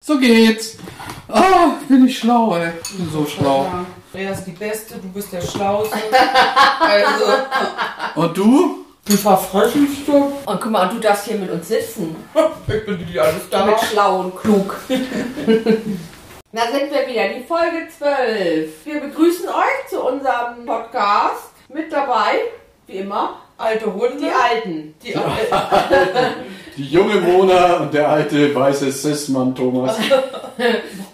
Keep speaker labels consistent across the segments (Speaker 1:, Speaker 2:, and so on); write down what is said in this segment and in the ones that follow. Speaker 1: So geht's. Ah, bin ich schlau, ey. Bin so schlau.
Speaker 2: Ja. Lena ist die Beste, du bist der Schlauste. Also,
Speaker 1: Und du?
Speaker 2: du verfreschendste.
Speaker 3: Und guck mal, und du darfst hier mit uns sitzen.
Speaker 2: Ich bin die alles da.
Speaker 3: Mit schlau und klug. Na sind wir wieder, die Folge 12. Wir begrüßen euch zu unserem Podcast. Mit dabei, wie immer,
Speaker 2: Alte Hunde.
Speaker 3: die Alten.
Speaker 2: Die Al-
Speaker 1: Die junge Mona und der alte weiße Sissmann Thomas.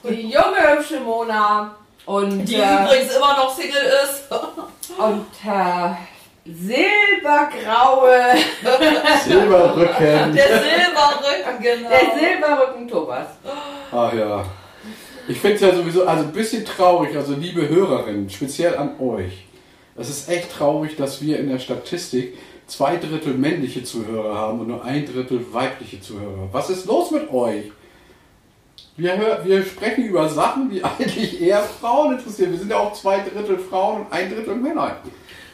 Speaker 3: Die junge, hübsche Mona. Und,
Speaker 2: die
Speaker 3: äh,
Speaker 2: übrigens immer noch Single ist.
Speaker 3: und äh, silbergraue,
Speaker 1: Silberrücken.
Speaker 2: Der Silberrücken, genau.
Speaker 3: der Silberrücken Thomas.
Speaker 1: Ach ja. Ich finde es ja sowieso, also ein bisschen traurig, also liebe Hörerinnen, speziell an euch. Es ist echt traurig, dass wir in der Statistik zwei Drittel männliche Zuhörer haben und nur ein Drittel weibliche Zuhörer. Was ist los mit euch? Wir, hör, wir sprechen über Sachen, die eigentlich eher Frauen interessieren. Wir sind ja auch zwei Drittel Frauen und ein Drittel Männer.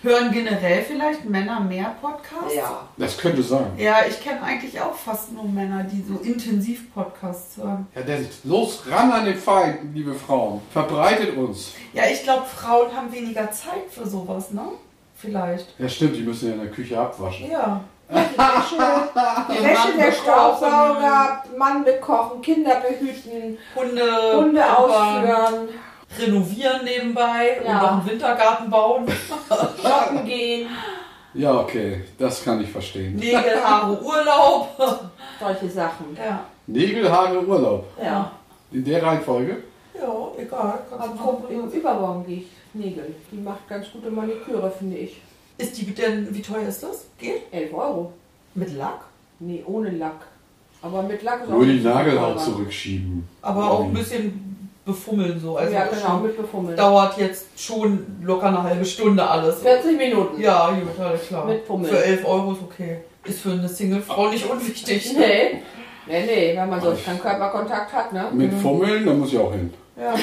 Speaker 4: Hören generell vielleicht Männer mehr Podcasts?
Speaker 3: Ja.
Speaker 1: Das könnte sein.
Speaker 4: Ja, ich kenne eigentlich auch fast nur Männer, die so intensiv Podcasts hören.
Speaker 1: Ja, der sieht los ran an den Feind, liebe Frauen. Verbreitet uns.
Speaker 4: Ja, ich glaube, Frauen haben weniger Zeit für sowas, ne? Vielleicht.
Speaker 1: Ja, stimmt, die müssen ja in der Küche abwaschen.
Speaker 4: Ja.
Speaker 3: Die Wäsche,
Speaker 2: Mann
Speaker 3: der
Speaker 2: bekochen.
Speaker 3: Staubsauger, Mann bekochen, Kinder behüten,
Speaker 2: Hunde,
Speaker 3: Hunde
Speaker 2: aber
Speaker 3: ausführen,
Speaker 2: renovieren nebenbei und
Speaker 3: Ja.
Speaker 2: noch einen Wintergarten bauen.
Speaker 3: shoppen gehen,
Speaker 1: Ja, okay, das kann ich verstehen.
Speaker 2: Nägel, Haare, Urlaub.
Speaker 3: solche Sachen.
Speaker 4: Ja.
Speaker 1: Nägel, Haare, Urlaub.
Speaker 3: Ja.
Speaker 1: In der Reihenfolge?
Speaker 4: Ja, egal. kannst du
Speaker 3: Apropos,
Speaker 4: machen.
Speaker 3: übermorgen gehe ich Nägel. Die macht ganz gute Maniküre, finde ich.
Speaker 4: Ist die denn, wie teuer ist das? Geht?
Speaker 3: 11 Euro.
Speaker 4: Mit Lack?
Speaker 3: Nee, ohne Lack. Aber mit Lack ist
Speaker 1: Nur die
Speaker 3: nicht so
Speaker 1: Nagelhaut
Speaker 3: teurer.
Speaker 1: zurückschieben.
Speaker 2: Genau. Aber auch ein bisschen befummeln so. Also
Speaker 3: ja, genau, mit Befummel.
Speaker 2: dauert jetzt schon locker eine halbe Stunde alles.
Speaker 3: 40 Minuten.
Speaker 2: Ja, gut, alles klar.
Speaker 3: Mit Pummel.
Speaker 2: Für 11 Euro ist okay. Ist für eine Single-Frau nicht unwichtig.
Speaker 3: Nee. Nee, nee, wenn man sonst keinen Körperkontakt hat, ne?
Speaker 1: Mit
Speaker 2: äh,
Speaker 1: Fummeln, da muss ich auch hin.
Speaker 4: Ja.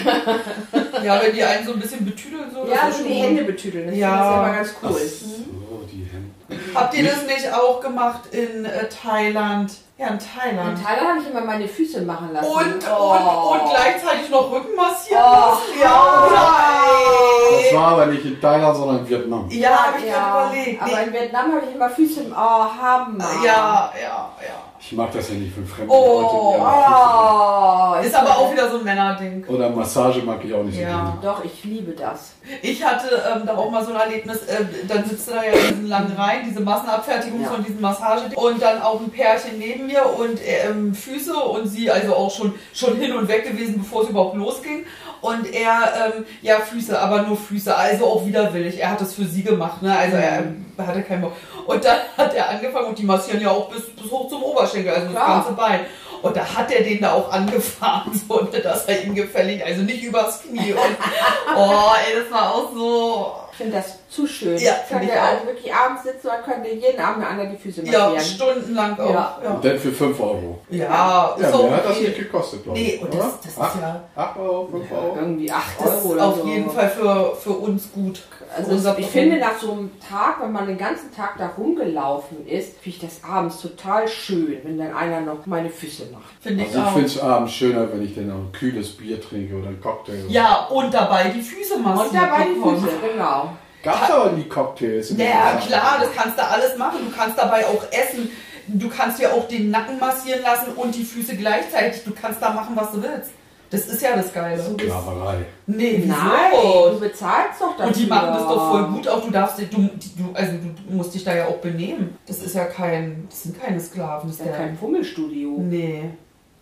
Speaker 2: Ja, wenn die einen so ein bisschen betüdeln, so.
Speaker 3: Ja,
Speaker 2: das ist
Speaker 3: so
Speaker 2: schon
Speaker 3: die
Speaker 2: gut.
Speaker 3: Hände betüdeln. Das
Speaker 2: Ja.
Speaker 3: ja. ist immer ganz
Speaker 2: Mhm.
Speaker 3: cool.
Speaker 1: So, die Hände.
Speaker 4: Habt ihr das nicht auch gemacht in äh, Thailand? Ja, in
Speaker 3: In
Speaker 4: Thailand.
Speaker 3: Thailand habe ich immer meine Füße machen lassen.
Speaker 2: Und,
Speaker 3: Oh.
Speaker 2: und, und gleichzeitig noch Rücken massieren
Speaker 3: Oh.
Speaker 2: lassen. Ja,
Speaker 1: Das war aber nicht in Thailand, sondern in Vietnam.
Speaker 4: Ja, habe ich
Speaker 3: ja,
Speaker 4: gerade überlegt.
Speaker 3: Aber
Speaker 4: Nee.
Speaker 3: in Vietnam habe ich immer Füße im oh,
Speaker 2: äh,
Speaker 3: Hammer.
Speaker 4: Ja, ja, ja.
Speaker 1: Ich mag das ja nicht, wenn fremde
Speaker 2: Oh, ah.
Speaker 1: Leute mir
Speaker 3: Oh,
Speaker 4: Ist aber auch wieder so ein Männerding.
Speaker 1: Oder Massage mag ich auch nicht so
Speaker 4: Ja.
Speaker 1: gerne.
Speaker 3: Doch, ich liebe das.
Speaker 2: Ich hatte ähm, da auch mal so ein Erlebnis, äh, dann sitzt du da ja in diesen langen Reihen, diese Massenabfertigung
Speaker 3: Ja.
Speaker 2: von diesen Massage und dann auch ein Pärchen neben mir und ähm, Füße und sie also auch schon, schon hin und weg gewesen, bevor es überhaupt losging. Und er, ähm, ja, Füße, aber nur Füße, also auch widerwillig. Er hat es für sie gemacht, ne? Also er ähm,
Speaker 3: Mhm.
Speaker 2: hatte keinen Bock. Und dann hat er angefangen und die massieren ja auch bis, bis hoch zum Oberschenkel, also
Speaker 3: Klar.
Speaker 2: das ganze Bein. Und da hat er den da auch angefahren, so, ne, dass er ihm gefällig, also nicht übers Knie. Und Oh, ey, das war auch so.
Speaker 3: Ich finde das zu schön.
Speaker 2: Ja,
Speaker 3: ich kann
Speaker 2: finde ich
Speaker 3: ja
Speaker 2: auch.
Speaker 3: also wirklich abends sitzen und könnte jeden Abend einer die Füße massieren.
Speaker 2: Ja, stundenlang auch.
Speaker 3: Ja.
Speaker 2: ja.
Speaker 1: Und dann für 5 Euro.
Speaker 2: Ja, ist
Speaker 1: Ja,
Speaker 2: auch
Speaker 1: mehr hat das
Speaker 2: okay.
Speaker 1: nicht gekostet, glaube ich.
Speaker 2: Nee, und das, das ist ja
Speaker 1: 8 Euro, 5 Euro.
Speaker 3: Irgendwie 8
Speaker 2: das ist
Speaker 3: Euro oder
Speaker 2: auf
Speaker 3: so.
Speaker 2: jeden Fall für, für uns gut.
Speaker 3: Also
Speaker 2: Für unser
Speaker 3: ich
Speaker 2: Problem.
Speaker 3: finde nach so einem Tag, wenn man den ganzen Tag da rumgelaufen ist, finde ich das abends total schön, wenn dann einer noch meine Füße macht.
Speaker 2: Finde ich
Speaker 1: Also ich
Speaker 2: auch.
Speaker 1: finde es abends schöner, wenn ich dann noch ein kühles Bier trinke oder einen Cocktail.
Speaker 2: ja, und dabei die Füße massieren.
Speaker 3: Und dabei die
Speaker 2: bekommen.
Speaker 3: Füße, genau.
Speaker 1: Gab es aber nie Cocktails. in
Speaker 2: Ja,
Speaker 1: Vietnam.
Speaker 2: klar, das kannst du alles machen. Du kannst dabei auch essen. Du kannst dir auch den Nacken massieren lassen und die Füße gleichzeitig. Du kannst da machen, was du willst. Das ist ja das Geile.
Speaker 1: Sklaverei.
Speaker 2: Nee, wieso?
Speaker 3: Nein, du bezahlst doch dafür.
Speaker 2: Und die machen das doch voll gut, auch du darfst dich, du, die- du, also du musst dich da ja auch benehmen. Das ist ja kein, das sind keine Sklaven, das
Speaker 3: Das
Speaker 2: ist
Speaker 3: ist
Speaker 2: ja
Speaker 3: ja kein Fummelstudio.
Speaker 2: Nee,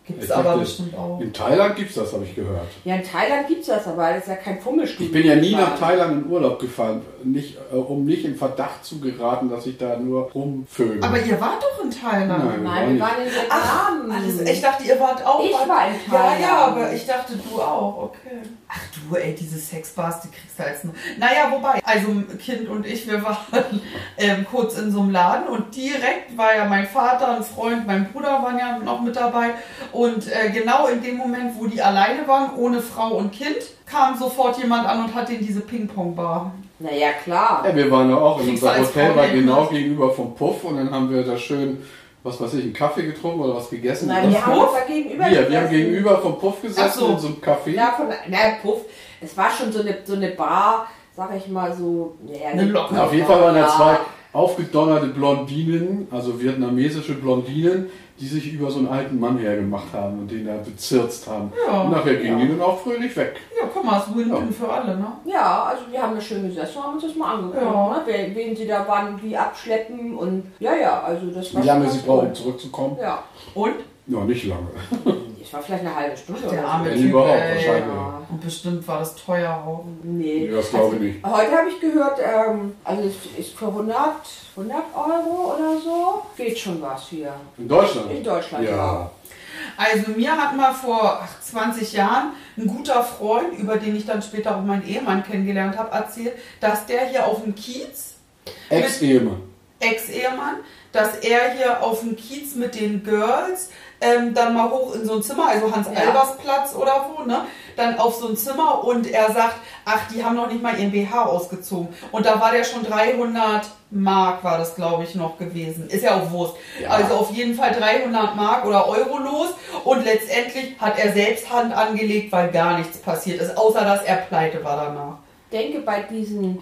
Speaker 2: gibt's
Speaker 1: Ich
Speaker 2: aber
Speaker 1: dachte,
Speaker 2: bestimmt auch.
Speaker 1: In Thailand gibt es das, habe ich gehört.
Speaker 3: Ja, in Thailand gibt es das, aber das ist ja kein Fummelstudio.
Speaker 1: Ich bin ja nie nach Thailand in Urlaub gefahren, nicht, äh, um nicht in Verdacht zu geraten, dass ich da nur rumvögel.
Speaker 4: Aber ihr wart doch in Thailand.
Speaker 1: Nein.
Speaker 3: Nein, wir waren in Vietnam.
Speaker 2: Alles, ich dachte, ihr wart auch.
Speaker 3: Ich
Speaker 2: wart-
Speaker 3: war in
Speaker 2: Ja, ja,
Speaker 3: Thailand.
Speaker 2: aber ich dachte, du auch, okay. Ach du, ey, diese Sexbars, die kriegst du als nur. Naja, wobei, also Kind und ich, wir waren ähm, kurz in so einem Laden und direkt war ja mein Vater, ein Freund, mein Bruder waren ja noch mit dabei. Und äh, genau in dem Moment, wo die alleine waren, ohne Frau und Kind, kam sofort jemand an und hat denen diese Ping-Pong-Bar.
Speaker 3: Naja, klar.
Speaker 1: Äh, ja, wir waren ja auch in
Speaker 2: Kriegst
Speaker 1: unserem
Speaker 2: du als
Speaker 1: Hotel,
Speaker 2: Frau
Speaker 1: war
Speaker 2: nicht
Speaker 1: genau
Speaker 2: mit.
Speaker 1: gegenüber vom Puff und dann haben wir da schön was weiß ich, einen Kaffee getrunken oder was gegessen?
Speaker 3: Nein,
Speaker 1: oder
Speaker 3: wir haben uns da gegenüber
Speaker 1: wir, wir haben
Speaker 3: gesessen.
Speaker 1: gegenüber vom Puff
Speaker 3: Ach
Speaker 1: gesessen
Speaker 3: so.
Speaker 1: in so einem Café.
Speaker 3: Ja, von, na, Puff. Es war schon so eine, so eine Bar, sag ich mal so. Naja,
Speaker 2: Eine lockere
Speaker 3: Bar,
Speaker 1: auf jeden Fall waren da
Speaker 3: ja.
Speaker 1: zwei aufgedonnerte Blondinen, also vietnamesische Blondinen, die sich über so einen alten Mann hergemacht haben und den da bezirzt haben.
Speaker 2: Ja.
Speaker 1: und nachher gingen
Speaker 3: Ja.
Speaker 1: die dann auch fröhlich weg.
Speaker 2: Ja, guck mal, es ist Win-Win für alle, ne?
Speaker 3: Ja, also wir haben da schön gesessen und haben uns das mal angeguckt,
Speaker 2: Ja.
Speaker 3: ne? wen, wen sie da wann wie abschleppen und ja, ja, also das war
Speaker 1: Wie lange
Speaker 3: schon
Speaker 1: sie
Speaker 3: ganz
Speaker 1: brauchen, um
Speaker 3: cool.
Speaker 1: zurückzukommen?
Speaker 3: Ja,
Speaker 2: Und?
Speaker 1: Ja, nicht lange.
Speaker 3: es war vielleicht eine halbe Stunde
Speaker 2: Der
Speaker 3: oder
Speaker 2: arme
Speaker 1: Wenn
Speaker 2: Typ,
Speaker 1: überhaupt,
Speaker 2: ey.
Speaker 1: wahrscheinlich.
Speaker 3: Ja.
Speaker 2: Und bestimmt war das teuer auch.
Speaker 3: Nee, Also
Speaker 1: Nee, das glaube ich nicht.
Speaker 3: Heute habe ich gehört, ähm, also es ist für 100, 100 Euro oder so, geht schon was hier.
Speaker 1: In Deutschland?
Speaker 3: In Deutschland, ja.
Speaker 1: ja.
Speaker 2: Also mir hat mal vor ach, 20 Jahren ein guter Freund, über den ich dann später auch meinen Ehemann kennengelernt habe, erzählt, dass der hier auf dem Kiez,
Speaker 1: Ex-Ehemann.
Speaker 2: Ex-Ehemann, dass er hier auf dem Kiez mit den Girls ähm, dann mal hoch in so ein Zimmer, also
Speaker 3: Ja.
Speaker 2: Hans-Albers-Platz oder wo, ne? Dann auf so ein Zimmer und er sagt, ach, die haben noch nicht mal ihren BH ausgezogen. Und da war der schon 300 Mark, war das, glaube ich, noch gewesen. Ist ja auch Wurst.
Speaker 1: Ja.
Speaker 2: Also auf jeden Fall 300 Mark oder Euro los. Und letztendlich hat er selbst Hand angelegt, weil gar nichts passiert ist, außer dass er pleite war danach.
Speaker 3: denke, bei diesen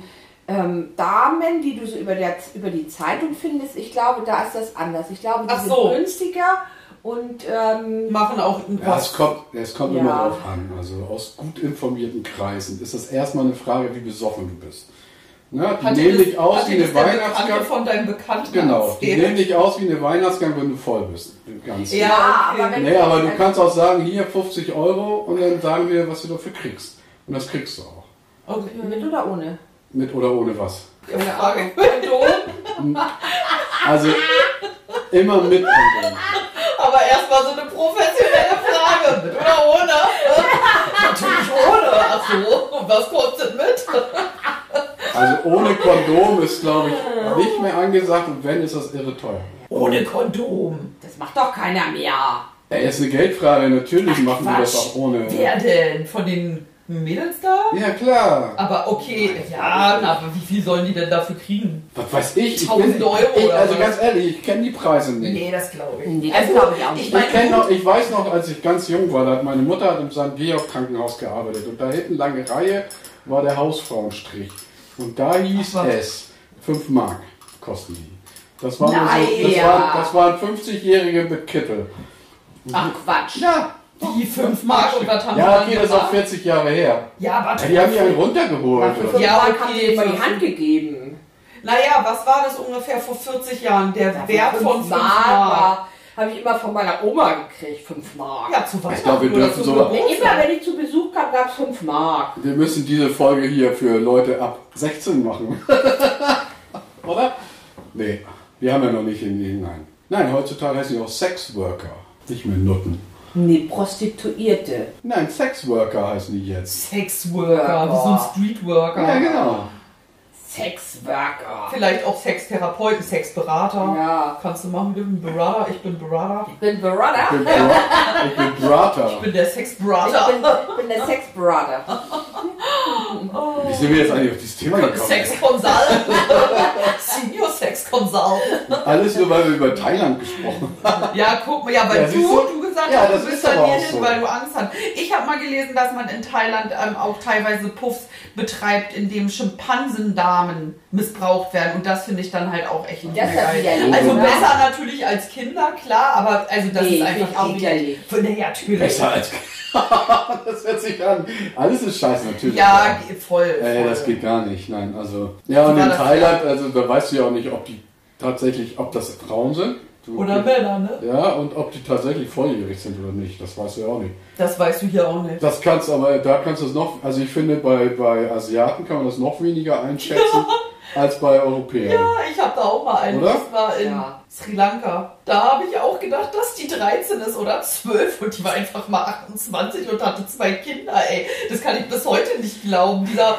Speaker 3: ähm, Damen, die du so über, der, über die Zeitung findest, ich glaube, da ist das anders. Ich glaube, die
Speaker 2: Ach
Speaker 3: sind
Speaker 2: so.
Speaker 3: günstiger und ähm,
Speaker 2: Machen auch
Speaker 1: Ja, es kommt, es kommt
Speaker 3: Ja.
Speaker 1: immer drauf an. Also aus gut informierten Kreisen ist das erstmal eine Frage, wie besoffen du bist. Na, die
Speaker 2: Hat
Speaker 1: nehmen
Speaker 2: dir
Speaker 1: dich
Speaker 2: das-
Speaker 1: aus
Speaker 2: hat
Speaker 1: wie
Speaker 2: dir das
Speaker 1: eine
Speaker 2: der Bekannte
Speaker 1: Weihnachtsgans.
Speaker 2: von deinem Bekannten
Speaker 1: Genau, die nehmen
Speaker 2: erzählt?
Speaker 1: dich aus wie eine Weihnachtsgans, wenn du voll bist. Ganz
Speaker 2: Ja, okay.
Speaker 1: Nee, aber du kannst auch sagen, hier 50 Euro und dann sagen wir, was du dafür kriegst. Und das kriegst du auch.
Speaker 2: Okay.
Speaker 3: Mit oder ohne?
Speaker 1: Mit oder ohne was.
Speaker 2: Ja, Frage.
Speaker 1: Also immer mit. Kondom.
Speaker 2: Aber erstmal so eine professionelle Frage. Mit oder ohne? Natürlich ohne. Ach so, und was kostet mit?
Speaker 1: Also ohne Kondom ist, glaube ich, nicht mehr angesagt und wenn, ist das irre teuer.
Speaker 2: Ohne Kondom.
Speaker 3: Das macht doch keiner mehr.
Speaker 1: Ey, ist eine Geldfrage, natürlich machen wir das auch ohne.
Speaker 2: Wer denn? Von den Mädels da?
Speaker 1: Ja klar.
Speaker 2: Aber okay, ja, na, aber wie viel sollen die denn dafür kriegen?
Speaker 1: Was weiß ich? ich
Speaker 2: 1000 Euro
Speaker 1: ich,
Speaker 2: oder
Speaker 1: Also
Speaker 2: was?
Speaker 1: ganz ehrlich, ich kenne die Preise nicht.
Speaker 2: das glaube
Speaker 3: Nee, das glaube ich auch nicht.
Speaker 2: Ich
Speaker 1: Ich, kenn
Speaker 2: meine,
Speaker 1: noch, ich weiß noch, als ich ganz jung war, da hat meine Mutter hat im St. Georg Krankenhaus gearbeitet und da hinten lange Reihe war der Hausfrauenstrich. Und da hieß
Speaker 2: Ach was.
Speaker 1: es 5 Mark kosten die. Das waren, nur
Speaker 3: Nein,
Speaker 1: so, das
Speaker 3: ja.
Speaker 1: waren, das waren 50-Jährige mit Kittel.
Speaker 3: Ach Quatsch.
Speaker 1: Mhm. Ja,
Speaker 2: die 5 Mark und was haben
Speaker 1: ja
Speaker 2: sie
Speaker 1: okay,
Speaker 2: dann
Speaker 1: das ist auch
Speaker 2: gemacht?
Speaker 1: 40 Jahre her.
Speaker 2: Ja, aber
Speaker 1: Ja, die haben die einen
Speaker 3: Mal
Speaker 1: runtergeholt.
Speaker 3: für fünf
Speaker 2: Ja,
Speaker 3: Mark
Speaker 2: okay,
Speaker 3: haben die immer die
Speaker 2: für
Speaker 3: Hand gegeben.
Speaker 2: Naja, was war das ungefähr vor 40 Jahren? Der Wert von 5 Mark.
Speaker 3: habe ich immer von meiner Oma gekriegt, 5 Mark.
Speaker 2: Ja, zu Weihnachten
Speaker 1: glaube, wir
Speaker 2: oder
Speaker 1: dürfen
Speaker 2: zu
Speaker 1: sogar-
Speaker 3: Nee,
Speaker 2: Geburtstag.
Speaker 3: Immer wenn ich zu Besuch kam, gab es 5 Mark.
Speaker 1: Wir müssen diese Folge hier für Leute ab 16 machen. Oder? Nee, wir haben ja noch nicht in hinein. Nein, heutzutage heißen die auch Sexworker. Nicht mehr Nutten.
Speaker 3: Nee, Prostituierte.
Speaker 1: Nein, Sexworker heißen die jetzt.
Speaker 2: Sexworker, wie so ein Streetworker.
Speaker 1: Ja, genau.
Speaker 3: Sexworker.
Speaker 2: Vielleicht auch Sextherapeuten, Sexberater.
Speaker 3: Ja.
Speaker 2: Kannst du machen, ich bin Berater, ich bin Berater.
Speaker 3: Ich bin
Speaker 1: Ich
Speaker 3: Brother.
Speaker 1: bin, Bra ich bin Brata.
Speaker 2: Ich bin der Sexberater.
Speaker 3: Ich bin, bin der Sexbrother.
Speaker 1: Wie sind wir jetzt eigentlich auf dieses Thema gekommen?
Speaker 2: Sex Consultant. Senior Sex Consultant.
Speaker 1: Alles nur, weil wir über Thailand gesprochen haben.
Speaker 2: Ja, guck mal, ja, weil
Speaker 1: Ja,
Speaker 2: du,
Speaker 1: siehst du?
Speaker 2: du gesagt
Speaker 1: Ja,
Speaker 2: hast,
Speaker 1: das
Speaker 2: du
Speaker 1: ist
Speaker 2: bist dann
Speaker 1: aber
Speaker 2: hier
Speaker 1: auch
Speaker 2: hin,
Speaker 1: so.
Speaker 2: weil du Angst hast. Ich habe mal gelesen, dass man in Thailand ähm, auch teilweise Puffs betreibt, in dem Schimpansendamen missbraucht werden. Und das finde ich dann halt auch echt nicht
Speaker 3: Das
Speaker 2: mehr
Speaker 3: ist ja
Speaker 2: geil.
Speaker 3: widerlich,
Speaker 2: Also
Speaker 1: oder?
Speaker 2: besser natürlich als Kinder, klar, aber also das
Speaker 3: ne? Nee,
Speaker 2: ist
Speaker 3: finde ich
Speaker 2: einfach auch
Speaker 3: widerlich.
Speaker 2: Naja, natürlich.
Speaker 1: Besser als. das hört sich an. Alles ist scheiße, natürlich.
Speaker 2: Ja, ge- voll.
Speaker 1: Ey,
Speaker 2: voll.
Speaker 1: das geht gar nicht, nein. Also, ja, und
Speaker 2: War
Speaker 1: in
Speaker 2: das-
Speaker 1: Thailand, also da weißt du ja auch nicht, ob die tatsächlich, ob das Frauen sind. Du,
Speaker 2: Oder Männer, ne?
Speaker 1: Ja, und ob die tatsächlich volljährig sind oder nicht, das weißt du ja auch nicht.
Speaker 2: Das weißt du hier auch nicht.
Speaker 1: Das kannst aber, da kannst du es noch, also ich finde, bei, bei Asiaten kann man das noch weniger einschätzen als bei Europäern.
Speaker 2: Ja, ich habe da auch mal einen.
Speaker 1: Oder?
Speaker 2: Das war in
Speaker 3: Ja.
Speaker 2: Sri Lanka. Da habe ich auch gedacht, dass die 13 ist oder 12 und die war einfach mal 28 und hatte zwei Kinder, ey. Das kann ich bis heute nicht glauben. Dieser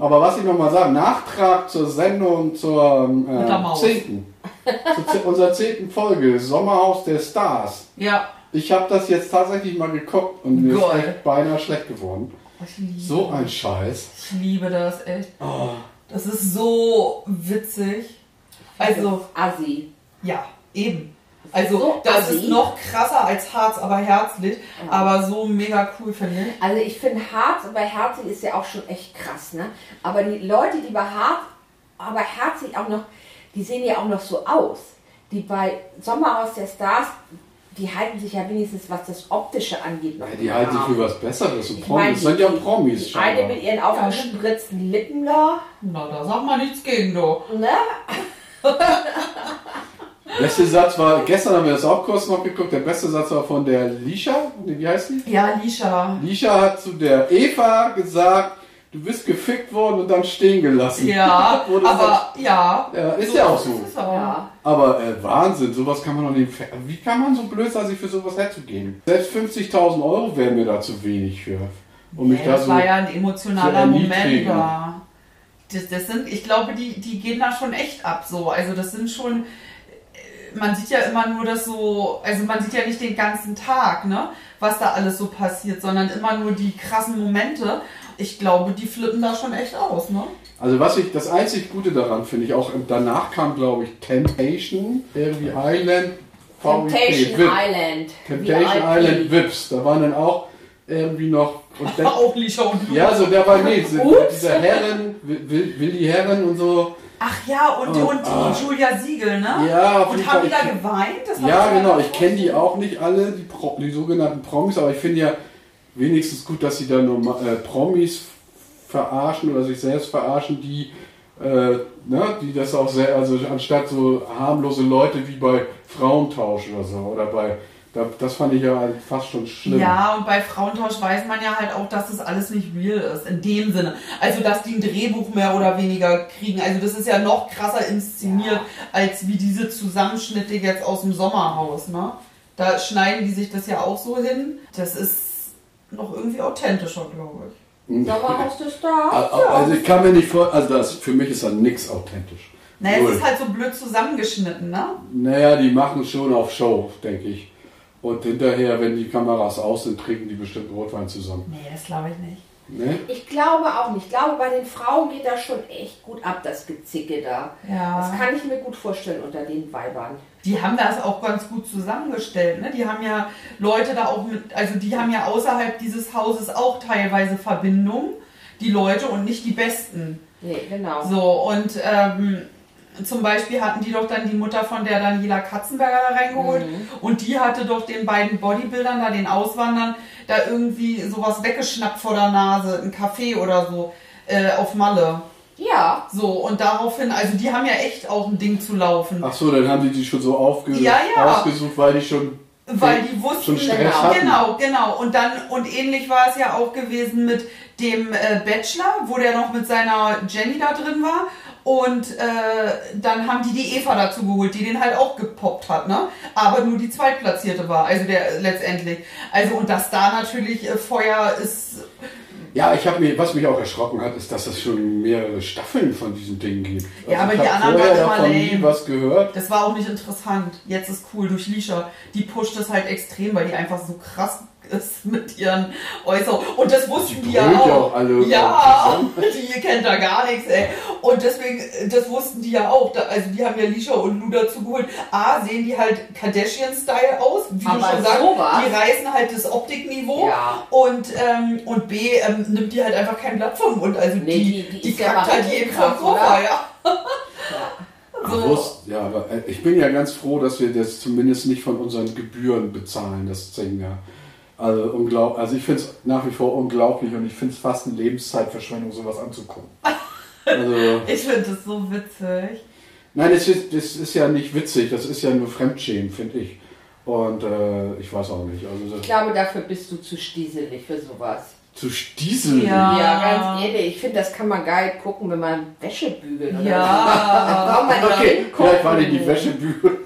Speaker 1: Aber was ich nochmal sagen, Nachtrag zur Sendung zur ähm,
Speaker 2: Mit der Maus.
Speaker 1: 10. zu ze- unserer 10. Folge, Sommerhaus der Stars.
Speaker 2: ja,
Speaker 1: Ich habe das jetzt tatsächlich mal geguckt und mir
Speaker 2: Goll.
Speaker 1: ist echt beinahe schlecht geworden.
Speaker 2: Oh, ich liebe,
Speaker 1: So ein Oh. Scheiß.
Speaker 2: ich liebe das echt. Das ist so witzig. Also,
Speaker 3: Assi.
Speaker 2: ja, eben. Also
Speaker 3: so
Speaker 2: das ist
Speaker 3: assi.
Speaker 2: noch krasser als Harz, aber herzlich.
Speaker 3: Ja.
Speaker 2: Aber so mega cool finde ich.
Speaker 3: Also ich finde Harz, aber Herzig ist ja auch schon echt krass, ne? Aber die Leute, die bei Harz, aber Herzig auch noch, die sehen ja auch noch so aus. Die bei Sommerhaus der Stars, die halten sich ja wenigstens, was das Optische angeht. noch
Speaker 1: Ja, die
Speaker 3: im
Speaker 1: halten sich
Speaker 3: Rahmen.
Speaker 1: für was Besseres. Und
Speaker 3: Ich
Speaker 1: Promis
Speaker 3: meine,
Speaker 1: das sind ja Promis.
Speaker 3: Die eine
Speaker 1: scheinbar.
Speaker 3: mit ihren aufgespritzten Lippen da,
Speaker 2: Na, da sag mal nichts gegen, du.
Speaker 3: ne?
Speaker 1: Beste Satz war, gestern haben wir das auch kurz noch geguckt, der beste Satz war von der Lisha, Nee, wie heißt die?
Speaker 2: Ja, Lisha.
Speaker 1: Lisha hat zu der Eva gesagt, du bist gefickt worden und dann stehen gelassen.
Speaker 2: Ja,
Speaker 1: Wo du
Speaker 2: aber ja.
Speaker 1: Ja, ist ja auch so.
Speaker 2: Ist es auch.
Speaker 3: Ja.
Speaker 1: Aber äh, Wahnsinn, sowas kann man doch nicht. ver- Wie kann man so blöd sein, sich für sowas herzugeben? Selbst 50.000 Euro wären mir da zu wenig für. Um mich
Speaker 2: Nee,
Speaker 1: da
Speaker 2: das
Speaker 1: so.
Speaker 2: war ja ein emotionaler
Speaker 1: zu
Speaker 2: Moment
Speaker 1: erniedrigen.
Speaker 2: da. Das, das sind, ich glaube, die, die gehen da schon echt ab so. Also das sind schon, äh, man sieht ja immer nur das so, also man sieht ja nicht den ganzen Tag, ne, was da alles so passiert, sondern immer nur die krassen Momente. Ich glaube, die flippen da schon echt aus, ne?
Speaker 1: Also was ich, das einzig Gute daran finde ich, auch danach kam, glaube ich, Temptation, irgendwie Island, VWP,
Speaker 3: Temptation
Speaker 1: Wip.
Speaker 3: Island.
Speaker 1: Temptation
Speaker 3: VIP.
Speaker 1: Island Vips. Da waren dann auch irgendwie noch. Und
Speaker 2: War
Speaker 1: dann,
Speaker 2: auch Lisha und
Speaker 1: ja, so der war nicht. So,
Speaker 3: Ups.
Speaker 1: Diese Herren, Will- Will- Willi Herren und so.
Speaker 2: Ach ja, und,
Speaker 1: Oh,
Speaker 2: und die
Speaker 1: ah.
Speaker 2: Julia Siegel, ne?
Speaker 1: Ja, auf
Speaker 2: und
Speaker 1: jeden
Speaker 2: haben die
Speaker 1: Fall.
Speaker 2: da geweint? Das hab
Speaker 1: Ja,
Speaker 2: ich
Speaker 1: genau.
Speaker 2: gar
Speaker 1: Ich kenne die
Speaker 2: nicht
Speaker 1: auch nicht alle, die, Pro die sogenannten Promis, aber ich finde ja wenigstens gut, dass sie da nur ma- äh, Promis verarschen oder sich selbst verarschen, die, äh, ne, die das auch sehr, also anstatt so harmlose Leute wie bei Frauentausch oder so oder bei, da, das fand ich ja fast schon schlimm.
Speaker 2: Ja, und bei Frauentausch weiß man ja halt auch, dass das alles nicht real ist, in dem Sinne. Also, dass die ein Drehbuch mehr oder weniger kriegen. Also, das ist ja noch krasser inszeniert, als wie diese Zusammenschnitte jetzt aus dem Sommerhaus, ne? Da schneiden die sich das ja auch so hin. Das ist noch irgendwie authentischer, glaube ich.
Speaker 3: Sommerhaus der Stars.
Speaker 1: Also
Speaker 3: ja.
Speaker 1: also ich kann mir nicht vor, also das, für mich ist da nichts authentisch.
Speaker 2: Naja,
Speaker 1: Null.
Speaker 2: es ist halt so blöd zusammengeschnitten, ne?
Speaker 1: Naja, die machen schon auf Show, denke ich. Und hinterher, wenn die Kameras aus sind, trinken die bestimmt Rotwein zusammen.
Speaker 2: Nee, das glaube ich nicht.
Speaker 1: Ne?
Speaker 3: Ich glaube auch nicht. Ich glaube, bei den Frauen geht das schon echt gut ab, das Gezicke da.
Speaker 2: Ja.
Speaker 3: Das kann ich mir gut vorstellen unter den Weibern.
Speaker 2: Die haben das auch ganz gut zusammengestellt. Ne? Die haben ja Leute da auch mit, also die haben ja außerhalb dieses Hauses auch teilweise Verbindungen, die Leute und nicht die Besten.
Speaker 3: Nee, genau.
Speaker 2: So, und ähm, zum Beispiel hatten die doch dann die Mutter von der Daniela Katzenberger da reingeholt und die hatte doch den beiden Bodybuildern da, den Auswandern, da irgendwie sowas weggeschnappt vor der Nase, ein Kaffee oder so, äh, auf Malle.
Speaker 3: Ja,
Speaker 2: So, und daraufhin, also die haben ja echt auch ein Ding zu laufen.
Speaker 1: Ach so, dann haben die die schon so aufge
Speaker 2: Ja, ja.
Speaker 1: ausgesucht, weil die schon.
Speaker 2: Weil die wussten,
Speaker 1: Schon Stress
Speaker 2: genau,
Speaker 1: hatten.
Speaker 2: genau, genau. Und dann, und ähnlich war es ja auch gewesen mit dem äh, Bachelor, wo der noch mit seiner Jenny da drin war. Und äh, dann haben die die Eva dazu geholt, die den halt auch gepoppt hat, ne? Aber nur die Zweitplatzierte war, also der äh, letztendlich. Also, und dass da natürlich äh, Feuer ist,
Speaker 1: Ja, ich habe mir, was mich auch erschrocken hat, ist, dass es schon mehrere Staffeln von diesem Ding gibt. Also
Speaker 2: Ja, aber
Speaker 1: ich
Speaker 2: die
Speaker 1: hab
Speaker 2: anderen
Speaker 1: vorher
Speaker 2: waren immer
Speaker 1: davon nie
Speaker 2: lame.
Speaker 1: was gehört.
Speaker 2: das war auch nicht interessant. Jetzt ist cool durch Lisha. Die pusht es halt extrem, weil die einfach so krass ist mit ihren Äußerungen. Und das wussten die, ja
Speaker 1: brüllt
Speaker 2: auch.
Speaker 1: ja auch alle. ne?
Speaker 2: Ja, die kennt da gar nichts, ey. Und deswegen, das wussten die ja auch. Da, also die haben ja Lisha und Lou dazu geholt. A, sehen die halt Kardashian-Style aus, wie
Speaker 3: Aber
Speaker 2: du schon sagst.
Speaker 3: sowas.
Speaker 2: Die reißen halt das Optikniveau.
Speaker 3: Ja.
Speaker 2: Und, ähm, und B, ähm, nimmt die halt einfach kein Blatt vom Mund. Also
Speaker 3: Nee,
Speaker 2: die,
Speaker 3: die- die
Speaker 2: die,
Speaker 3: ist ja
Speaker 2: kackt
Speaker 3: mal
Speaker 2: halt
Speaker 3: richtig
Speaker 2: jeden vom
Speaker 3: krass,
Speaker 2: Sofa,
Speaker 3: oder?
Speaker 2: ja.
Speaker 1: Bewusst, ja, aber äh, ich bin ja ganz froh, dass wir das zumindest nicht von unseren Gebühren bezahlen, das Ding ja. Also, unglaub, also ich finde es nach wie vor unglaublich und ich finde es fast eine Lebenszeitverschwendung, sowas anzugucken. Also,
Speaker 2: Ich finde das so witzig.
Speaker 1: Nein, das ist, das ist ja nicht witzig, das ist ja nur Fremdschämen, finde ich. Und äh, ich weiß auch nicht. Also
Speaker 3: ich
Speaker 1: das,
Speaker 3: glaube, dafür bist du zu stieselig für sowas.
Speaker 1: zu stieseln.
Speaker 2: Ja. Ah.
Speaker 3: Ja, ganz ehrlich. Ich finde, das kann man geil gucken, wenn man Wäsche bügelt. oder so.
Speaker 2: Ja.
Speaker 3: Kann man da
Speaker 1: Okay,
Speaker 3: hingucken.
Speaker 1: vielleicht war die die Wäschebügel.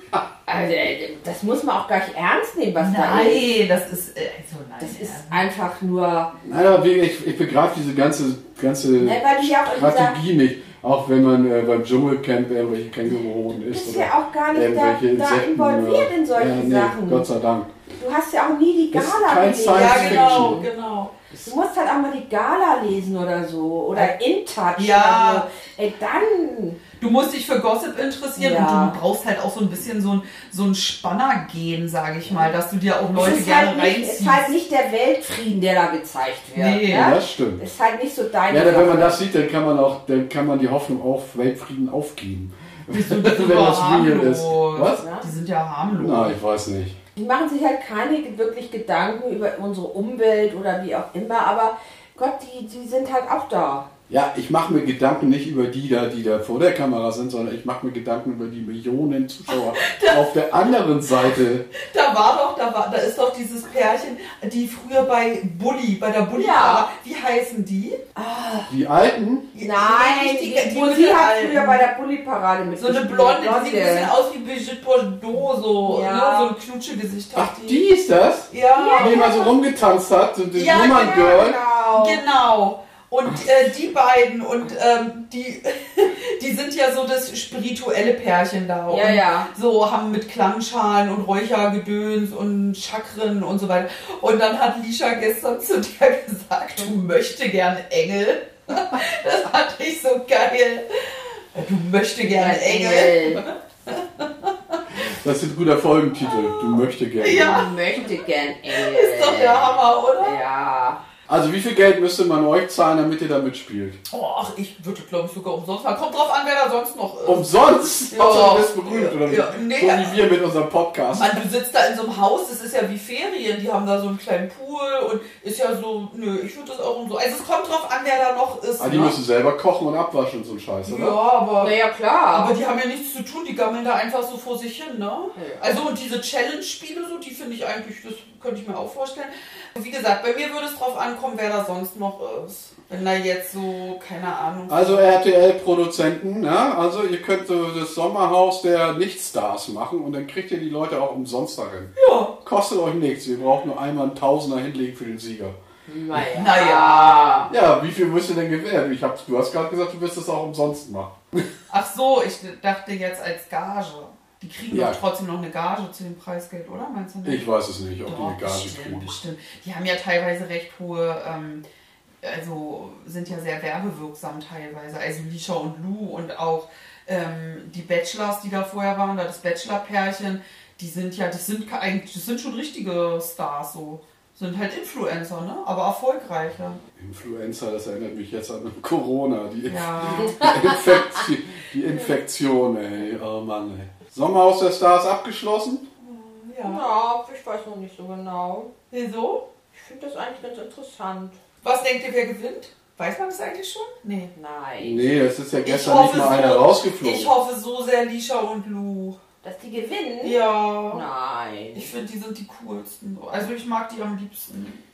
Speaker 3: Also, äh, das muss man auch gar nicht ernst nehmen, was da ist.
Speaker 2: Nein, das ist, äh, also nein.
Speaker 3: Das ist einfach nur,
Speaker 1: Nein, aber wirklich, ich, ich begreife diese ganze, ganze
Speaker 3: ne, weil ich ja auch immer sage,
Speaker 1: Äh, Strategie nicht. Auch wenn man äh, beim Dschungelcamp irgendwelche Känguruhoden
Speaker 3: du
Speaker 1: isst
Speaker 3: bist
Speaker 1: oder
Speaker 3: ja auch gar nicht da,
Speaker 1: irgendwelche
Speaker 3: da
Speaker 1: Insekten.
Speaker 3: involviert
Speaker 1: oder-
Speaker 3: in solche
Speaker 1: ja, nee,
Speaker 3: Sachen.
Speaker 1: Gott sei Dank.
Speaker 3: du hast ja auch nie die
Speaker 1: Das ist
Speaker 3: Gala
Speaker 1: kein
Speaker 3: gelesen.
Speaker 1: Science
Speaker 2: Ja,
Speaker 1: Fiction.
Speaker 2: genau, genau.
Speaker 3: Du musst halt auch mal die Gala lesen oder so. Oder In Touch.
Speaker 2: Ja.
Speaker 3: Oder so. Ey, dann.
Speaker 2: Du musst dich für Gossip interessieren
Speaker 3: Ja.
Speaker 2: und du brauchst halt auch so ein bisschen so ein, so ein Spanner-Gen, sage ich mal, dass du dir auch
Speaker 3: Es
Speaker 2: Leute
Speaker 3: ist
Speaker 2: gerne
Speaker 3: halt nicht, es
Speaker 2: reinziehst.
Speaker 3: ist halt nicht der Weltfrieden, der da gezeigt wird.
Speaker 2: Nee.
Speaker 1: Ja,
Speaker 3: Ja?
Speaker 1: das stimmt.
Speaker 3: Ist halt nicht so dein.
Speaker 1: Ja, dann, wenn man
Speaker 3: Sache.
Speaker 1: das sieht, dann kann man auch, dann kann man die Hoffnung auf Weltfrieden aufgeben.
Speaker 2: Wieso, die
Speaker 1: Wenn das
Speaker 2: sind ja
Speaker 1: real ist.
Speaker 2: harmlos.
Speaker 1: Was?
Speaker 3: Ja?
Speaker 2: Die sind ja harmlos.
Speaker 1: Na, ich weiß nicht.
Speaker 3: Die machen sich halt keine wirklich Gedanken über unsere Umwelt oder wie auch immer, aber Gott, die, die sind halt auch da.
Speaker 1: Ja, ich mache mir Gedanken nicht über die da, die da vor der Kamera sind, sondern ich mache mir Gedanken über die Millionen Zuschauer auf der anderen Seite.
Speaker 2: Da war doch, da war, da ist doch dieses Pärchen, die früher bei Bully, bei der Bully
Speaker 3: Ja.
Speaker 2: war. Wie heißen die?
Speaker 1: Die Alten,
Speaker 3: Nein,
Speaker 2: die,
Speaker 3: die,
Speaker 2: die, die,
Speaker 3: Mutti hat
Speaker 2: Mittelalten.
Speaker 3: früher bei der Bulli-Parade mit.
Speaker 2: so eine blonde, die sieht ein bisschen aus wie Brigitte Bardot, so,
Speaker 3: Ja.
Speaker 2: ne, so ein Knutschegesicht
Speaker 1: ach, die ist das?
Speaker 2: Ja,
Speaker 1: Die mal so rumgetanzt hat, so die
Speaker 2: Ja,
Speaker 1: Nummern Girl.
Speaker 3: Genau.
Speaker 2: genau. Und äh, die beiden und ähm, die, die sind ja so das spirituelle Pärchen da.
Speaker 3: Genau. Ja,
Speaker 2: und
Speaker 3: ja.
Speaker 2: So haben mit Klangschalen und Räuchergedöns und Chakren und so weiter. Und dann hat Lisha gestern zu dir gesagt, du möchte gern Engel. Das fand ich so geil. Du möchte gern Engel.
Speaker 3: Engel.
Speaker 1: Das ist ein guter Folgentitel. Du möchte gerne.
Speaker 2: Ja.
Speaker 3: Ich möchte gern Engel.
Speaker 2: Ist doch der Hammer, oder?
Speaker 3: Ja.
Speaker 1: Also wie viel Geld müsste man euch zahlen, damit ihr da mitspielt?
Speaker 2: Oh, ach, ich würde, glaube ich, sogar umsonst machen. Kommt drauf an, wer da sonst noch äh, ist.
Speaker 1: Umsonst?
Speaker 2: Ja.
Speaker 1: Hauptsache, du bist berühmt, oder?
Speaker 2: Ja,
Speaker 1: wie?
Speaker 2: nee.
Speaker 1: So wie wir mit unserem Podcast.
Speaker 2: Mann, Also, du sitzt da in so einem Haus, das ist ja wie Ferien, die haben da so einen kleinen Pool und ist ja so, nö, ich würde das auch und so. Also es kommt drauf an, wer da noch ist.
Speaker 1: Ah, die
Speaker 2: ne?
Speaker 1: müssen selber kochen und abwaschen und so ein Scheiß,
Speaker 2: ja,
Speaker 1: oder?
Speaker 2: aber,
Speaker 3: Naja, klar.
Speaker 2: aber die haben ja nichts zu tun, die gammeln da einfach so vor sich hin, ne?
Speaker 3: Ja.
Speaker 2: Also und diese Challenge-Spiele so, die finde ich eigentlich, das könnte ich mir auch vorstellen. Wie gesagt, bei mir würde es drauf ankommen, wer da sonst noch ist. Wenn da jetzt so, keine Ahnung.
Speaker 1: Also RTL-Produzenten, ne? Also ihr könnt so das Sommerhaus der Nicht-Stars machen und dann kriegt ihr die Leute auch umsonst darin.
Speaker 2: Ja.
Speaker 1: Kostet euch nichts, ihr braucht nur einmal einen Tausender hinlegen für den Sieger.
Speaker 3: Naja.
Speaker 2: Naja.
Speaker 1: Ja, wie viel müsst ihr denn gewähren? Ich hab, du hast gerade gesagt, du wirst das auch umsonst machen.
Speaker 2: Ach so, ich dachte jetzt als Gage. Die kriegen
Speaker 1: Ja.
Speaker 2: doch trotzdem noch eine Gage zu dem Preisgeld, oder? Meinst du nicht?
Speaker 1: Ich weiß es nicht, ob die
Speaker 2: Doch,
Speaker 1: eine Gage
Speaker 2: bestimmt,
Speaker 1: kriegen.
Speaker 2: bestimmt. Die haben ja teilweise recht hohe, ähm, also sind ja sehr werbewirksam teilweise. Also Lisha und Lou und auch ähm, die Bachelors, die da vorher waren, da das Bachelor-Pärchen, die sind ja, das sind ke- eigentlich, das sind schon richtige Stars so. Sind halt Influencer, ne? Aber erfolgreiche.
Speaker 1: Influenza, das erinnert mich jetzt an Corona, die,
Speaker 2: Ja.
Speaker 1: Infektion, die Infektion, ey. Oh Mann, ey. Sommerhaus der Stars abgeschlossen?
Speaker 2: ja.
Speaker 3: Ja, ich weiß noch nicht so genau.
Speaker 2: Wieso?
Speaker 3: Ich finde das eigentlich ganz interessant.
Speaker 2: Was denkt ihr, wer gewinnt? Weiß man das eigentlich schon? Nee.
Speaker 3: Nein.
Speaker 1: Nee, es ist ja gestern
Speaker 2: hoffe
Speaker 1: nicht mal
Speaker 2: so.
Speaker 1: einer rausgeflogen.
Speaker 2: Ich hoffe so sehr, Lisha und Lou.
Speaker 3: Dass die gewinnen?
Speaker 2: Ja.
Speaker 3: Nein.
Speaker 2: Ich finde, die sind die coolsten. so. Also ich mag die am liebsten.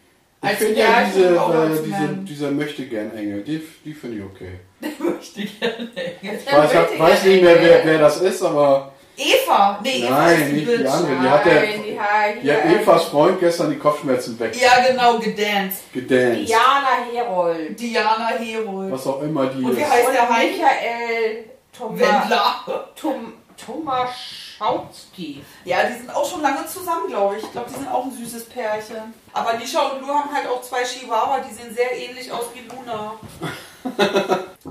Speaker 1: Ich
Speaker 2: Als
Speaker 1: finde ja
Speaker 2: Pärchen
Speaker 1: diese,
Speaker 2: oder als
Speaker 1: äh, diese,
Speaker 2: Mann.
Speaker 1: dieser Möchtegern-Engel, die, die finde ich okay.
Speaker 2: möchte ich gerne. Engel.
Speaker 1: Ich weiß,
Speaker 3: möchte
Speaker 1: weiß
Speaker 3: gerne
Speaker 1: nicht mehr, wer,
Speaker 3: Engel.
Speaker 1: wer das ist, aber
Speaker 2: Eva! Nee, Eva
Speaker 1: Nein,
Speaker 2: ist die
Speaker 1: nicht die
Speaker 2: Bitch.
Speaker 1: andere. Die
Speaker 3: Nein,
Speaker 1: hat der-
Speaker 3: die hat,
Speaker 1: ja,
Speaker 3: hier-
Speaker 1: Evas Freund gestern die Kopfschmerzen weg
Speaker 2: äh, Ja, genau, gedanced.
Speaker 1: gedanced.
Speaker 3: Diana Herold.
Speaker 2: Diana Herold.
Speaker 1: Was auch immer die
Speaker 2: Und wie
Speaker 1: ist.
Speaker 2: heißt-
Speaker 3: Und
Speaker 2: der Heini?
Speaker 3: Michael Thomas,
Speaker 2: Wendler.
Speaker 3: Tom, Tomaszowski.
Speaker 2: Ja, die sind auch schon lange zusammen, glaube ich. Ich glaube, die sind auch ein süßes Pärchen. Aber Lisha und Lou haben halt auch zwei Chihuahua, die sehen sehr ähnlich aus wie Luna.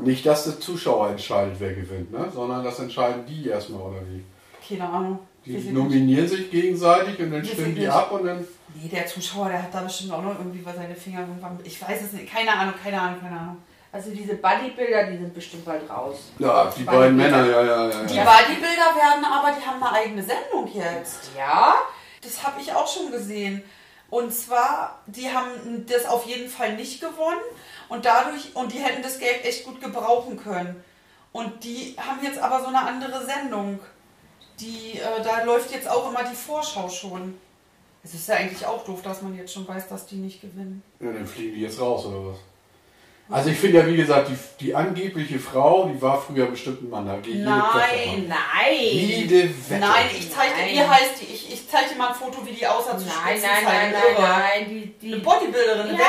Speaker 1: Nicht, dass der Zuschauer entscheidet, wer gewinnt, ne? sondern das entscheiden die erstmal, oder wie?
Speaker 2: Keine Ahnung.
Speaker 1: Die
Speaker 2: Weiß ich nicht.
Speaker 1: nominieren sich gegenseitig und dann
Speaker 2: Wir
Speaker 1: stimmen
Speaker 2: sind
Speaker 1: die
Speaker 2: nicht-
Speaker 1: ab und dann.
Speaker 2: Nee, der Zuschauer, der hat da bestimmt auch noch irgendwie bei seine Finger irgendwann. Ich weiß es nicht. Keine Ahnung, keine Ahnung, keine Ahnung.
Speaker 3: Also diese Bodybuilder, die sind bestimmt bald raus.
Speaker 1: Ja, die beiden Männer, ja, ja, ja.
Speaker 2: Die
Speaker 1: ja.
Speaker 2: Bodybuilder werden aber, die haben eine eigene Sendung jetzt.
Speaker 3: Ja?
Speaker 2: Das habe ich auch schon gesehen. Und zwar, die haben das auf jeden Fall nicht gewonnen und dadurch, und die hätten das Geld echt gut gebrauchen können. Und die haben jetzt aber so eine andere Sendung. Die, äh, da läuft jetzt auch immer die Vorschau schon. Es ist ja eigentlich auch doof, dass man jetzt schon weiß, dass die nicht gewinnen.
Speaker 1: Ja, dann fliegen die jetzt raus, oder was? Also ich finde ja, wie gesagt, die, die angebliche Frau, die war früher bestimmt ein Mann. Da gehe ich eh jede Wette an.
Speaker 3: Nein, nein.
Speaker 1: Jede Wette.
Speaker 2: Nein, ich zeige dir,
Speaker 3: Nein.
Speaker 2: wie heißt die? Ich, ich zeige dir mal ein Foto, wie die aussah zu
Speaker 3: Nein, nein,
Speaker 2: Spitzenzeiten.
Speaker 3: nein, nein,
Speaker 2: Irre.
Speaker 3: nein. Die,
Speaker 2: Eine
Speaker 3: die
Speaker 2: Bodybuilderin, eine
Speaker 3: Ja,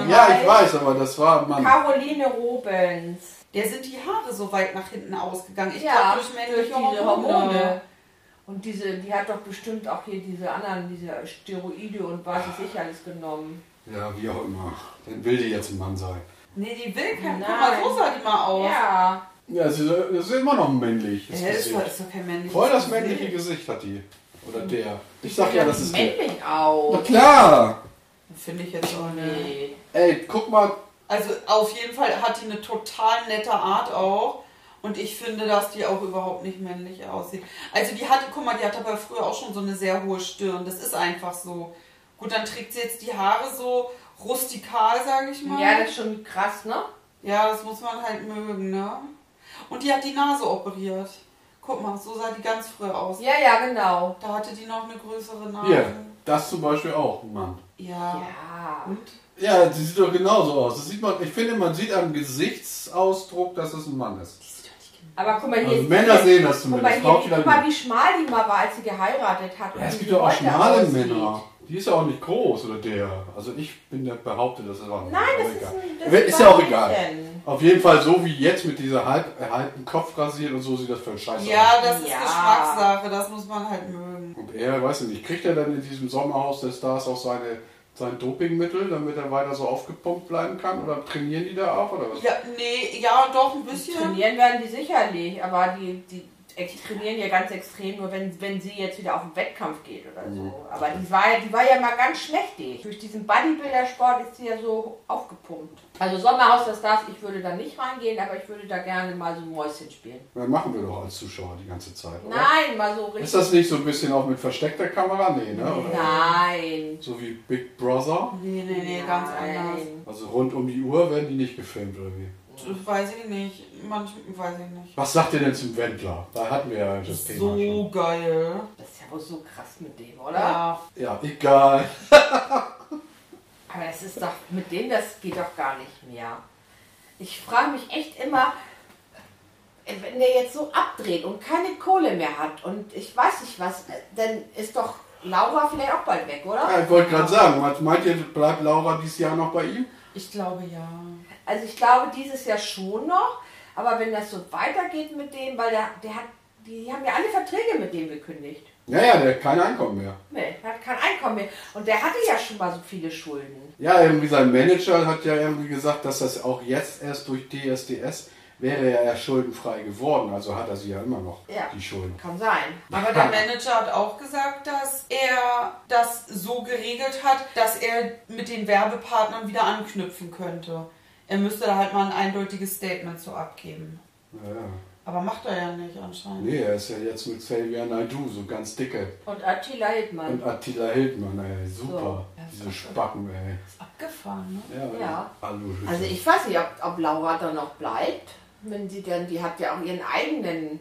Speaker 2: Weltmeisterin.
Speaker 1: Ja, ich weiß, aber das war ein Mann.
Speaker 3: Caroline Robens.
Speaker 2: Der sind die Haare so weit nach hinten ausgegangen. Ich
Speaker 3: Ja,
Speaker 2: glaube durch männliche
Speaker 3: durch diese
Speaker 2: Hormone.
Speaker 3: Hormone. Und diese, die hat doch bestimmt auch hier diese anderen, diese Steroide und was weiß ich alles genommen.
Speaker 1: Ja, wie auch immer. Dann will die jetzt ein Mann sein.
Speaker 2: Nee, die will kein. Guck
Speaker 3: Nein.
Speaker 2: mal, so sah die mal aus.
Speaker 3: Ja.
Speaker 1: Ja, sie das ist immer noch ein männliches
Speaker 2: Hä, ist, doch,
Speaker 1: Gesicht.
Speaker 2: ist doch kein männliches
Speaker 1: Voll das
Speaker 2: Gesicht.
Speaker 1: männliche Gesicht hat die. Oder der. Ich sag ja, das ist der.
Speaker 3: männlich
Speaker 1: Na
Speaker 3: aus.
Speaker 1: klar!
Speaker 2: Finde ich jetzt auch nicht.
Speaker 3: Nee.
Speaker 1: Ey, guck mal.
Speaker 2: Also auf jeden Fall hat die eine total nette Art auch. Und ich finde, dass die auch überhaupt nicht männlich aussieht. Also die hatte, guck mal, die hatte aber früher auch schon so eine sehr hohe Stirn. Das ist einfach so. Gut, dann trägt sie jetzt die Haare so rustikal, sage ich mal.
Speaker 3: Ja, das ist schon krass, ne?
Speaker 2: Ja, das muss man halt mögen, ne? Und die hat die Nase operiert. Guck mal, so sah die ganz früh aus.
Speaker 3: Ja, ja, genau.
Speaker 2: Da hatte die noch eine größere Nase.
Speaker 1: Hier, das zum Beispiel auch, ein Mann.
Speaker 2: Ja.
Speaker 3: Ja.
Speaker 2: Und?
Speaker 1: Ja, die sieht doch genauso aus. Das sieht man, ich finde, man sieht am Gesichtsausdruck, dass es ein Mann ist.
Speaker 3: Aber guck mal hier.
Speaker 1: Also
Speaker 3: ist-
Speaker 1: Männer sehen das
Speaker 3: Guck
Speaker 1: zumindest.
Speaker 3: mal, hier,
Speaker 1: Frau vielleicht
Speaker 3: guck mal,
Speaker 1: nicht.
Speaker 3: wie schmal die mal war, als sie geheiratet hat. und
Speaker 1: Ja, es
Speaker 3: wie
Speaker 1: gibt
Speaker 3: die
Speaker 1: ja auch
Speaker 3: heute
Speaker 1: schmale
Speaker 3: aussieht.
Speaker 1: Männer. Die ist ja auch nicht groß, oder der. Also ich bin der behauptet, das ist auch nicht
Speaker 3: Nein, das
Speaker 1: aber
Speaker 3: ist
Speaker 1: egal.
Speaker 3: ein- das
Speaker 1: ist,
Speaker 3: ist
Speaker 1: ja auch
Speaker 3: ein
Speaker 1: egal.
Speaker 3: Mädchen.
Speaker 1: Auf jeden Fall so wie jetzt mit dieser halb, halben Kopf rasiert und so sieht das für ein Scheiß aus.
Speaker 2: Ja, das ist
Speaker 3: Ja.
Speaker 2: Geschmackssache. Das muss man halt mögen.
Speaker 1: Und er, weiß ich nicht, kriegt er dann in diesem Sommerhaus der Stars auch seine, sein Dopingmittel, damit er weiter so aufgepumpt bleiben kann? Oder trainieren die da auch, oder was?
Speaker 2: Ja, nee, ja, doch ein bisschen.
Speaker 3: Trainieren werden die sicherlich, aber die, die ex- trainieren ja ganz extrem, nur wenn, wenn sie jetzt wieder auf den Wettkampf geht oder
Speaker 1: Mhm.
Speaker 3: so. Aber die war, ja- die war ja mal ganz schmächtig. Durch diesen Bodybuilder-Sport ist sie ja so aufgepumpt. Also Sommerhaus der Stars, ich würde da nicht reingehen, aber ich würde da gerne mal so ein Mäuschen spielen.
Speaker 1: Ja, machen wir doch als Zuschauer die ganze Zeit, oder?
Speaker 3: Nein, mal so richtig.
Speaker 1: Ist das nicht so ein bisschen auch mit versteckter Kamera? Nee, ne? Oder?
Speaker 3: Nein.
Speaker 1: So wie Big Brother?
Speaker 2: Nee, nee, nee, ganz anders.
Speaker 3: Nein.
Speaker 1: Also rund um die Uhr werden die nicht gefilmt, oder wie?
Speaker 2: Das weiß ich nicht. Manchmal weiß ich nicht.
Speaker 1: Was sagt ihr denn zum Wendler? Da hatten wir ja das Thema schon.
Speaker 2: So geil.
Speaker 3: Das ist ja wohl so krass mit dem, oder?
Speaker 2: Ja.
Speaker 1: Ja, egal.
Speaker 3: Aber das ist doch, mit dem, das geht doch gar nicht mehr. Ich frage mich echt immer, wenn der jetzt so abdreht und keine Kohle mehr hat und ich weiß nicht was, dann ist doch Laura vielleicht auch bald weg, oder?
Speaker 1: Ja, ich wollte gerade sagen, was meint ihr, bleibt Laura dieses Jahr noch bei ihm?
Speaker 2: Ich glaube ja.
Speaker 3: Also ich glaube dieses Jahr schon noch, aber wenn das so weitergeht mit dem, weil der, der hat, die haben ja alle Verträge mit dem gekündigt.
Speaker 1: Naja, der hat kein Einkommen mehr.
Speaker 3: Nee, der hat kein Einkommen mehr. Und der hatte ja schon mal so viele Schulden.
Speaker 1: Ja, irgendwie sein Manager hat ja irgendwie gesagt, dass das auch jetzt erst durch DSDS wäre ja er schuldenfrei geworden. Also hat er sie ja immer noch,
Speaker 3: Ja.
Speaker 1: die Schulden.
Speaker 3: Kann sein.
Speaker 2: Aber der Manager hat auch gesagt, dass er das so geregelt hat, dass er mit den Werbepartnern wieder anknüpfen könnte. Er müsste da halt mal ein eindeutiges Statement zu abgeben.
Speaker 1: Ja, ja.
Speaker 2: Aber macht er ja nicht anscheinend.
Speaker 1: Nee, er ist ja jetzt mit Xavier Naidoo, so ganz dicke.
Speaker 3: Und Attila
Speaker 1: Und
Speaker 3: Hildmann.
Speaker 1: Attila Hildmann, ey, super.
Speaker 2: So.
Speaker 1: Diese Spacken, ey.
Speaker 2: Abgefahren, ne?
Speaker 1: Ja,
Speaker 3: Ja.
Speaker 1: Alu
Speaker 3: Also ich weiß nicht, ob, ob Laura da noch bleibt, wenn sie denn, die hat ja auch ihren eigenen,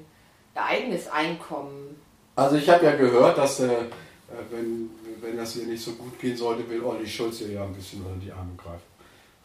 Speaker 3: ihr eigenes Einkommen.
Speaker 1: Also ich habe ja gehört, dass äh, äh, wenn, wenn das ihr nicht so gut gehen sollte, will Olli Schulz ihr ja ein bisschen unter die Arme greifen.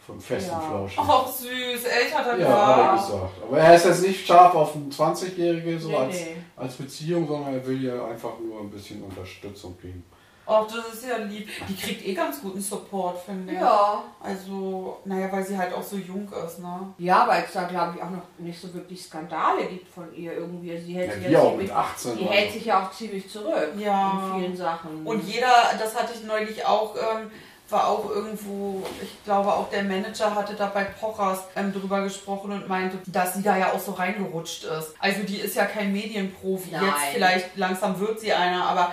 Speaker 1: Vom festen
Speaker 3: Ja.
Speaker 1: Flausch.
Speaker 2: Ach, süß, echt hat er
Speaker 1: Ja, hat er
Speaker 2: gesagt.
Speaker 1: gesagt. Aber er ist jetzt nicht scharf auf ein 20-Jährige so
Speaker 3: Nee,
Speaker 1: als,
Speaker 3: nee.
Speaker 1: als Beziehung, sondern er will ihr einfach nur ein bisschen Unterstützung geben.
Speaker 2: Ach, das ist ja lieb. Die kriegt eh ganz guten Support, finde ich.
Speaker 3: Ja.
Speaker 2: Also, naja, weil sie halt auch so jung ist, ne?
Speaker 3: Ja, weil es da glaube ich auch noch nicht so wirklich Skandale gibt von ihr irgendwie. Also Sie hält,
Speaker 1: Ja,
Speaker 3: sich,
Speaker 1: wie auch
Speaker 3: ziemlich,
Speaker 1: mit 18
Speaker 3: die
Speaker 1: oder
Speaker 3: hält
Speaker 1: so.
Speaker 3: sich ja auch ziemlich zurück
Speaker 2: Ja.
Speaker 3: in vielen Sachen.
Speaker 2: Und jeder, das hatte ich neulich auch, ähm, war auch irgendwo, ich glaube auch der Manager hatte da bei Pochers ähm, drüber gesprochen und meinte, dass sie da ja auch so reingerutscht ist. Also die ist ja kein Medienprofi.
Speaker 3: Nein.
Speaker 2: Jetzt vielleicht langsam wird sie einer, aber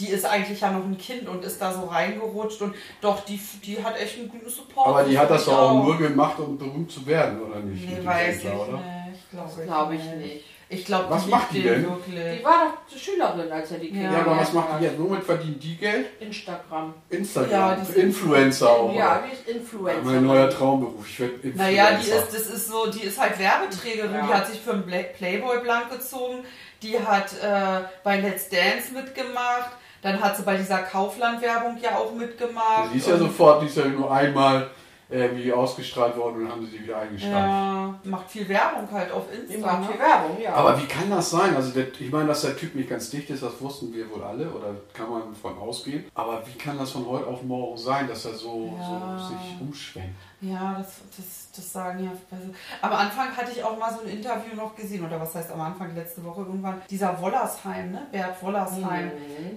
Speaker 2: die ist eigentlich ja noch ein Kind und ist da so reingerutscht und doch, die, die hat echt einen guten Support.
Speaker 1: Aber die hat das
Speaker 2: Finde
Speaker 1: doch
Speaker 2: ich
Speaker 1: auch nur gemacht, um berühmt zu werden, oder nicht? Mit
Speaker 2: Nee,
Speaker 1: dem
Speaker 2: weiß ich
Speaker 1: Wendler, oder?
Speaker 2: nicht. Glaube ich,
Speaker 3: glaube ich nicht.
Speaker 2: Ich glaube,
Speaker 1: Was
Speaker 2: die
Speaker 1: macht die
Speaker 2: liebt den
Speaker 1: denn?
Speaker 2: wirklich.
Speaker 3: Die war doch zur Schülerin, als er die Kinder
Speaker 1: Ja, aber was
Speaker 3: gelernt
Speaker 1: macht die
Speaker 3: hat.
Speaker 1: jetzt? Womit verdienen die Geld?
Speaker 3: Instagram.
Speaker 2: Ja,
Speaker 1: Instagram.
Speaker 2: die sind-
Speaker 1: Influencer auch. äh,
Speaker 3: Ja,
Speaker 1: oder?
Speaker 3: die ist Influencer.
Speaker 1: Mein neuer Traumberuf. Ich werde Influencer.
Speaker 2: Naja, die ist, das ist so, die ist halt Werbeträgerin,
Speaker 3: Ja.
Speaker 2: die hat sich für einen Bla- Playboy blank gezogen, die hat äh, bei Let's Dance mitgemacht, dann hat sie bei dieser Kaufland-Werbung ja auch mitgemacht.
Speaker 1: Die ist ja
Speaker 2: Und-
Speaker 1: sofort, die ist ja nur einmal irgendwie ausgestrahlt worden und haben sie die wieder eingestampft.
Speaker 2: Ja, macht viel Werbung halt auf
Speaker 3: Die
Speaker 2: Insta.
Speaker 3: machen
Speaker 2: Ne?
Speaker 3: viel Werbung, ja.
Speaker 1: Aber wie kann das sein? Also der, ich meine, dass der Typ nicht ganz dicht ist, das wussten wir wohl alle oder kann man von ausgehen. Aber wie kann das von heute auf morgen sein, dass er so,
Speaker 2: Ja.
Speaker 1: so sich umschwenkt?
Speaker 2: Ja, das, das, das sagen ja. also, Am Anfang hatte ich auch mal so ein Interview noch gesehen, oder was heißt am Anfang, letzte Woche irgendwann. Dieser Wollersheim, ne? Bert
Speaker 3: Hm. Mhm.
Speaker 2: Wollersheim,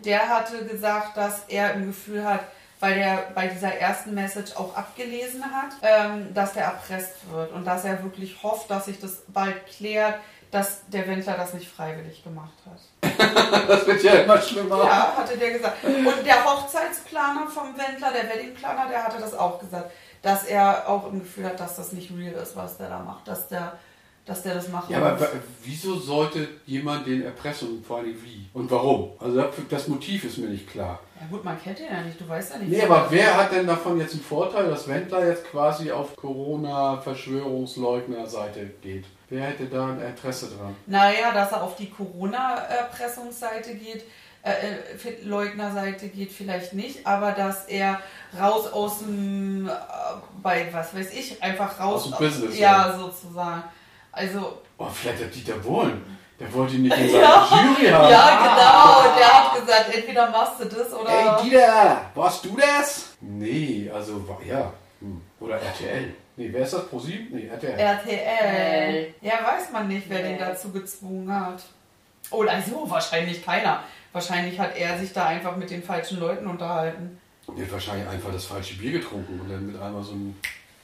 Speaker 2: der hatte gesagt, dass er im Gefühl hat, weil er bei dieser ersten Message auch abgelesen hat, ähm, dass der erpresst wird und dass er wirklich hofft, dass sich das bald klärt, dass der Wendler das nicht freiwillig gemacht hat.
Speaker 1: Das wird ja immer schlimmer.
Speaker 2: Ja, hatte der gesagt. Und der Hochzeitsplaner vom Wendler, der Weddingplaner, der hatte das auch gesagt, dass er auch im Gefühl hat, dass das nicht real ist, was der da macht, dass der, dass der das machen
Speaker 1: Ja, aber
Speaker 2: muss.
Speaker 1: wa- wieso sollte jemand den erpressen und vor allem wie? Und warum? Also dafür- das Motiv ist mir nicht klar.
Speaker 2: Ja gut, man kennt ihn ja nicht, du weißt ja nicht.
Speaker 1: Nee, aber wer hat denn davon jetzt einen Vorteil, dass Wendler jetzt quasi auf Corona-Verschwörungsleugner-Seite geht? Wer hätte da ein Interesse dran?
Speaker 2: Naja, dass er auf die Corona-Pressungsseite geht, äh, äh, Leugnerseite geht vielleicht nicht, aber dass er raus aus dem, äh, bei was weiß ich, einfach raus
Speaker 1: Aus dem Business,
Speaker 2: Ja, sozusagen. Also,
Speaker 1: Oh, vielleicht der Dieter Bohlen. Der wollte ihn nicht in seiner Jury haben.
Speaker 2: ja, genau, der hat gesagt, entweder machst du das oder.
Speaker 1: Ey, Dieter, warst du das? Nee, also, wa- ja. Hm. Oder RTL. Nee, wer ist das? ProSieben? Nee, RTL.
Speaker 2: RTL. Ja, weiß man nicht, wer
Speaker 3: Nee.
Speaker 2: den dazu gezwungen hat. Oder so, wahrscheinlich keiner. Wahrscheinlich hat er sich da einfach mit den falschen Leuten unterhalten.
Speaker 1: Der hat wahrscheinlich einfach das falsche Bier getrunken und dann mit einmal so ein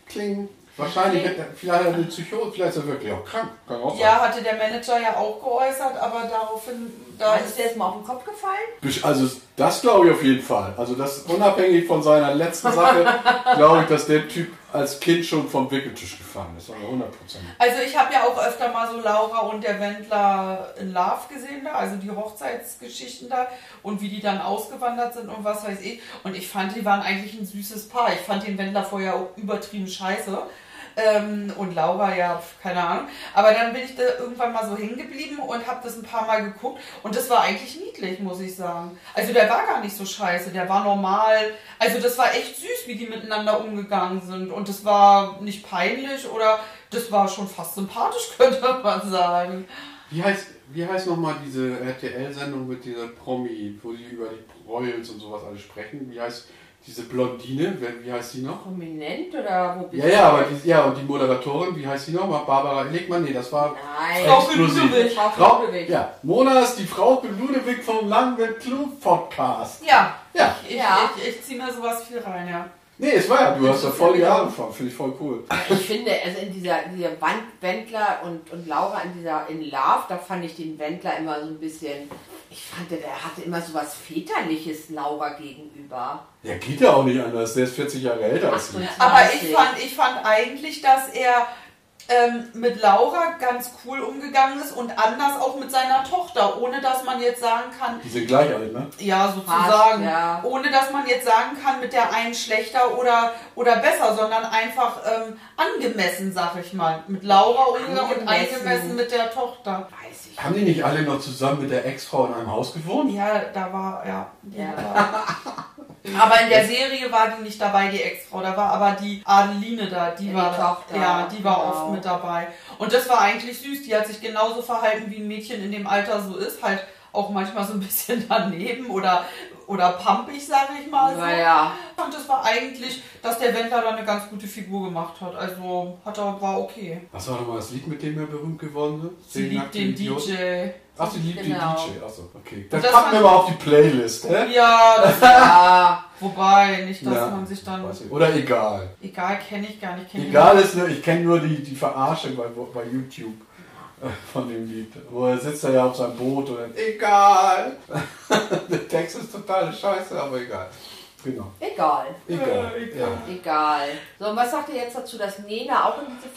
Speaker 1: Kling. Wahrscheinlich, hat er- vielleicht hat er eine Psychose, vielleicht ist er wirklich auch krank. Kann auch
Speaker 2: Ja, hatte der Manager ja auch geäußert, aber daraufhin. Da
Speaker 3: Also ist
Speaker 2: ist
Speaker 3: dir jetzt mal auf den Kopf gefallen?
Speaker 1: sein. Also das glaube ich auf jeden Fall. Also das unabhängig von seiner letzten Sache, glaube ich, dass der Typ als Kind schon vom Wickeltisch gefallen ist. Also 100
Speaker 2: also ich habe ja auch öfter mal so Laura und der Wendler in Love gesehen da, also die Hochzeitsgeschichten da und wie die dann ausgewandert sind und was weiß ich. Und ich fand, die waren eigentlich ein süßes Paar. Ich fand den Wendler vorher auch übertrieben scheiße. Ähm, und Laura, ja, pf, keine Ahnung. Aber dann bin ich da irgendwann mal so hängen geblieben und habe das ein paar Mal geguckt. Und das war eigentlich niedlich, muss ich sagen. Also der war gar nicht so scheiße, der war normal. Also das war echt süß, wie die miteinander umgegangen sind. Und das war nicht peinlich oder das war schon fast sympathisch, könnte man sagen.
Speaker 1: Wie heißt, wie heißt nochmal diese RTL-Sendung mit dieser Promi, wo die über die Royals und sowas alles sprechen? Wie heißt diese Blondine? Wer- Wie heißt die noch?
Speaker 3: Prominent oder wo bist
Speaker 1: Ja, ja, aber die, ja, und die Moderatorin, wie heißt die nochmal? Barbara Legmann? Nee, das war
Speaker 3: Nein.
Speaker 2: Frau
Speaker 1: Exklusiv.
Speaker 2: Ludwig.
Speaker 3: Frau
Speaker 1: Frau,
Speaker 3: Ludewig.
Speaker 1: ja, Mona ist die Frau von Ludewig vom Langwirt Club Podcast.
Speaker 2: Ja,
Speaker 1: Ja,
Speaker 2: ich,
Speaker 3: Ja.
Speaker 2: ich, ich ziehe mir sowas viel rein, ja.
Speaker 1: nee, es war ja, du hast da voll die
Speaker 3: Ja.
Speaker 1: Ahnung von, finde ich voll cool.
Speaker 3: Ich finde, also in dieser, dieser Wand- Wendler und, und Laura in dieser In Love, da fand ich den Wendler immer so ein bisschen. Ich fand, der hatte immer so was Väterliches Laura gegenüber.
Speaker 1: Ja, geht ja auch nicht anders, der ist 40 Jahre älter als du.
Speaker 2: Aber
Speaker 3: Weiß
Speaker 2: ich
Speaker 3: ich.
Speaker 2: fand, ich fand eigentlich, dass er ähm, mit Laura ganz cool umgegangen ist und anders auch mit seiner Tochter, ohne dass man jetzt sagen kann,
Speaker 1: Die sind gleich alt, ne?
Speaker 2: ja, sozusagen,
Speaker 3: ja.
Speaker 2: ohne dass man jetzt sagen kann, mit der einen schlechter oder, oder besser, sondern einfach ähm, angemessen, sag ich mal. Mit Laura umgegangen und
Speaker 3: Angemessen.
Speaker 2: angemessen mit der Tochter.
Speaker 3: Weiß ich.
Speaker 1: Haben die nicht alle noch zusammen mit der Ex-Frau in einem Haus gewohnt?
Speaker 2: Ja, da war, ja. die
Speaker 3: Ja.
Speaker 2: war- Aber in der Serie war die nicht dabei, die Ex-Frau. Da war aber die Adeline da, die,
Speaker 3: Die
Speaker 2: war
Speaker 3: Tochter.
Speaker 2: Ja, die war
Speaker 3: Genau.
Speaker 2: oft mit dabei. Und das war eigentlich süß. Die hat sich genauso verhalten, wie ein Mädchen in dem Alter so ist. Halt auch manchmal so ein bisschen daneben oder, oder pampig, sag ich mal. So.
Speaker 3: Naja,
Speaker 2: Und das war eigentlich, dass der Wendler da eine ganz gute Figur gemacht hat. Also hat er, war okay.
Speaker 1: Was war nochmal das Lied, mit dem er berühmt geworden ist?
Speaker 2: Sie liebt
Speaker 1: nackten
Speaker 2: den
Speaker 1: Idioten.
Speaker 2: DJ.
Speaker 1: Ach, sie liebt
Speaker 3: Genau.
Speaker 1: den DJ, achso, okay. Das,
Speaker 2: das
Speaker 1: packen wir
Speaker 2: fand-
Speaker 1: mal auf die Playlist, hä?
Speaker 2: Ja, das,
Speaker 3: ja.
Speaker 2: wobei, nicht, dass
Speaker 1: Ja,
Speaker 2: man sich dann.
Speaker 1: weiß ich. Oder egal.
Speaker 2: Egal, kenne ich gar nicht. Kenn
Speaker 1: Egal ist nur, ich kenne nur die, die Verarsche bei, bei YouTube äh, von dem Lied. Wo er sitzt er ja auf seinem Boot und dann, egal! Der Text ist totale Scheiße, aber egal. Genau.
Speaker 3: Egal.
Speaker 1: Egal.
Speaker 2: Ja, egal.
Speaker 1: Ja.
Speaker 3: Egal. So, und was sagt ihr jetzt dazu, dass Nena auch in diese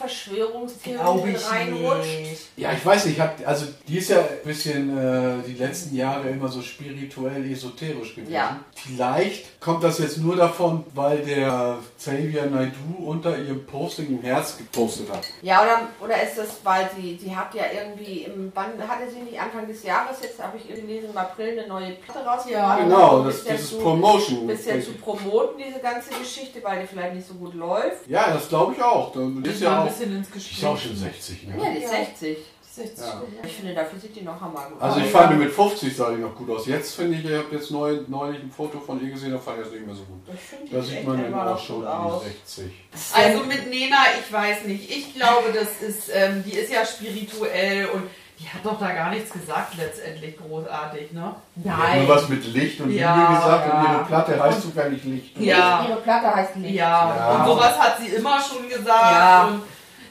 Speaker 3: Verschwörungstheorien reinrutscht?
Speaker 2: nicht.
Speaker 1: ja, ich weiß nicht, ich hab, also die ist ja ein bisschen äh, die letzten Jahre immer so spirituell esoterisch gewesen.
Speaker 3: Ja.
Speaker 1: Vielleicht kommt das jetzt nur davon, weil der Xavier Naidu unter ihrem Posting ein Herz gepostet hat.
Speaker 3: Ja, oder, oder ist das, weil sie, die hat ja irgendwie im Band, hatte sie nicht Anfang des Jahres, jetzt habe ich gelesen, im April eine neue Platte rausgebracht.
Speaker 2: Ja.
Speaker 1: Genau,
Speaker 3: Und
Speaker 1: das,
Speaker 3: ist ja
Speaker 1: dieses
Speaker 3: so-
Speaker 1: Promotion.
Speaker 3: Bisschen bisschen zu promoten, diese ganze Geschichte, weil die vielleicht nicht so gut läuft.
Speaker 1: Ja, das glaube ich auch. Dann ist
Speaker 2: Ich mal
Speaker 1: ja
Speaker 2: ein
Speaker 1: auch,
Speaker 2: bisschen ins
Speaker 1: ist ja auch
Speaker 2: Gespräch.
Speaker 1: schon 60. Ne?
Speaker 3: Ja, die ist 60.
Speaker 2: 60
Speaker 1: Ja.
Speaker 2: geworden.
Speaker 3: Ich finde, dafür sieht die noch hammergut
Speaker 1: Also
Speaker 3: aus.
Speaker 1: ich
Speaker 2: Ah,
Speaker 1: fand
Speaker 2: ja.
Speaker 1: mit 50 sah die noch gut aus. Jetzt finde ich, ihr habt jetzt neu, neulich ein Foto von ihr gesehen, da fand ich das nicht mehr so gut.
Speaker 2: Ich finde, die
Speaker 1: Da
Speaker 2: sieht
Speaker 1: sieht
Speaker 2: echt
Speaker 1: man dann
Speaker 2: immer
Speaker 1: auch
Speaker 2: noch
Speaker 1: schon um
Speaker 2: gut
Speaker 1: die
Speaker 2: aus.
Speaker 1: 60.
Speaker 2: Also mit Nena, ich weiß nicht. Ich glaube, das ist, ähm, die ist ja spirituell und die hat doch da gar nichts gesagt letztendlich großartig, ne?
Speaker 1: Die hat
Speaker 3: Nein.
Speaker 1: Nur was mit Licht und
Speaker 2: Ja,
Speaker 1: Liebe gesagt und
Speaker 2: ja.
Speaker 1: ihre Platte heißt zufällig Licht.
Speaker 2: Ja.
Speaker 3: Ihre Platte heißt Licht.
Speaker 2: Ja,
Speaker 1: Ja.
Speaker 2: und sowas hat sie immer schon gesagt.
Speaker 3: Ja.
Speaker 2: Und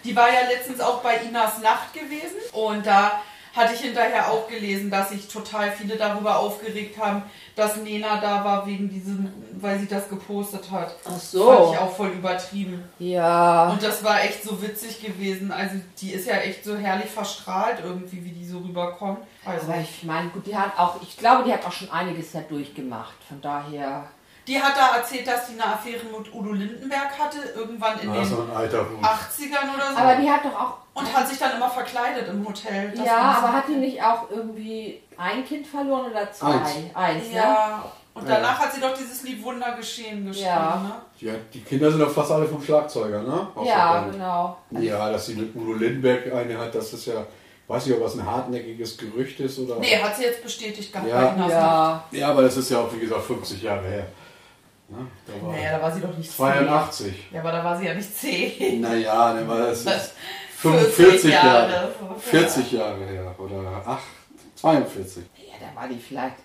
Speaker 2: die war ja letztens auch bei Inas Nacht gewesen. Und da hatte ich hinterher auch gelesen, dass sich total viele darüber aufgeregt haben, dass Nena da war wegen diesem, weil sie das gepostet hat.
Speaker 3: Ach
Speaker 2: Fand
Speaker 3: so.
Speaker 2: ich auch voll übertrieben.
Speaker 3: Ja.
Speaker 2: Und das war echt so witzig gewesen. Also die ist ja echt so herrlich verstrahlt irgendwie, wie die so rüberkommt. Also
Speaker 3: Aber ich meine, gut, die hat auch, ich glaube, die hat auch schon einiges ja durchgemacht. Von daher.
Speaker 2: die hat da erzählt, dass die eine Affäre mit Udo Lindenberg hatte, irgendwann in
Speaker 1: Na, Ah, so
Speaker 2: den
Speaker 1: ein alter Hut.
Speaker 2: 80ern oder so.
Speaker 3: Aber die hat doch auch
Speaker 2: Und hat sich dann immer verkleidet im Hotel. Das
Speaker 3: ja,
Speaker 2: war's.
Speaker 3: aber hat die nicht auch irgendwie ein Kind verloren oder zwei?
Speaker 1: Eins.
Speaker 3: Eins, ne?
Speaker 2: Ja. Und
Speaker 1: Ja.
Speaker 2: danach hat sie doch dieses Lied Wunder geschehen geschrieben.
Speaker 3: Ja.
Speaker 2: Ne?
Speaker 1: Ja, die Kinder sind doch fast alle vom Schlagzeuger, ne? Aus
Speaker 3: Ja,
Speaker 1: der Band.
Speaker 3: genau.
Speaker 1: Ja, dass sie mit Udo Lindenberg eine hat, das ist ja, weiß nicht, ob das ein hartnäckiges Gerücht ist oder.
Speaker 2: Nee, hat sie jetzt bestätigt gehabt
Speaker 1: Ja.
Speaker 2: bei Inas Nacht.
Speaker 3: Ja.
Speaker 1: Ja, aber das ist ja auch, wie gesagt, 50 Jahre her. Ne? Da war
Speaker 2: Naja, da war sie doch nicht
Speaker 1: 82.
Speaker 2: zehn. Ja, aber da war sie ja nicht zehn.
Speaker 1: Naja, dann war ne, das jetzt
Speaker 2: 40
Speaker 1: 45
Speaker 2: Jahre.
Speaker 1: Jahre. 40 Jahre her oder ach, 42.
Speaker 3: Ja, da war die vielleicht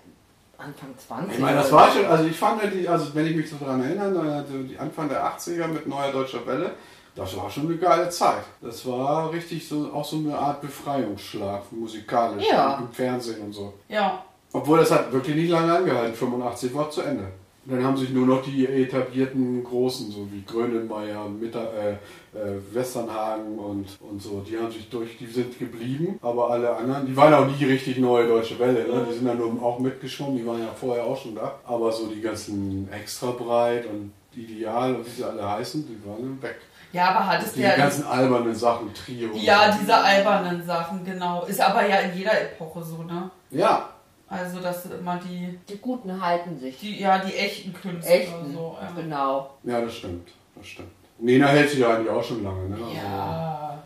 Speaker 3: Anfang 20.
Speaker 1: Ich meine, das
Speaker 3: oder
Speaker 1: war
Speaker 3: so.
Speaker 1: schon, also ich fand ja die, also wenn ich mich so daran erinnere, also die Anfang der 80er mit Neuer Deutscher Welle, das war schon eine geile Zeit. Das war richtig so, auch so eine Art Befreiungsschlag musikalisch
Speaker 3: Ja.
Speaker 1: im Fernsehen und so.
Speaker 2: Ja.
Speaker 1: Obwohl das hat wirklich nicht lange angehalten, 85 war zu Ende. Und dann haben sich nur noch die etablierten Großen, so wie Grönemeyer und Mitter, äh, äh, Westernhagen und, und so, die haben sich durch, die sind geblieben, aber alle anderen, die waren auch nie richtig neue deutsche Welle, ne? die sind dann nur auch mitgeschwommen, die waren ja vorher auch schon da, aber so die ganzen Extrabreit und Ideal und wie sie alle heißen, die waren dann weg.
Speaker 2: Ja, aber hattest
Speaker 1: Die
Speaker 2: du ja.
Speaker 1: ganzen albernen Sachen, Trio. und
Speaker 2: Ja,
Speaker 1: so.
Speaker 2: diese albernen Sachen, genau. Ist aber ja in jeder Epoche so, ne?
Speaker 1: Ja,
Speaker 2: Also, das sind immer die,
Speaker 3: Die Guten halten sich.
Speaker 2: die ja, die echten Künstler.
Speaker 3: Echten.
Speaker 2: So, ähm.
Speaker 3: Genau.
Speaker 1: ja, das stimmt, das stimmt. Nena hält sich ja eigentlich auch schon lange, ne? Also-
Speaker 2: Ja.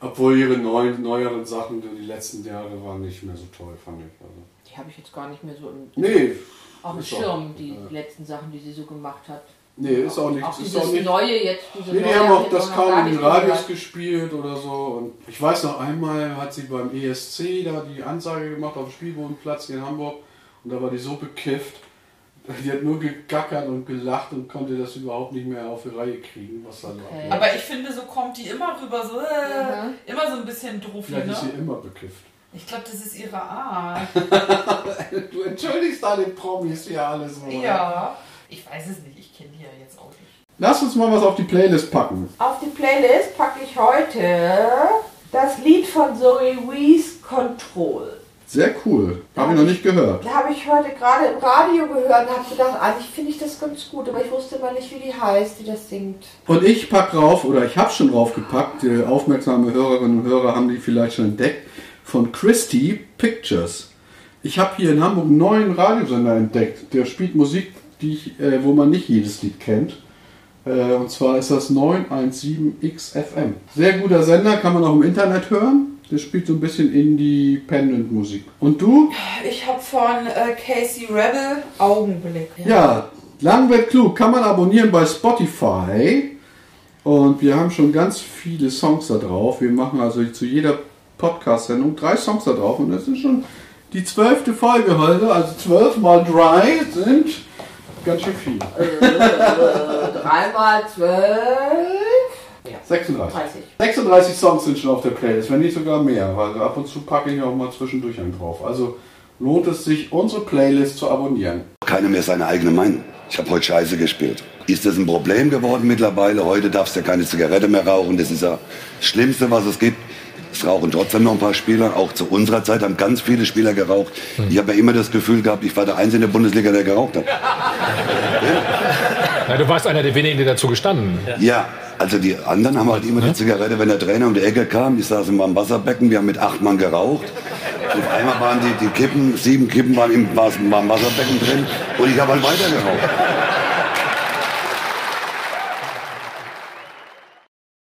Speaker 1: Obwohl ihre neuen, neueren Sachen die letzten Jahre waren nicht mehr so toll, fand ich. Also.
Speaker 3: Die habe ich jetzt gar nicht mehr so im,
Speaker 1: Nee,
Speaker 3: auf dem
Speaker 1: Ist doch-
Speaker 3: Schirm, die
Speaker 1: ja.
Speaker 3: letzten Sachen, die sie so gemacht hat.
Speaker 1: nee, ist auch
Speaker 3: Auch
Speaker 1: nichts. Ist
Speaker 3: dieses
Speaker 1: auch nicht,
Speaker 3: neue jetzt, diese
Speaker 1: nee, die
Speaker 3: neue
Speaker 1: haben
Speaker 3: hab
Speaker 1: auch
Speaker 3: ich
Speaker 1: das
Speaker 3: noch gar
Speaker 1: kaum in
Speaker 3: nicht
Speaker 1: den Radios
Speaker 3: gehört.
Speaker 1: gespielt oder so. Und ich weiß noch einmal hat sie beim ESC da die Ansage gemacht auf dem Spielbodenplatz hier in Hamburg und da war die so bekifft. Die hat nur gegackert und gelacht und konnte das überhaupt nicht mehr auf die Reihe kriegen, was da
Speaker 3: Okay.
Speaker 1: okay.
Speaker 2: Aber ich finde, so kommt die immer rüber, so äh,
Speaker 3: Mhm.
Speaker 2: immer so ein bisschen druffi,
Speaker 1: Vielleicht ist sie
Speaker 2: ne?
Speaker 1: immer bekifft.
Speaker 2: Ich glaube, das ist ihre Art.
Speaker 1: Du entschuldigst deine Promis ja alles. so, oder?
Speaker 2: ja. Ich weiß es nicht, ich kenne die ja jetzt auch nicht.
Speaker 1: Lass uns mal was auf die Playlist packen.
Speaker 3: Auf die Playlist packe ich heute das Lied von Zoe Wees Control.
Speaker 1: Sehr cool. Habe ich noch nicht gehört.
Speaker 3: Da habe ich heute gerade im Radio gehört und habe gedacht, eigentlich finde ich das ganz gut, aber ich wusste immer nicht, wie die heißt, die das singt.
Speaker 1: Und ich pack drauf, oder ich habe schon draufgepackt, äh, aufmerksame Hörerinnen und Hörer haben die vielleicht schon entdeckt, von Christy Pictures. Ich habe hier in Hamburg einen neuen Radiosender entdeckt, der spielt Musik, die ich, äh, wo man nicht jedes Lied kennt. Äh, und zwar ist das 917XFM. Sehr guter Sender, kann man auch im Internet hören. Der spielt so ein bisschen Independent-Musik. Und du?
Speaker 2: Ich habe von äh, Casey Rebel Augenblick.
Speaker 1: Ja, lang wird klug. Kann man abonnieren bei Spotify. Und wir haben schon ganz viele Songs da drauf. Wir machen also zu jeder Podcast-Sendung drei Songs da drauf. Und das ist schon die zwölfte Folge heute. Also zwölf mal drei sind ganz schön viel.
Speaker 3: Äh, Dreimal zwölf.
Speaker 1: 36.
Speaker 3: 30.
Speaker 1: 36 Songs sind schon auf der Playlist, wenn nicht sogar mehr. Weil ab und zu packe ich auch mal zwischendurch einen drauf. Also lohnt es sich, unsere Playlist zu abonnieren.
Speaker 5: Keiner mehr seine eigene Meinung. Ich habe heute Scheiße gespielt. Ist das ein Problem geworden mittlerweile? Heute darfst du ja keine Zigarette mehr rauchen. Das ist ja das Schlimmste, was es gibt. Es rauchen trotzdem noch ein paar Spieler. Auch zu unserer Zeit haben ganz viele Spieler geraucht. Ich habe ja immer das Gefühl gehabt, ich war der Einzige in der Bundesliga, der geraucht hat.
Speaker 6: Na, du warst einer der wenigen, der dazu gestanden.
Speaker 5: Ja, also die anderen haben halt immer die Zigarette, wenn der Trainer um die Ecke kam. Ich saß immer am Wasserbecken, wir haben mit acht Mann geraucht. Auf einmal waren die, die Kippen, sieben Kippen waren im, war, war im Wasserbecken drin und ich habe halt weiter geraucht.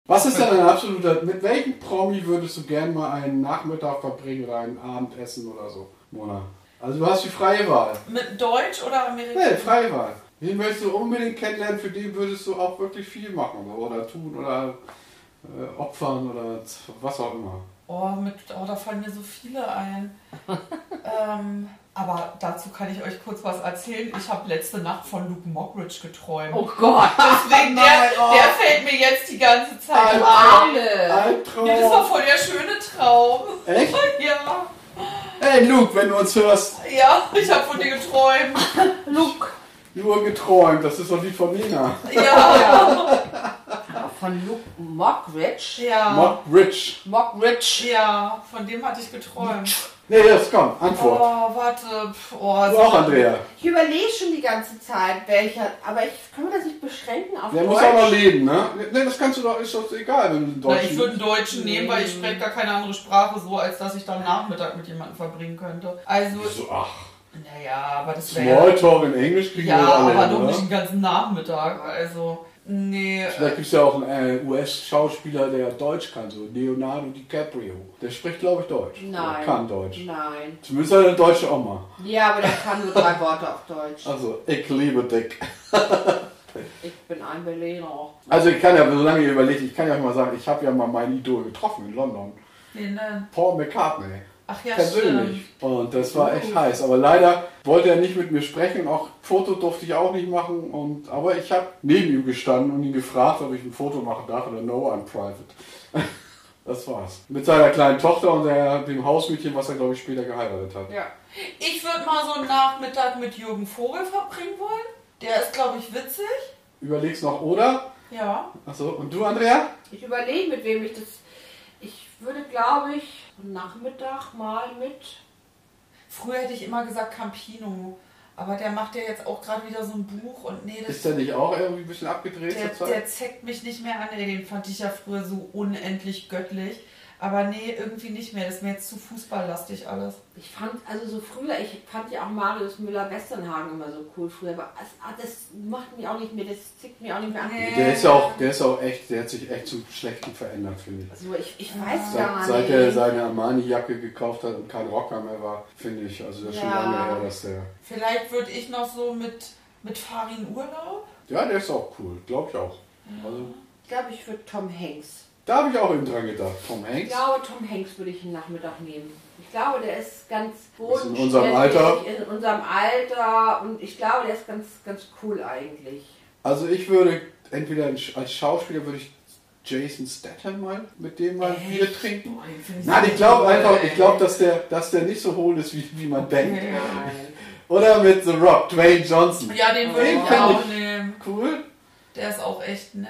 Speaker 1: Was ist denn ein absoluter. Mit welchem Promi würdest du gern mal einen Nachmittag verbringen oder einen Abendessen oder so? Mona. Also du hast die freie Wahl.
Speaker 2: Mit Deutsch oder Amerikanisch?
Speaker 1: Nee, freie Wahl. Wen möchtest du unbedingt kennenlernen, für den würdest du auch wirklich viel machen oder tun oder äh, opfern oder z- was auch immer.
Speaker 2: Oh, mit, oh, da fallen mir so viele ein. ähm, aber dazu kann ich euch kurz was erzählen. Ich habe letzte Nacht von Luke Mockridge geträumt.
Speaker 3: Oh Gott,
Speaker 2: Deswegen,
Speaker 1: nein,
Speaker 2: der,
Speaker 1: oh.
Speaker 2: der fällt mir jetzt die ganze Zeit
Speaker 1: Alter.
Speaker 2: ein.
Speaker 3: Arme!
Speaker 1: Albtraum!
Speaker 2: Äh, Das war voll der schöne Traum.
Speaker 1: Echt?
Speaker 2: Ja,
Speaker 1: Hey Luke, wenn du uns hörst,
Speaker 2: ja, ich habe von dir geträumt.
Speaker 3: Luke!
Speaker 1: nur geträumt, das ist doch nicht von Nina.
Speaker 2: Ja,
Speaker 3: Von Luke Mockridge?
Speaker 2: ja,
Speaker 1: Mock Rich.
Speaker 3: Mockridge?
Speaker 2: ja, von dem hatte ich geträumt.
Speaker 1: Nee, jetzt komm,
Speaker 2: Oh,
Speaker 1: Antwort.
Speaker 2: warte. pf, Oh,
Speaker 1: Du auch, Andrea.
Speaker 3: Ich überlege schon die ganze Zeit, welcher, aber ich kann mir das nicht beschränken auf
Speaker 1: Der muss
Speaker 3: Deutsch.
Speaker 1: auch noch leben, ne? Nee, das kannst du doch, ist doch egal, wenn du einen
Speaker 2: Na, ich
Speaker 1: Deutschen.
Speaker 2: würde einen Deutschen nehmen, weil ich spreche gar keine andere Sprache so, als dass ich dann Nachmittag mit jemandem verbringen könnte. Also,
Speaker 1: so, ach,
Speaker 2: naja, aber das wäre.
Speaker 1: Smalltalk in Englisch kriegen
Speaker 2: Ja,
Speaker 1: wir doch alle
Speaker 2: aber
Speaker 1: hin,
Speaker 2: doch
Speaker 1: oder?
Speaker 2: nicht den ganzen Nachmittag. Also, nee.
Speaker 1: Vielleicht gibt es ja auch einen äh, US-Schauspieler, der Deutsch kann, so Leonardo DiCaprio. Der spricht, glaube ich, Deutsch.
Speaker 3: Nein.
Speaker 1: Oder kann Deutsch.
Speaker 3: Nein.
Speaker 1: Zumindest hat er eine deutsche Oma.
Speaker 3: Ja, aber der kann nur drei Worte auf Deutsch.
Speaker 1: Also, ich liebe dich.
Speaker 3: Ich bin ein Berliner.
Speaker 1: Also, ich kann ja, solange ihr überlegt, ich kann ja auch mal sagen, ich habe ja mal mein Idol getroffen in London.
Speaker 2: Wen denn?
Speaker 1: Paul McCartney.
Speaker 2: Ach ja,
Speaker 1: persönlich.
Speaker 2: stimmt.
Speaker 1: Und das war echt heiß. Aber leider wollte er nicht mit mir sprechen. Auch Foto durfte ich auch nicht machen. Und, aber ich habe neben ihm gestanden und ihn gefragt, ob ich ein Foto machen darf oder no, I'm private. Das war's. Mit seiner kleinen Tochter und der, dem Hausmädchen, was er, glaube ich, später geheiratet hat.
Speaker 3: Ja.
Speaker 2: Ich würde mal so einen Nachmittag mit Jürgen Vogel verbringen wollen. Der ist, glaube ich, witzig.
Speaker 1: Überlegst noch, oder?
Speaker 2: Ja.
Speaker 1: Achso, und du, Andrea?
Speaker 3: Ich überlege, mit wem ich das. Ich würde, glaube ich, am Nachmittag mal mit.
Speaker 2: Früher hätte ich immer gesagt Campino. Aber der macht ja jetzt auch gerade wieder so ein Buch und nee, das
Speaker 1: Ist der nicht auch irgendwie ein bisschen abgedreht
Speaker 2: Der,
Speaker 1: zur
Speaker 2: der
Speaker 1: Zeit?
Speaker 2: zeckt mich nicht mehr an. Ey, Den fand ich ja früher so unendlich göttlich. Aber nee, irgendwie nicht mehr. Das ist mir jetzt zu fußballlastig alles.
Speaker 3: Ich fand, also so früher, ich fand ja auch Marius Müller-Westernhagen immer so cool früher, aber das, ah, das macht mich auch nicht mehr, das zickt mich auch nicht mehr an.
Speaker 2: Nee.
Speaker 1: Der ist ja auch, der ist auch echt, der hat sich echt zum Schlechten verändert, finde ich.
Speaker 3: So, ich, ich weiß gar
Speaker 1: Ah. Seit,
Speaker 3: nicht.
Speaker 1: seit er seine Armani-Jacke gekauft hat und kein Rocker mehr war, finde ich. Also das ist schon
Speaker 3: Ja.
Speaker 1: lange her, dass der.
Speaker 2: Vielleicht würde ich noch so mit, mit Farin Urlaub.
Speaker 1: Ja, der ist auch cool, glaube ich auch. Also,
Speaker 3: ich glaube, ich würde Tom Hanks.
Speaker 1: da habe ich auch eben dran gedacht. Tom
Speaker 3: Ich
Speaker 1: Hanks.
Speaker 3: glaube, Tom Hanks würde ich einen Nachmittag nehmen. Ich glaube, der ist ganz
Speaker 1: Ist in unserem Alter.
Speaker 3: in unserem Alter und ich glaube, der ist ganz, ganz cool eigentlich.
Speaker 1: Also ich würde entweder als Sch- als Schauspieler würde ich Jason Statham mal mit dem mal ein Bier trinken.
Speaker 2: Boah, den find ich
Speaker 1: Nein,
Speaker 2: so
Speaker 1: ich glaube
Speaker 2: cool,
Speaker 1: einfach,
Speaker 2: ey.
Speaker 1: ich glaube, dass der, dass der nicht so hohl ist, wie, wie man denkt.
Speaker 3: Nein.
Speaker 1: Oder mit The Rock, Dwayne Johnson.
Speaker 2: Ja, den würde ich
Speaker 1: Den kann
Speaker 2: auch
Speaker 1: ich-
Speaker 2: nehmen.
Speaker 1: Cool.
Speaker 2: Der ist auch echt nett.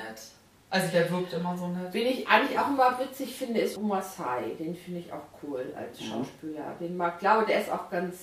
Speaker 2: Also der wirkt immer so nett.
Speaker 3: Wen ich eigentlich auch immer witzig finde, ist Omar Sy. Den finde ich auch cool als
Speaker 1: Mhm.
Speaker 3: Schauspieler. Den mag, glaube, der ist auch ganz,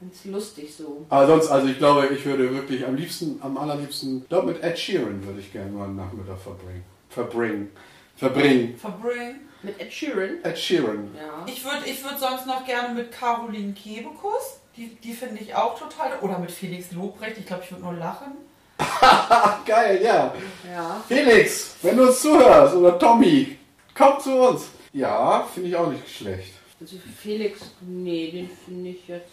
Speaker 3: ganz lustig so.
Speaker 1: Aber sonst, also ich glaube, ich würde wirklich am liebsten, am allerliebsten, ich glaube mit Ed Sheeran würde ich gerne mal einen Nachmittag verbringen. Verbringen. Verbringen.
Speaker 2: Verbring.
Speaker 3: Mit Ed Sheeran.
Speaker 1: Ed Sheeran.
Speaker 3: Ja.
Speaker 2: Ich würde ich würd sonst noch gerne mit Caroline Kebekus. Die, die finde ich auch total. Oder mit Felix Lobrecht. Ich glaube, ich würde nur lachen.
Speaker 1: Ach geil, ja.
Speaker 3: ja.
Speaker 1: Felix, wenn du uns zuhörst, oder Tommy, komm zu uns. Ja, finde ich auch nicht schlecht.
Speaker 3: Also Felix, nee, den finde ich jetzt.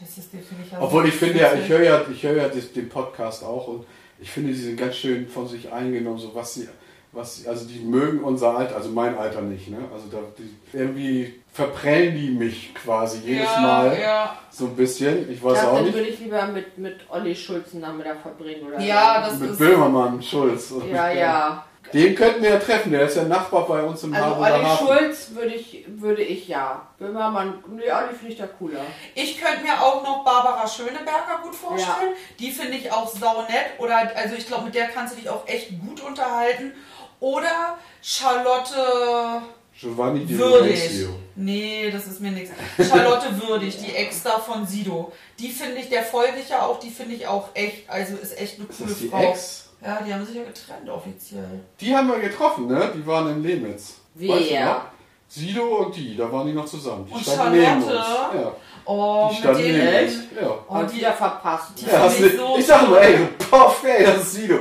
Speaker 2: Das ist den finde ich ja so
Speaker 1: Obwohl ich finde ja, ich
Speaker 2: witzig.
Speaker 1: höre ja, ich höre ja das- den Podcast auch und ich finde, sie sind ganz schön von sich eingenommen, so was sie, was sie, also die mögen unser Alter, also mein Alter nicht, ne? Also da, die, irgendwie verprellen die mich quasi jedes
Speaker 2: ja,
Speaker 1: Mal
Speaker 2: Ja,
Speaker 1: so ein bisschen. Ich
Speaker 3: Ich
Speaker 1: weiß
Speaker 3: glaub,
Speaker 1: auch
Speaker 3: dann
Speaker 1: nicht.
Speaker 3: würde ich lieber mit, mit Olli Schulz einen Nachmittag verbringen, oder?
Speaker 2: Ja, das
Speaker 1: Mit
Speaker 2: ist.
Speaker 1: Böhmermann, Schulz.
Speaker 3: Ja, ja.
Speaker 1: Den könnten wir ja treffen, der ist ja Nachbar bei uns im
Speaker 3: Also
Speaker 1: Harburger
Speaker 3: Olli
Speaker 1: Hafen.
Speaker 3: Schulz würde ich, würde ich ja. Böhmermann, nee, Olli finde ich da cooler.
Speaker 2: Ich könnte mir auch noch Barbara Schöneberger gut vorstellen. Die finde ich auch saunett. Oder, also ich glaube, mit der kannst du dich auch echt gut unterhalten. Oder Charlotte
Speaker 1: Giovanni Di
Speaker 2: Würdig.
Speaker 1: Lorenzo.
Speaker 2: Nee, das ist mir nichts. Charlotte Würdig, die Ex-Star von Sido. Die finde ich, der folge ich ja auch, die finde ich auch echt, also ist echt eine
Speaker 1: Ist
Speaker 2: coole
Speaker 1: das die
Speaker 2: Frau.
Speaker 1: Ex?
Speaker 2: Ja, die haben sich ja getrennt offiziell.
Speaker 1: Die haben wir getroffen, ne? Die waren in Lemitz.
Speaker 3: Wer?
Speaker 1: Weißt du noch? Sido und die, da waren die noch zusammen. Die
Speaker 2: Und
Speaker 1: standen
Speaker 2: Charlotte?
Speaker 1: neben uns. Ja,
Speaker 2: Oh,
Speaker 1: die
Speaker 2: mit
Speaker 1: standen
Speaker 2: denen.
Speaker 1: neben uns. Ja.
Speaker 2: Oh,
Speaker 3: Und
Speaker 2: die,
Speaker 3: wieder verpasst.
Speaker 1: Ja, hast
Speaker 2: ich
Speaker 1: du-
Speaker 2: so
Speaker 1: ich sag mal, ey, poff, ey, das ist Sido.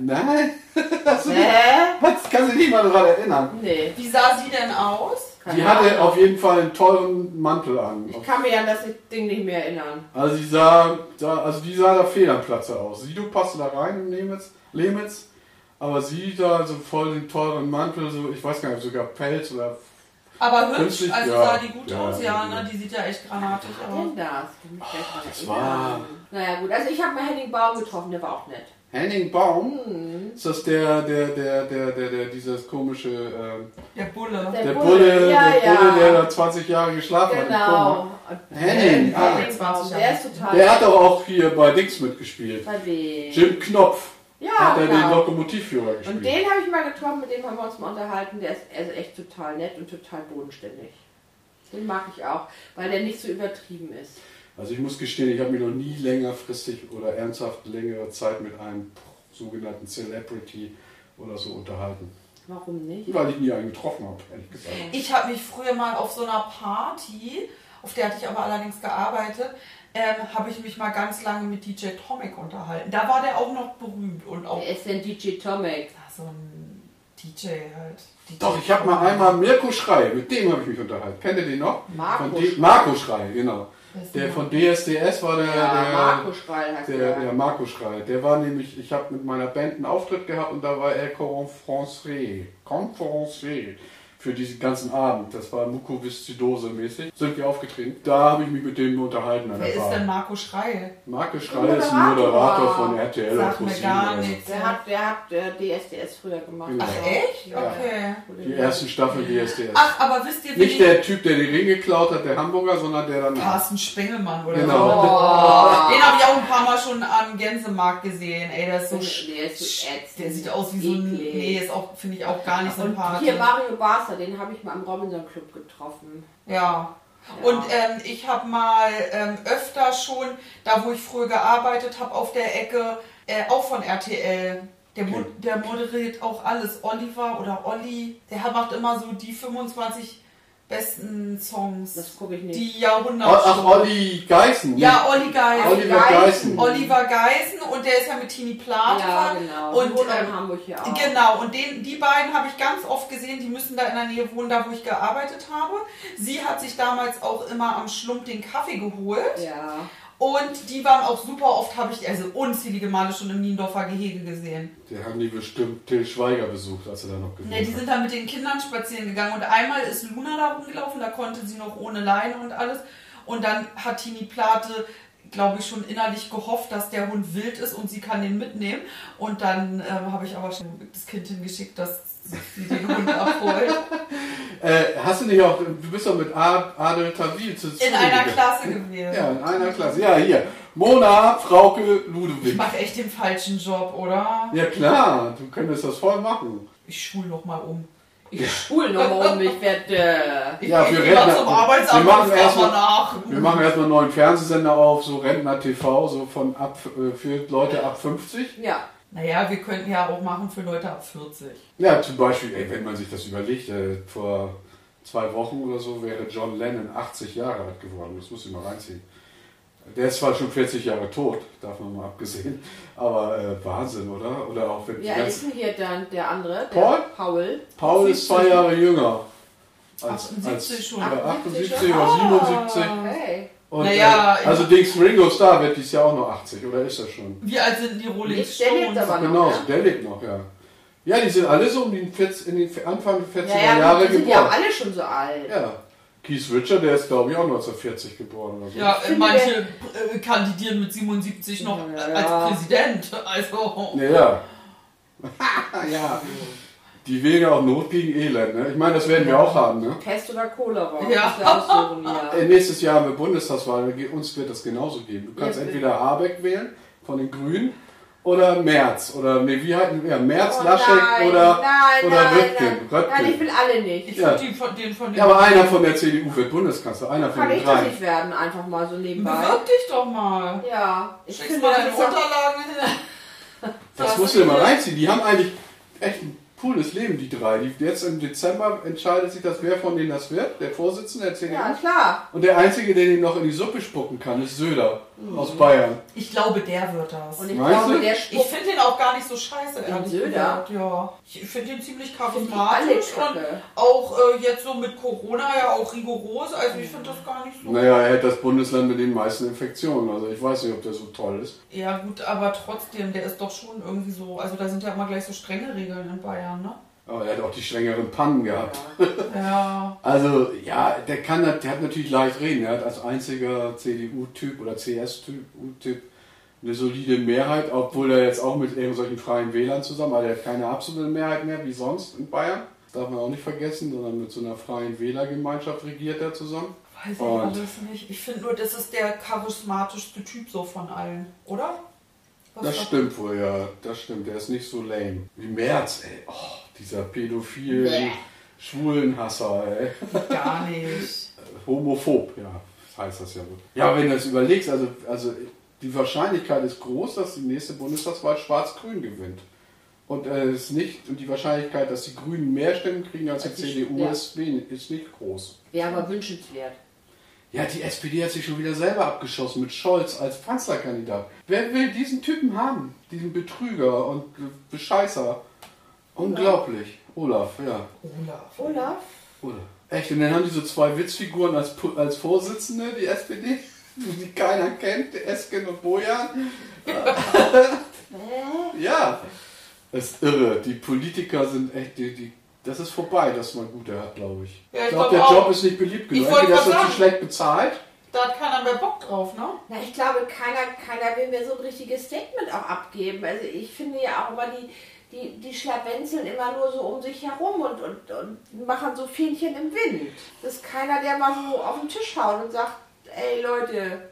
Speaker 1: Nein,
Speaker 3: Hä?
Speaker 1: hat's, Kannst du dich nicht mal daran erinnern?
Speaker 3: Nee.
Speaker 2: Wie sah sie denn aus?
Speaker 1: Die hatte auf jeden Fall einen teuren Mantel an.
Speaker 3: Ich kann mir an das Ding nicht mehr erinnern.
Speaker 1: Also die sah, da, also die sah da fehl am Platze aus. Sido passte da rein in Lemitz, Lemitz, aber sie da so voll den teuren Mantel, so ich weiß gar nicht, sogar Pelz oder
Speaker 2: Aber hübsch,
Speaker 1: Künstlich,
Speaker 2: also
Speaker 1: ja.
Speaker 2: sah die gut
Speaker 1: Ja,
Speaker 2: aus,
Speaker 1: ja,
Speaker 2: ja,
Speaker 1: ja.
Speaker 2: ne? Die sieht ja echt granatisch aus.
Speaker 3: Denn das? Ich kann mich gleich dran
Speaker 1: Oh. das
Speaker 3: erinnern. Naja gut, also ich habe mal Henning Baum getroffen, der war auch nett.
Speaker 1: Henning
Speaker 3: Mhm.
Speaker 1: Baum. Ist das der, der, der, der, der, der dieses komische, ähm,
Speaker 2: Der Bulle.
Speaker 1: der Bulle,
Speaker 3: ja,
Speaker 1: der
Speaker 3: ja.
Speaker 1: Bulle, der da 20 Jahre geschlafen hat. im Koma.
Speaker 3: Genau.
Speaker 1: Henning, ah.
Speaker 3: Henning Baum, der ist total
Speaker 1: Der hat doch auch hier bei Dings mitgespielt.
Speaker 3: bei wem?
Speaker 1: Jim Knopf
Speaker 3: Ja,
Speaker 1: hat er den
Speaker 3: genau.
Speaker 1: Lokomotivführer gespielt.
Speaker 3: Und den habe ich mal getroffen, mit dem haben wir uns mal unterhalten. Der ist also echt total nett und total bodenständig. Den mag ich auch, weil der nicht so übertrieben ist.
Speaker 1: Also ich muss gestehen, ich habe mir noch nie längerfristig oder ernsthaft längere Zeit mit einem sogenannten Celebrity oder so unterhalten.
Speaker 3: Warum nicht?
Speaker 1: Weil ich nie einen getroffen habe, ehrlich gesagt.
Speaker 2: Ich habe mich früher mal auf so einer Party, auf der hatte ich aber allerdings gearbeitet, ähm, habe ich mich mal ganz lange mit DJ Tomek unterhalten. Da war der auch noch berühmt und auch
Speaker 3: Wer ist denn DJ Tomek?
Speaker 2: Ja, so ein DJ halt. DJ
Speaker 1: Doch, ich habe mal einmal Mirko Schrei, mit dem habe ich mich unterhalten. Kennt ihr den noch?
Speaker 3: Marco
Speaker 1: Von D- Marco Schrei, genau. Der von DSDS war der,
Speaker 3: Ja, Ah, Marco
Speaker 1: der,
Speaker 3: Schreil heißt
Speaker 1: der, der Marco Schrei. Der war nämlich, ich habe mit meiner Band einen Auftritt gehabt und da war er Conférencier. Conférencier. Für diesen ganzen Abend. Das war Mukoviszidose mäßig. Sind wir aufgetreten. Da habe ich mich mit dem unterhalten an der
Speaker 2: Wer ist
Speaker 1: Bar.
Speaker 2: denn Marco Schreil?
Speaker 1: Marco Schrei ist ein Moderator von RTL
Speaker 2: Sag
Speaker 1: und
Speaker 2: mir
Speaker 1: ProSieben
Speaker 2: gar
Speaker 1: oder so.
Speaker 2: nichts.
Speaker 3: Der hat, der hat äh, DSDS früher gemacht.
Speaker 1: Genau.
Speaker 3: Also
Speaker 2: Ach echt?
Speaker 3: Ja.
Speaker 2: Okay.
Speaker 1: Die ersten Staffel DSDS.
Speaker 2: Ach, aber wisst ihr,
Speaker 1: Nicht
Speaker 2: wen ich-
Speaker 1: der Typ, der den Ring geklaut hat, der Hamburger, sondern der danach.
Speaker 2: Carsten Spengelmann oder
Speaker 1: Genau.
Speaker 2: so.
Speaker 3: Oh.
Speaker 2: Den habe ich auch ein paar Mal schon am Gänsemarkt gesehen. Ey, der ist so
Speaker 3: Nee,
Speaker 2: sch-
Speaker 3: der ist so
Speaker 2: sch-
Speaker 3: ätzend.
Speaker 2: Der sieht aus wie so ein.
Speaker 3: Eklig.
Speaker 2: Nee, ist auch, finde ich auch gar nicht
Speaker 3: Und
Speaker 2: sympathisch.
Speaker 3: hier Mario Barca, den habe ich mal im Robinson Club getroffen.
Speaker 2: Ja. Und ähm, ich habe mal ähm, öfter schon, da wo ich früher gearbeitet habe, auf der Ecke, äh, auch von RTL, der, mo der moderiert auch alles. Oliver oder Olli, der macht immer so die 25 besten Songs.
Speaker 3: Das gucke ich nicht.
Speaker 2: die Jahrhunderte.
Speaker 1: Ach, Olli Geißen.
Speaker 2: ja, Olli Geis.
Speaker 1: Oliver
Speaker 3: Geissen.
Speaker 1: Geißen.
Speaker 2: Oliver Geißen und der ist ja mit Tini Plath.
Speaker 3: Ja, genau.
Speaker 2: Und
Speaker 3: Wohnt auch
Speaker 2: ähm,
Speaker 3: in Hamburg hier auch.
Speaker 2: Genau, und den, die beiden habe ich ganz oft gesehen, die müssen da in der Nähe wohnen, da wo ich gearbeitet habe. Sie hat sich damals auch immer am Schlump den Kaffee geholt.
Speaker 3: Ja.
Speaker 2: Und die waren auch super oft, habe ich also unzählige Male schon im Niendorfer Gehege gesehen.
Speaker 1: Die haben die bestimmt Till Schweiger besucht, als er da noch
Speaker 2: Ne, die
Speaker 1: gewesen
Speaker 2: sind da mit den Kindern spazieren gegangen und einmal ist Luna da rumgelaufen, da konnte sie noch ohne Leine und alles. Und dann hat Tini Plate, glaube ich, schon innerlich gehofft, dass der Hund wild ist und sie kann den mitnehmen. Und dann ähm, habe ich aber schon das Kind hingeschickt, dass sie den Hund abholt.
Speaker 1: hat. Äh, hast du nicht auch, du bist doch mit A- Adel Tawil zu
Speaker 2: In einer Klasse gewesen.
Speaker 1: Ja, in einer Klasse. Ja, hier. Mona, Frauke,
Speaker 2: Ich
Speaker 1: Ludewig.
Speaker 2: mache echt den falschen Job, oder?
Speaker 1: Ja klar, du könntest das voll machen.
Speaker 2: Ich schul noch mal um.
Speaker 3: Ich schwul noch mal um, ich werde.
Speaker 2: Ich
Speaker 1: Ja,
Speaker 2: geh
Speaker 1: wir
Speaker 2: lieber
Speaker 1: reden-
Speaker 2: zum
Speaker 1: wir
Speaker 2: Arbeitsamt
Speaker 1: machen
Speaker 2: und frag
Speaker 1: erst
Speaker 2: mal
Speaker 1: mal-
Speaker 2: nach.
Speaker 1: Wir machen erstmal einen neuen Fernsehsender auf, so Rentner TV, so von ab äh, für Leute ab 50.
Speaker 3: Ja.
Speaker 2: Naja, wir könnten ja auch machen für Leute ab 40.
Speaker 1: Ja, zum Beispiel, ey, wenn man sich das überlegt, äh, vor zwei Wochen oder so wäre John Lennon 80 Jahre alt geworden. Das muss ich mal reinziehen. Der ist zwar schon 40 Jahre tot, darf man mal abgesehen, aber äh, Wahnsinn, oder? Oder auch wenn
Speaker 3: Wie
Speaker 1: die
Speaker 3: alt ist
Speaker 1: ganzen
Speaker 3: denn hier dann der andere? Der
Speaker 1: Paul?
Speaker 3: Paul.
Speaker 1: Paul ist zwei Jahre jünger.
Speaker 2: 78 schon.
Speaker 1: Oder 78
Speaker 3: 78
Speaker 1: oder 77.
Speaker 3: Ah. Okay.
Speaker 1: Und,
Speaker 2: Naja,
Speaker 1: äh, also Dings Ringo Starr wird dieses Jahr auch noch 80, oder ist er schon?
Speaker 2: Wie alt sind die Rolling
Speaker 3: Ich stell jetzt
Speaker 2: Stones?
Speaker 3: aber- noch,
Speaker 1: Genau,
Speaker 3: ja?
Speaker 1: der lebt noch, ja. Ja, die sind alle so um den 40, in den Anfang der 40er
Speaker 3: Naja,
Speaker 1: Jahre
Speaker 3: gut, die
Speaker 1: geboren.
Speaker 3: sind ja auch alle schon so alt.
Speaker 1: Ja. Keith Richard, der ist glaube ich auch 1940 geboren oder so.
Speaker 2: Ja,
Speaker 3: finde,
Speaker 2: manche äh, kandidieren mit 77 noch
Speaker 3: Ja.
Speaker 2: äh, als Präsident. Also,
Speaker 1: Naja. ja. Die wählen ja auch Not gegen Elend, ne? Ich meine, das werden wir auch haben, ne?
Speaker 3: Pest oder Cholera?
Speaker 2: Ja.
Speaker 3: Musst du aussuchen, ja.
Speaker 1: Äh, Nächstes Jahr haben wir Bundestagswahl, ge- uns wird das genauso geben. Du kannst
Speaker 3: Ja,
Speaker 1: entweder Habeck wählen von den Grünen oder Merz oder nee, wie hatten wir? Merz, Laschek
Speaker 3: Oh nein,
Speaker 1: oder,
Speaker 3: nein,
Speaker 1: oder
Speaker 3: nein,
Speaker 1: Röttgen.
Speaker 3: Nein.
Speaker 1: Röttgen.
Speaker 3: nein, ich will alle nicht.
Speaker 2: ich
Speaker 1: Ja.
Speaker 2: würde die von den von den.
Speaker 1: Ja, aber einer von der CDU wird Bundeskanzler, einer von
Speaker 3: Kann
Speaker 1: den
Speaker 3: ich das
Speaker 1: drei.
Speaker 3: nicht werden, einfach mal so nebenbei.
Speaker 2: Bewirb dich doch mal.
Speaker 3: Ja, ich
Speaker 2: Schickst
Speaker 3: finde,
Speaker 2: mal deine
Speaker 3: das ist doch
Speaker 2: Unterlagen hin.
Speaker 1: Das
Speaker 2: Das
Speaker 1: musst du dir mal
Speaker 2: ist-
Speaker 1: reinziehen. Die haben eigentlich echt ein cooles Leben, die drei. Die jetzt im Dezember entscheidet sich das, wer von denen das wird. Der Vorsitzende der CDU.
Speaker 3: Ja, klar.
Speaker 1: Und der Einzige, der den noch in die Suppe spucken kann, ist Söder. aus
Speaker 3: Mhm.
Speaker 1: Bayern.
Speaker 2: Ich glaube, der wird das.
Speaker 3: Und ich
Speaker 1: Meinst
Speaker 3: glaube,
Speaker 1: du?
Speaker 3: der
Speaker 2: Ich
Speaker 3: spuckt.
Speaker 2: finde den auch gar nicht so scheiße, ehrlich
Speaker 3: Söder?
Speaker 2: gesagt. Ja. Ich finde den ziemlich
Speaker 3: die alle
Speaker 2: charismatisch und
Speaker 3: kacke.
Speaker 2: auch äh, jetzt so mit Corona ja auch rigoros. Also ich finde das gar nicht so.
Speaker 1: Naja, er hat das Bundesland mit den meisten Infektionen. Also ich weiß nicht, ob der so toll ist.
Speaker 2: Ja gut, aber trotzdem, der ist doch schon irgendwie so. Also da sind ja immer gleich so strenge Regeln in Bayern, ne?
Speaker 1: Aber er Oh, hat auch die strengeren Pannen gehabt.
Speaker 2: Ja.
Speaker 1: Also ja, der kann, nat- der hat natürlich leicht reden. Er hat als einziger CDU-Typ oder CS-Typ eine solide Mehrheit, obwohl er jetzt auch mit irgendwelchen freien Wählern zusammen, also er hat keine absolute Mehrheit mehr wie sonst in Bayern. Das darf man auch nicht vergessen, sondern mit so einer freien Wählergemeinschaft regiert er zusammen.
Speaker 2: Weiß ich
Speaker 1: Und-
Speaker 2: alles nicht. Ich finde nur, das ist der charismatischste Typ so von allen, oder? Was
Speaker 1: Das
Speaker 2: sagt-
Speaker 1: stimmt wohl, ja. Das stimmt. Der ist nicht so lame. Wie Merz, ey. Oh, dieser pädophile Schwulenhasser, ey.
Speaker 2: Gar nicht.
Speaker 1: Homophob, ja. Heißt das ja wohl. Ja, wenn du das überlegst, also, also die Wahrscheinlichkeit ist groß, dass die nächste Bundestagswahl schwarz-grün gewinnt. Und äh, es ist nicht, und die Wahrscheinlichkeit, dass die Grünen mehr Stimmen kriegen als die
Speaker 3: Also ich-
Speaker 1: CDU,
Speaker 3: ja.
Speaker 1: ist, wenig, ist nicht groß.
Speaker 3: Ja, aber wünschenswert.
Speaker 1: Ja, die SPD hat sich schon wieder selber abgeschossen mit Scholz als Kanzlerkandidat. Wer will diesen Typen haben? Diesen Betrüger und Bescheißer. Unglaublich. Olaf, ja.
Speaker 2: Olaf.
Speaker 3: Olaf?
Speaker 1: Oder? Echt? Und dann haben die so zwei Witzfiguren als, Pu- als Vorsitzende, die SPD, die keiner kennt, Esken und Bojan. ja, das ist irre. Die Politiker sind echt, die, die, das ist vorbei, dass man gute hat, glaube ich.
Speaker 2: Ja, ich
Speaker 1: ich glaube,
Speaker 2: glaub
Speaker 1: der
Speaker 2: auch.
Speaker 1: Job ist nicht beliebt genug.
Speaker 2: Ich wollte
Speaker 1: Entweder ist
Speaker 2: grad
Speaker 1: er zu
Speaker 2: sagen.
Speaker 1: schlecht bezahlt.
Speaker 2: Da hat keiner mehr Bock drauf, ne?
Speaker 3: Na, ich glaube, keiner, keiner will mir so ein richtiges Statement auch abgeben. Also ich finde ja auch immer, die, die, die schlawenzeln immer nur so um sich herum und, und, und machen so Fähnchen im Wind. Das ist keiner, der mal so auf den Tisch haut und sagt, ey Leute,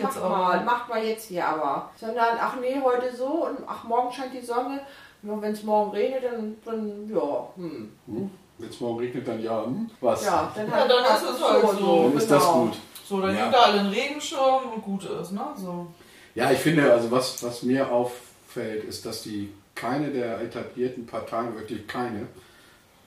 Speaker 3: macht
Speaker 2: Jetzt aber.
Speaker 3: mal, macht mal jetzt hier aber. Sondern, ach nee, heute so und ach, morgen scheint die Sonne. Und wenn es morgen regnet, dann, dann ja, hm.
Speaker 1: Hm? Wenn es morgen regnet, dann ja. Hm? Was?
Speaker 3: Ja, dann,
Speaker 2: Ja, dann ist es halt so.
Speaker 1: Dann ist das
Speaker 3: genau.
Speaker 1: gut.
Speaker 2: So, dann
Speaker 1: Ja.
Speaker 2: nimmt er alle einen Regenschirm und gut ist, ne? So.
Speaker 1: Ja, ich finde, also was, was mir auffällt, ist, dass die keine der etablierten Parteien, wirklich keine,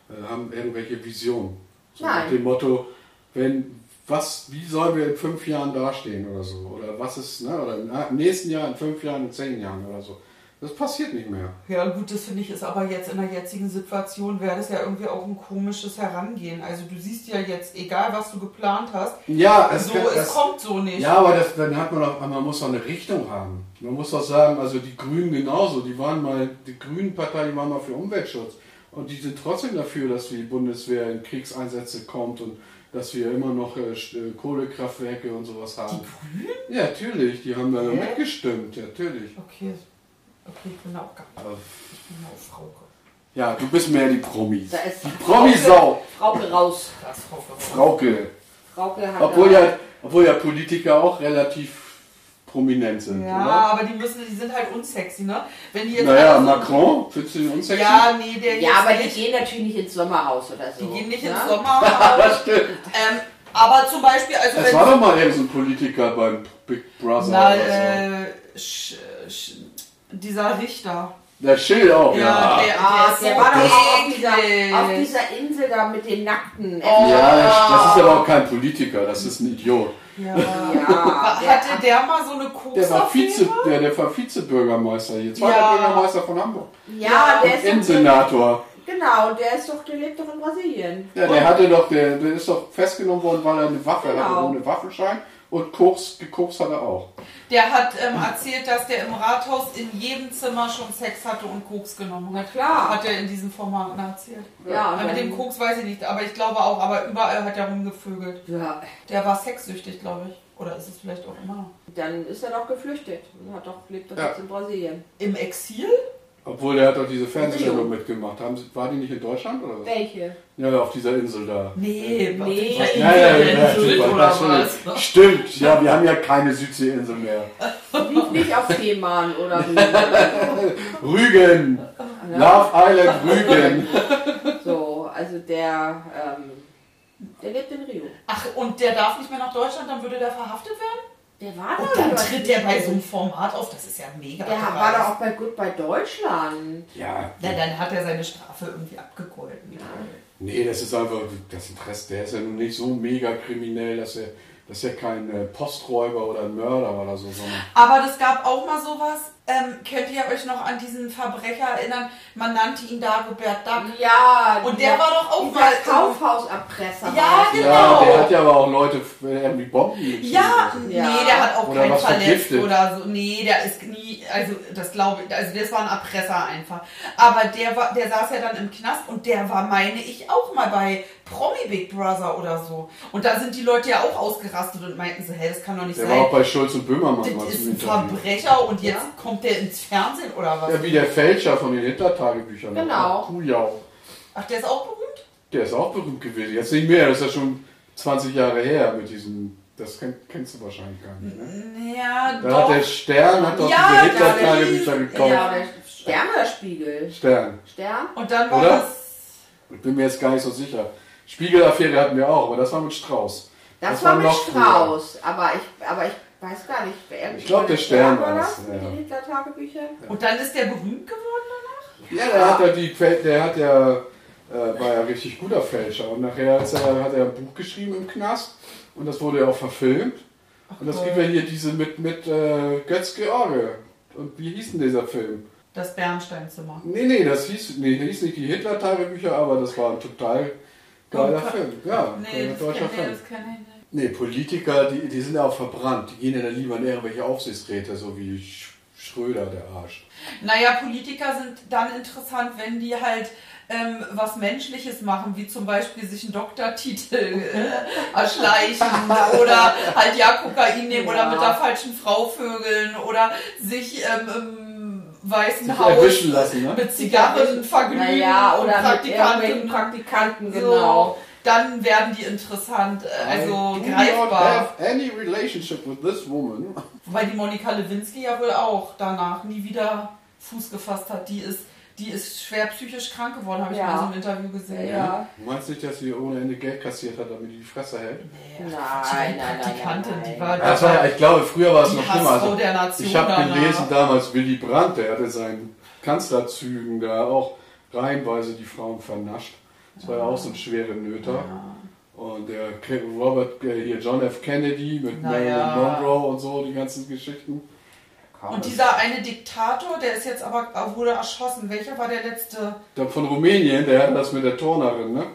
Speaker 1: äh, haben irgendwelche Visionen. So
Speaker 3: Nein.
Speaker 1: Nach dem Motto, wenn, was, wie sollen wir in fünf Jahren dastehen oder so? Oder was ist, ne, oder im- im nächsten Jahr, in fünf Jahren, in zehn Jahren oder so. Das passiert nicht mehr.
Speaker 2: Ja, gut, das finde ich ist aber jetzt in der jetzigen Situation wäre das ja irgendwie auch ein komisches Herangehen. Also, du siehst ja jetzt, egal was du geplant hast,
Speaker 1: Ja, es,
Speaker 2: so,
Speaker 1: kann-
Speaker 2: Also es kommt so nicht.
Speaker 1: Ja, aber das, dann hat man auch, man muss auch eine Richtung haben. Man muss doch sagen, also die Grünen genauso, die waren mal, die Grünen-Partei, die waren mal für Umweltschutz. Und die sind trotzdem dafür, dass die Bundeswehr in Kriegseinsätze kommt und dass wir immer noch äh, Sch- äh, Kohlekraftwerke und sowas haben. Die Grünen? Ja, natürlich, die haben da mitgestimmt, ja, natürlich.
Speaker 2: Okay, okay, ich bin da auch gar nicht.
Speaker 1: Aber,
Speaker 2: Ich bin da auch Frauke.
Speaker 1: ja, du bist mehr die Promis.
Speaker 3: Da ist
Speaker 1: Die Promisau!
Speaker 3: Frauke raus.
Speaker 2: Da ist Frauke. raus.
Speaker 1: Frauke.
Speaker 3: Frauke hat
Speaker 1: Obwohl
Speaker 3: da-
Speaker 1: ja, obwohl ja Politiker auch relativ prominent sind,
Speaker 2: Ja,
Speaker 1: oder?
Speaker 2: aber die müssen, die sind halt unsexy, ne? Wenn die jetzt
Speaker 1: Naja,
Speaker 2: alle so-
Speaker 1: Macron, findest du ihn unsexy?
Speaker 2: Ja, nee, der
Speaker 3: Ja, aber
Speaker 2: jetzt
Speaker 3: die
Speaker 2: nicht.
Speaker 3: gehen natürlich nicht ins Sommerhaus oder so.
Speaker 2: die gehen nicht
Speaker 3: ne?
Speaker 2: ins Sommerhaus.
Speaker 1: Das stimmt.
Speaker 2: ähm, aber zum Beispiel, also
Speaker 1: Es
Speaker 2: wenn
Speaker 1: war doch mal eben so ein Politiker beim Big Brother
Speaker 2: Na,
Speaker 1: oder so.
Speaker 2: äh, sch, sch, dieser Richter.
Speaker 1: Der Schill auch.
Speaker 2: Ja, der,
Speaker 3: Ah,
Speaker 2: ist
Speaker 3: der
Speaker 2: so
Speaker 3: war doch auch auf dieser,
Speaker 2: eklig.
Speaker 3: auf dieser Insel da mit den Nackten.
Speaker 2: Oh.
Speaker 1: Ja, das ist aber auch kein Politiker, das ist ein Idiot.
Speaker 2: Ja.
Speaker 3: Ja, der,
Speaker 2: Hatte der mal so eine
Speaker 1: Der war, Vize,
Speaker 2: Koks-Affäre?
Speaker 1: der, der war Vizebürgermeister hier, zweiter
Speaker 2: Ja.
Speaker 1: Bürgermeister von Hamburg.
Speaker 3: ja, der
Speaker 1: Und
Speaker 3: ist doch,
Speaker 1: Senator.
Speaker 3: genau, der ist doch, der lebt doch in Brasilien.
Speaker 1: Ja, der hatte doch, der, der ist doch festgenommen worden, weil er eine Waffe hatte,
Speaker 3: Genau.
Speaker 1: ohne Waffenschein. Und Koks, gekokst hat er auch.
Speaker 2: Der hat ähm, erzählt, dass der im Rathaus in jedem Zimmer schon Sex hatte und Koks genommen hat.
Speaker 3: Na klar.
Speaker 2: Hat er in diesem Format erzählt.
Speaker 3: Ja, und
Speaker 2: Mit dem
Speaker 3: dann,
Speaker 2: Koks weiß ich nicht, aber ich glaube auch, aber überall hat er rumgevögelt.
Speaker 3: ja,
Speaker 2: Der war sexsüchtig, glaube ich. Oder ist es vielleicht auch immer noch?
Speaker 3: dann ist er doch geflüchtet und hat doch, lebt doch
Speaker 1: Ja.
Speaker 3: jetzt in Brasilien.
Speaker 2: Im Exil?
Speaker 1: Obwohl, der hat doch diese Fernsehsendung mitgemacht. Haben, Sie- war die nicht in Deutschland oder was?
Speaker 3: Welche?
Speaker 1: Ja, auf dieser Insel da.
Speaker 2: Nee,
Speaker 3: Nee.
Speaker 2: auf
Speaker 1: Ja, ja,
Speaker 2: der
Speaker 1: ja,
Speaker 2: Insel
Speaker 1: stimmt,
Speaker 2: oder
Speaker 1: natürlich.
Speaker 2: was?
Speaker 1: stimmt, ja, wir haben ja keine Südseeinsel mehr.
Speaker 3: Lief nicht auf Fehmarn oder so.
Speaker 1: Rügen! Love Island Rügen!
Speaker 3: so. Also der, ähm, der lebt in Rio.
Speaker 2: Ach, und der darf nicht mehr nach Deutschland, dann würde der verhaftet werden?
Speaker 3: Der war
Speaker 2: Und
Speaker 3: doch
Speaker 2: dann
Speaker 3: über-
Speaker 2: tritt der bei so einem Format auf, das ist ja mega.
Speaker 3: Der
Speaker 2: krass.
Speaker 3: war doch auch bei Goodbye Deutschland.
Speaker 1: Ja,
Speaker 2: Na, dann hat er seine Strafe irgendwie abgegolten.
Speaker 1: nee, das ist einfach das Interesse. Der ist ja nun nicht so mega kriminell, dass er Das ist ja kein äh, Posträuber oder ein Mörder oder so, sondern.
Speaker 2: Aber das gab auch mal sowas. Ähm, könnt ihr euch noch an diesen Verbrecher erinnern? Man nannte ihn Dagobert Duck.
Speaker 3: Ja,
Speaker 2: Und der war doch auch
Speaker 3: dieser
Speaker 2: mal-
Speaker 3: Kaufhauserpresser.
Speaker 2: Ja,
Speaker 3: war das.
Speaker 2: genau.
Speaker 1: Ja, der hat ja aber auch Leute, äh, irgendwie Bomben gezündet.
Speaker 2: Ja,
Speaker 3: Ja.
Speaker 2: nee, der hat auch
Speaker 1: Oder
Speaker 2: keinen
Speaker 1: was
Speaker 2: verletzt
Speaker 1: vergiftet.
Speaker 2: oder so. Nee, der ist nie, also das glaube ich, also das war ein Erpresser einfach. Aber der war, der saß ja dann im Knast und der war, meine ich, auch mal bei Promi Big Brother oder so. Und da sind die Leute ja auch ausgerastet und meinten so, hey, das kann doch nicht
Speaker 1: Der war
Speaker 2: sein.
Speaker 1: auch bei Schulz und Böhmermann mal
Speaker 2: Das ist
Speaker 1: zum
Speaker 2: ein
Speaker 1: Interview.
Speaker 2: Verbrecher und jetzt kommt der ins Fernsehen oder was?
Speaker 1: Ja, wie der Fälscher von den Hintertagebüchern.
Speaker 3: Genau.
Speaker 1: Kujau.
Speaker 2: Ach, der ist auch berühmt?
Speaker 1: Der ist auch berühmt gewesen. Jetzt nicht mehr, das ist ja schon 20 Jahre her mit diesem. Das kenn, kennst du wahrscheinlich gar nicht. Ne?
Speaker 2: Ja,
Speaker 1: Da hat der
Speaker 2: doch.
Speaker 1: Stern hat doch
Speaker 2: Ja,
Speaker 1: diese
Speaker 2: da-
Speaker 1: Hitler-Tagebücher gekauft.
Speaker 3: Ja, der Stern oder Spiegel?
Speaker 1: Stern.
Speaker 3: Stern?
Speaker 2: Und dann war
Speaker 1: Oder?
Speaker 2: das.
Speaker 1: Ich bin mir jetzt gar nicht so sicher. Spiegelaffäre hatten wir auch, aber das war mit Strauß.
Speaker 3: Das, war mit
Speaker 1: noch früher.
Speaker 3: Strauß, aber ich, aber ich weiß gar nicht, wer
Speaker 1: Ich glaub, der Stern
Speaker 3: war
Speaker 1: war
Speaker 3: das.
Speaker 1: das,
Speaker 3: Mit
Speaker 1: ja.
Speaker 3: den Hitler-Tagebüchern?
Speaker 2: Und dann ist der berühmt geworden
Speaker 1: Ja, der hat ja die Quell- der hat ja, äh, war ja richtig guter Fälscher. Und nachher ist er, hat er ein Buch geschrieben im Knast und das wurde ja auch verfilmt. Und das gibt ja hier diese mit, mit äh, Götz George. Und wie hieß denn dieser Film?
Speaker 2: danach? Das Bernsteinzimmer.
Speaker 1: Nee, nee, das hieß, nee, hieß nicht die Hitler-Tagebücher, aber das war ein total geiler Film. Ja,
Speaker 2: Nee,
Speaker 1: ein
Speaker 2: das
Speaker 1: deutscher
Speaker 2: kann, nee,
Speaker 1: Film.
Speaker 2: das kann ich nicht.
Speaker 1: Nee, Politiker, die, die sind ja auch verbrannt. Die gehen ja dann lieber in irgendwelche Aufsichtsräte, so wie Sch Schröder, der Arsch.
Speaker 2: Naja, Politiker sind dann interessant, wenn die halt ähm, was Menschliches machen, wie zum Beispiel sich einen Doktortitel äh, erschleichen oder halt ja Kokain nehmen
Speaker 3: Ja.
Speaker 2: oder mit der falschen Frau vögeln oder sich ähm, im Weißen
Speaker 1: Sich
Speaker 2: Haus
Speaker 1: erwischen lassen, ne?
Speaker 2: mit Zigarren vergnügen
Speaker 3: Naja,
Speaker 2: und
Speaker 3: oder mit
Speaker 2: Praktikanten.
Speaker 3: irgendwelchen Praktikanten,
Speaker 2: So,
Speaker 3: genau.
Speaker 2: Dann werden die interessant, äh, also
Speaker 1: I do not
Speaker 2: greifbar.
Speaker 1: have any relationship with this woman.
Speaker 2: Wobei die Monika Lewinsky ja wohl auch danach nie wieder Fuß gefasst hat. Die ist, die ist schwer psychisch krank geworden, habe ich
Speaker 3: Ja.
Speaker 2: mal so im Interview gesehen.
Speaker 3: Ja.
Speaker 1: Du meinst nicht, dass sie ohne Ende Geld kassiert hat, damit die die Fresse hält?
Speaker 2: Nee,
Speaker 3: Nein,
Speaker 2: ach,
Speaker 3: nein,
Speaker 2: die
Speaker 3: nein,
Speaker 2: Praktikantin,
Speaker 3: nein,
Speaker 2: die
Speaker 3: nein.
Speaker 2: war,
Speaker 1: Ja, das war ja, ich glaube, früher war es
Speaker 2: Die
Speaker 1: noch schlimmer. Also,
Speaker 2: Hassfrau der Nation
Speaker 1: ich habe
Speaker 2: danach.
Speaker 1: gelesen damals Willy Brandt, der hatte seinen Kanzlerzügen da auch reihenweise die Frauen vernascht. Das war ja auch so ein schwerer Nöter. Und der Ke- Robert, äh, hier John F. Kennedy mit
Speaker 2: Naja.
Speaker 1: Marilyn Monroe und so, die ganzen Geschichten.
Speaker 2: und dieser eine Diktator, der ist jetzt aber äh, wurde erschossen. Welcher war der letzte?
Speaker 1: Der von Rumänien, der hatte das mit der Turnerin, ne?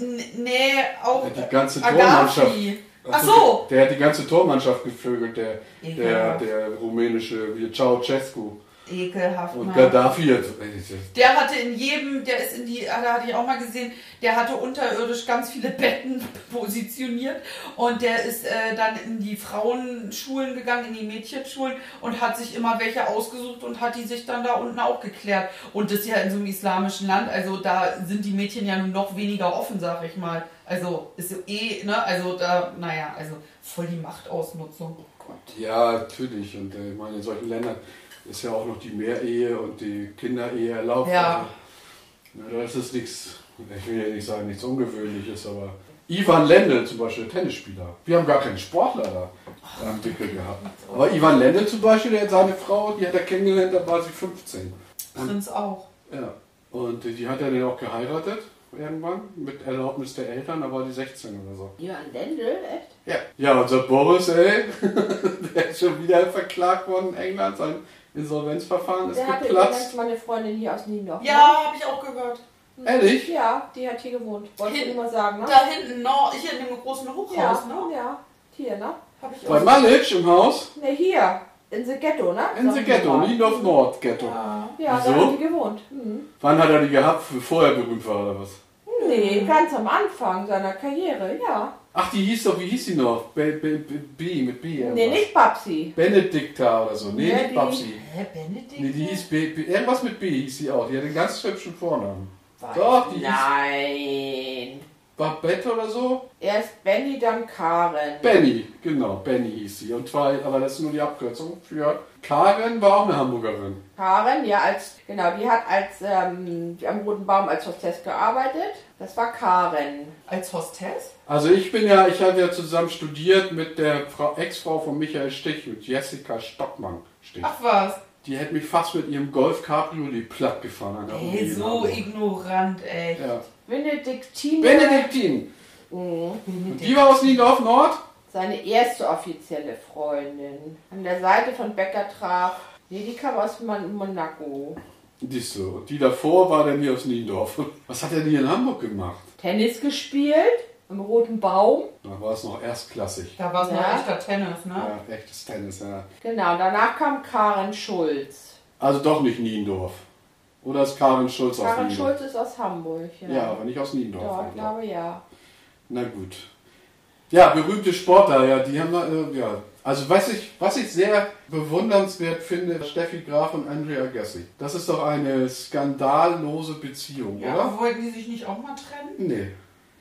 Speaker 2: N nee, auch
Speaker 1: Ja, die ganze
Speaker 2: Agafi. Ach so.
Speaker 1: Also, Der hat die ganze Tormannschaft gevögelt, der, der,
Speaker 2: Ekelhaft.
Speaker 1: der rumänische hier Ceausescu.
Speaker 2: Ekelhaft.
Speaker 1: Und
Speaker 2: Mann.
Speaker 1: Gaddafi hat. äh,
Speaker 2: Der hatte in jedem, der ist in die, ah, da hatte ich auch mal gesehen, der hatte unterirdisch ganz viele Betten positioniert und der ist äh, dann in die Frauenschulen gegangen, in die Mädchenschulen und hat sich immer welche ausgesucht und hat die sich dann da unten auch geklärt. Und das ist ja in so einem islamischen Land, also da sind die Mädchen ja nun noch weniger offen, sag ich mal. Also ist so eh, ne, also da, naja, also voll die Machtausnutzung.
Speaker 1: Ja, natürlich. Und äh, ich meine, in solchen Ländern ist ja auch noch die Mehrehe und die Kinderehe erlaubt.
Speaker 2: Ja.
Speaker 1: Also, na, das ist nichts, ich will ja nicht sagen, nichts Ungewöhnliches, aber. Ivan Lendl zum Beispiel, Tennisspieler. Wir haben gar keinen Sportler da am Wickel gehabt. Aber Ivan Lendl zum Beispiel, der hat seine Frau, die hat er kennengelernt, da war sie 15.
Speaker 2: Prinz auch.
Speaker 1: Ja. Und die hat er dann auch geheiratet irgendwann mit Erlaubnis der Eltern, da war die 16 oder so.
Speaker 3: Ja, ein Lendl, echt?
Speaker 1: Ja. Ja, unser Boris, ey, der ist schon wieder verklagt worden in England. Sein Insolvenzverfahren ist
Speaker 3: Der hatte übrigens
Speaker 1: geplatzt.
Speaker 3: meine Freundin hier aus Niendorf.
Speaker 2: Ja, habe ich auch gehört.
Speaker 1: Ehrlich?
Speaker 3: Ja, die hat hier gewohnt. Wollte ich
Speaker 2: Hin-
Speaker 3: dir mal sagen, ne?
Speaker 2: Da hinten, no, hier in dem großen
Speaker 3: ja,
Speaker 2: Hochhaus, ne?
Speaker 3: ja. Hier, ne?
Speaker 2: Hab ich
Speaker 1: Bei
Speaker 2: auch.
Speaker 1: Malic im Haus?
Speaker 3: Ne, hier. In the Ghetto, ne?
Speaker 1: In the Ghetto,
Speaker 3: Ja,
Speaker 1: Niendorf Nord Ghetto.
Speaker 3: ja da
Speaker 1: Wieso?
Speaker 3: hat die gewohnt. Mhm.
Speaker 1: Wann hat er die gehabt, bevor er berühmt war oder was?
Speaker 2: Hm.
Speaker 3: Nee, ganz am Anfang seiner Karriere, ja.
Speaker 1: Ach, die hieß doch, wie hieß die noch? B, B, B, B mit B. Irgendwas.
Speaker 3: Nee, nicht Babsi.
Speaker 1: Benedikta oder so. Nee,
Speaker 3: Nee,
Speaker 1: nicht
Speaker 3: die-
Speaker 1: Babsi.
Speaker 2: Hä, Benedikt?
Speaker 1: Nee, die hieß B, B. Irgendwas mit B hieß sie auch. Die hat einen ganz hübschen Vornamen. Doch, die hieß
Speaker 3: Nein.
Speaker 1: Babette oder so?
Speaker 3: Erst Benny, dann Karen.
Speaker 1: Benny, genau, Benny hieß sie. Und zwar, aber das ist nur die Abkürzung für Karen war auch eine Hamburgerin.
Speaker 3: Karen, ja, als, genau, die hat als, ähm, die am Roten Baum als Hostess gearbeitet. Das war Karen.
Speaker 2: Als Hostess?
Speaker 1: Also ich bin ja, ich habe ja zusammen studiert mit der Frau, Ex-Frau von Michael Stich, mit Jessica Stockmann Stich.
Speaker 2: Ach was.
Speaker 1: Die hätte mich fast mit ihrem Golf Cabriolet platt gefahren. an der Uni
Speaker 2: Ey,
Speaker 1: in
Speaker 2: so
Speaker 1: Hamburg.
Speaker 2: ignorant, ey.
Speaker 1: genau. ja.
Speaker 3: Benediktine.
Speaker 1: Benediktin. Und die war aus Niendorf Nord?
Speaker 3: seine erste offizielle Freundin. An der Seite von Becker traf. Nee, die kam aus Mon- Monaco.
Speaker 1: Die ist so. Und die davor war dann hier aus Niendorf. Was hat er denn hier in Hamburg gemacht?
Speaker 3: Tennis gespielt im Roten Baum.
Speaker 1: Da war es noch erstklassig.
Speaker 2: Da war es
Speaker 3: Ja.
Speaker 2: noch echter Tennis, ne?
Speaker 1: Ja, echtes Tennis, ja.
Speaker 3: Genau, danach kam Karen Schulz.
Speaker 1: Also doch nicht Niendorf. Oder ist Karin Schulz aus
Speaker 3: Karen
Speaker 1: Niendorf?
Speaker 3: Schulz ist aus Hamburg. Ja,
Speaker 1: Ja, aber nicht aus Niendorf.
Speaker 3: ja
Speaker 1: einfach.
Speaker 3: ich glaube ja.
Speaker 1: Na gut. Ja, berühmte Sportler, ja, die haben da, äh, ja. Also was ich, was ich sehr bewundernswert finde, Steffi Graf und Andrea Gassi. Das ist doch eine skandallose Beziehung,
Speaker 2: Ja,
Speaker 1: oder?
Speaker 2: wollten die sich nicht auch mal trennen?
Speaker 1: Nee,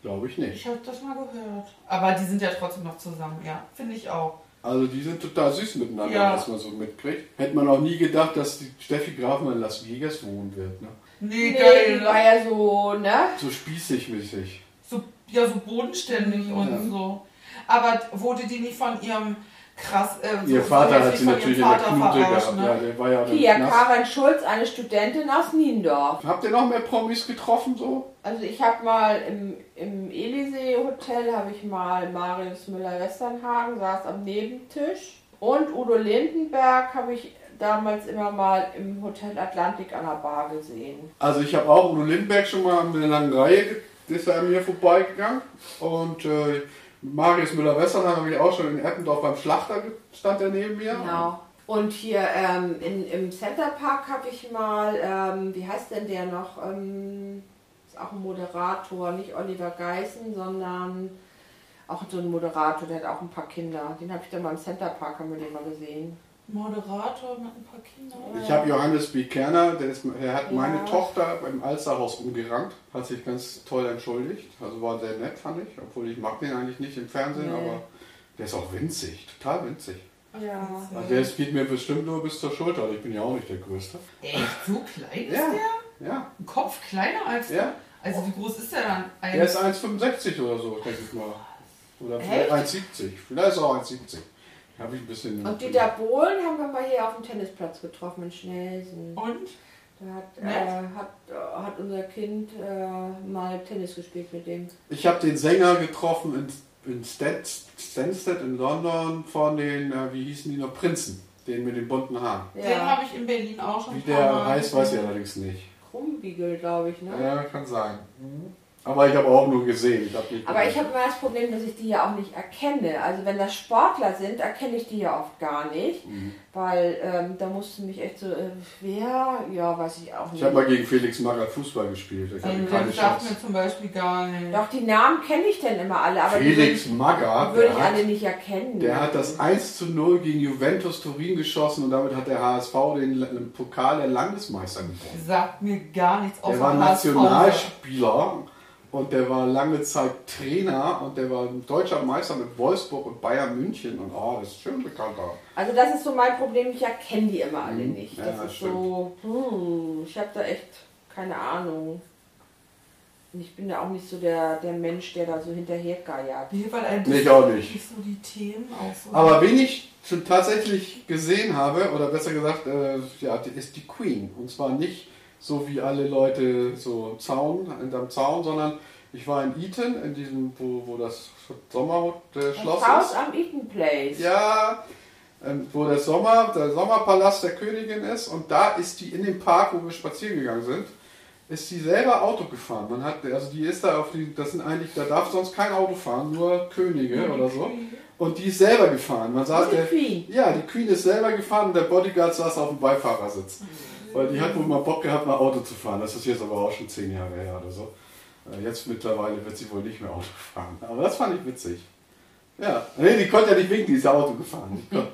Speaker 1: glaube ich nicht.
Speaker 2: Ich habe das mal gehört. Aber die sind ja trotzdem noch zusammen, ja. Finde ich auch.
Speaker 1: Also die sind total süß miteinander,
Speaker 2: Ja.
Speaker 1: was man so mitkriegt. Hätte man auch nie gedacht, dass die Steffi Graf mal in Las Vegas wohnen wird, ne?
Speaker 2: Nee,
Speaker 3: Nee,
Speaker 2: geil.
Speaker 3: die war ja so, ne?
Speaker 1: So spießig-mäßig.
Speaker 2: so, ja, so bodenständig und so. Aber wurde die nicht von ihrem krass. Äh,
Speaker 1: Ihr
Speaker 2: so-
Speaker 1: Vater
Speaker 2: so
Speaker 1: hat
Speaker 2: hässlich
Speaker 1: sie
Speaker 2: von
Speaker 1: natürlich in
Speaker 2: ihrem
Speaker 1: der
Speaker 2: Vater
Speaker 1: Knute
Speaker 2: verarscht,
Speaker 1: gehabt,
Speaker 2: ne?
Speaker 1: ja, der war ja dann
Speaker 3: Hier,
Speaker 1: im Knast.
Speaker 3: Karen Schulz, eine Studentin aus Niendorf.
Speaker 1: Habt ihr noch mehr Promis getroffen, so?
Speaker 3: Also ich habe mal im, im Elysee Hotel habe ich mal Marius Müller-Westernhagen saß am Nebentisch und Udo Lindenberg habe ich damals immer mal im Hotel Atlantik an der Bar gesehen.
Speaker 1: Also ich habe auch Udo Lindberg schon mal in der langen Reihe, ge- ist er an mir vorbeigegangen. Und äh, Marius Müller-Westernhagen habe ich auch schon in Eppendorf beim Schlachter ge- stand er neben mir.
Speaker 3: Genau. Und hier ähm, in, im Centerpark habe ich mal, ähm, wie heißt denn der noch? Ähm, ist auch ein Moderator, nicht Oliver Geißen, sondern auch so ein Moderator, der hat auch ein paar Kinder. Den habe ich dann mal im Centerpark, haben wir den mal gesehen.
Speaker 2: Moderator mit ein paar Kindern.
Speaker 1: Ich habe Johannes B. Kerner, der, ist, der hat
Speaker 3: Ja.
Speaker 1: meine Tochter beim Alsterhaus umgerannt, hat sich ganz toll entschuldigt. Also war sehr nett, fand ich. Obwohl ich mag den eigentlich nicht im Fernsehen,
Speaker 3: Nee.
Speaker 1: aber der ist auch winzig, total winzig.
Speaker 3: Ja.
Speaker 1: Also der ist- geht mir bestimmt nur bis zur Schulter, ich bin ja auch nicht der Größte.
Speaker 2: Echt? So klein ist
Speaker 1: Ja.
Speaker 2: der?
Speaker 1: Ja,
Speaker 2: Ein Kopf kleiner als.
Speaker 1: ja.
Speaker 2: Also wie groß ist der dann? Ein-
Speaker 1: Er ist 1,65 oder so, denke ich mal. Oder vielleicht 1,70. Vielleicht ist er auch 1,70. Habe ich ein bisschen.
Speaker 3: Und Dieter Bohlen haben wir mal hier auf dem Tennisplatz getroffen in Schnelsen.
Speaker 2: und?
Speaker 3: Da hat, äh,
Speaker 2: Nett.
Speaker 3: hat, äh, hat unser Kind äh, mal Tennis gespielt mit dem.
Speaker 1: Ich habe den Sänger getroffen in, in Stan- Stansted in London von den, äh, wie hießen die noch, Prinzen. Den mit den bunten Haaren.
Speaker 2: Den
Speaker 3: Ja,
Speaker 2: habe ich in Berlin auch schon.
Speaker 1: Wie
Speaker 2: ein paar
Speaker 1: der
Speaker 2: Mal
Speaker 1: heißt, weiß ich
Speaker 2: gesehen.
Speaker 1: allerdings nicht.
Speaker 3: Krumbiegel, glaube ich, ne?
Speaker 1: Ja, kann sein. Aber ich habe auch nur gesehen. Ich hab nicht
Speaker 3: Aber ich
Speaker 1: gesehen.
Speaker 3: habe immer das Problem, dass ich die ja auch nicht erkenne. Also wenn das Sportler sind, erkenne ich die ja oft gar nicht.
Speaker 1: Mhm.
Speaker 3: Weil ähm, da musste mich echt so, äh, wer? Ja, weiß ich auch
Speaker 1: Ich
Speaker 3: nicht.
Speaker 1: habe mal gegen Felix Magath Fußball gespielt. Ich hatte
Speaker 2: Den,
Speaker 1: keine
Speaker 2: den sagt
Speaker 1: Chance.
Speaker 2: mir zum Beispiel gar nicht.
Speaker 3: Doch, die Namen kenne ich denn immer alle, aber
Speaker 1: Felix
Speaker 3: die
Speaker 1: Magath,
Speaker 3: würde
Speaker 1: der
Speaker 3: ich
Speaker 1: hat
Speaker 3: alle nicht erkennen.
Speaker 1: Der hat das 1 zu 0 gegen Juventus Turin geschossen und damit hat der HSV den L- den Pokal der Landesmeister gewonnen.
Speaker 2: Sagt mir gar nichts
Speaker 1: Der
Speaker 2: außer
Speaker 1: war
Speaker 2: HSV.
Speaker 1: Nationalspieler und der war lange Zeit Trainer und der war deutscher Meister mit Wolfsburg und Bayern München und oh, das ist schön bekannter.
Speaker 3: Also das ist so mein Problem, ich erkenne die immer alle nicht.
Speaker 1: Mhm. Ja,
Speaker 3: Das
Speaker 1: das
Speaker 3: ist so, hm, ich habe da echt keine Ahnung. Und ich bin da auch nicht so der, der Mensch, der da so hinterhergeiert.
Speaker 1: Hm,
Speaker 2: Nee, weil ein
Speaker 1: Nee, ich auch nicht.
Speaker 2: so die Themen auch so.
Speaker 1: Aber wen ich schon tatsächlich gesehen habe, oder besser gesagt, äh, ja, die- ist die Queen. Und zwar nicht so wie alle Leute so Zaun, hinterm Zaun, sondern ich war in Eton, in diesem, wo, wo das Sommerschloss
Speaker 3: Das Haus
Speaker 1: ist.
Speaker 3: am Eaton Place.
Speaker 1: Ja, ähm, wo der Sommer, der Sommerpalast der Königin ist und da ist die in dem Park, wo wir spazieren gegangen sind, ist die selber Auto gefahren. Man hat, also die ist da auf die, das sind eigentlich, da darf sonst kein Auto fahren, nur Könige oder so. Und die ist selber gefahren. Man sagt,
Speaker 3: Die
Speaker 1: der,
Speaker 3: Queen.
Speaker 1: ja, die Queen ist selber gefahren und der Bodyguard saß auf dem Beifahrersitz.
Speaker 3: Mhm.
Speaker 1: Weil die hat wohl mal Bock gehabt, mal Auto zu fahren. Das ist jetzt aber auch schon zehn Jahre her oder so. Äh, Jetzt mittlerweile wird sie wohl nicht mehr Auto fahren. Aber das fand ich witzig. Ja, nee, die konnte ja nicht winken, die ist ja Auto gefahren. Die konnte-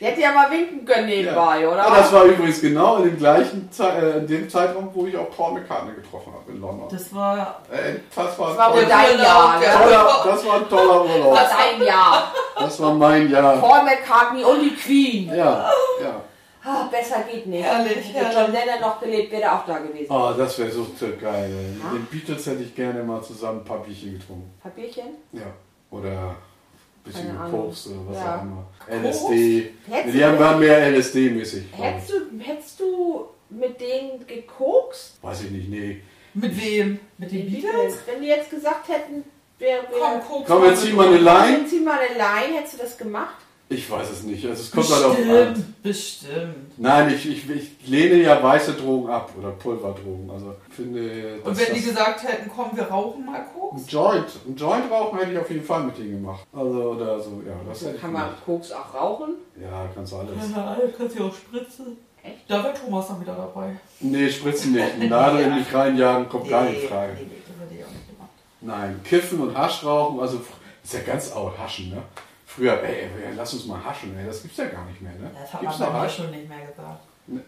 Speaker 3: Die hätte ja mal winken können nebenbei,
Speaker 1: ja.
Speaker 3: oder?
Speaker 1: Ja, das war übrigens genau in dem gleichen Ze äh, in dem Zeitraum, wo ich auch Paul McCartney getroffen habe in London.
Speaker 2: das war
Speaker 1: Äh, das war,
Speaker 3: Das war wohl
Speaker 1: ein
Speaker 3: dein
Speaker 1: toller,
Speaker 3: Jahr. Ne?
Speaker 1: toller, das war ein toller Urlaub.
Speaker 3: Das war dein Jahr.
Speaker 1: Das war mein Jahr.
Speaker 3: Paul McCartney und die Queen.
Speaker 1: Ja, ja.
Speaker 3: Ah, besser geht nicht.
Speaker 2: Herrlich,
Speaker 3: Hätte John Lennon noch gelebt, wäre er auch da gewesen.
Speaker 1: Oh, das wäre so geil. ey. Mit den Beatles hätte ich gerne mal zusammen ein paar Bierchen getrunken.
Speaker 3: Papierchen?
Speaker 1: Ja. Oder ein bisschen
Speaker 3: Keine Ahnung.
Speaker 1: Koks oder was
Speaker 3: Ja.
Speaker 1: auch immer. LSD.
Speaker 3: Hättest
Speaker 1: Die
Speaker 3: du-
Speaker 1: haben waren mehr LSD-mäßig. glaub ich.
Speaker 3: Hättest du, hättest du mit denen gekokst?
Speaker 1: Weiß ich nicht, nee.
Speaker 2: mit wem? Mit den
Speaker 3: Die
Speaker 2: Beatles?
Speaker 3: Beatles, wenn die jetzt gesagt hätten, Wer, wer,
Speaker 2: Komm, guck
Speaker 1: Komm, jetzt zieh mal eine Line.
Speaker 3: Zieh mal eine Line, hättest du das gemacht?
Speaker 1: Ich weiß es nicht. Also es kommt halt auf an.
Speaker 2: Bestimmt, bestimmt.
Speaker 1: Nein, ich, ich, ich lehne ja weiße Drogen ab oder Pulverdrogen. Also ich finde,
Speaker 2: Und
Speaker 1: dass
Speaker 2: wenn die
Speaker 1: das
Speaker 2: gesagt hätten, komm, wir rauchen mal Koks?
Speaker 1: ein Joint, ein Joint rauchen hätte ich auf jeden Fall mit denen gemacht. Also oder so, ja, das hätte ich
Speaker 3: Kann man
Speaker 1: gemacht.
Speaker 3: Koks auch rauchen?
Speaker 1: Ja, kannst du alles.
Speaker 2: Ja, du kannst ja auch spritzen.
Speaker 3: Echt?
Speaker 2: Da wäre Thomas dann wieder dabei.
Speaker 1: Nee, spritzen nicht. Nadel in mich reinjagen kommt gar nicht in Frage.
Speaker 2: nee, das hätte ich auch nicht gemacht.
Speaker 1: Nein, Kiffen und Hasch rauchen, also fr- ist ja ganz out, Haschen, ne? Früher, ey, ey, lass uns mal haschen, ey, das gibt's ja gar nicht mehr, ne?
Speaker 2: Das hat
Speaker 1: Gibt's
Speaker 2: man
Speaker 1: noch
Speaker 2: bei mir
Speaker 1: Hasch?
Speaker 2: schon nicht mehr gesagt.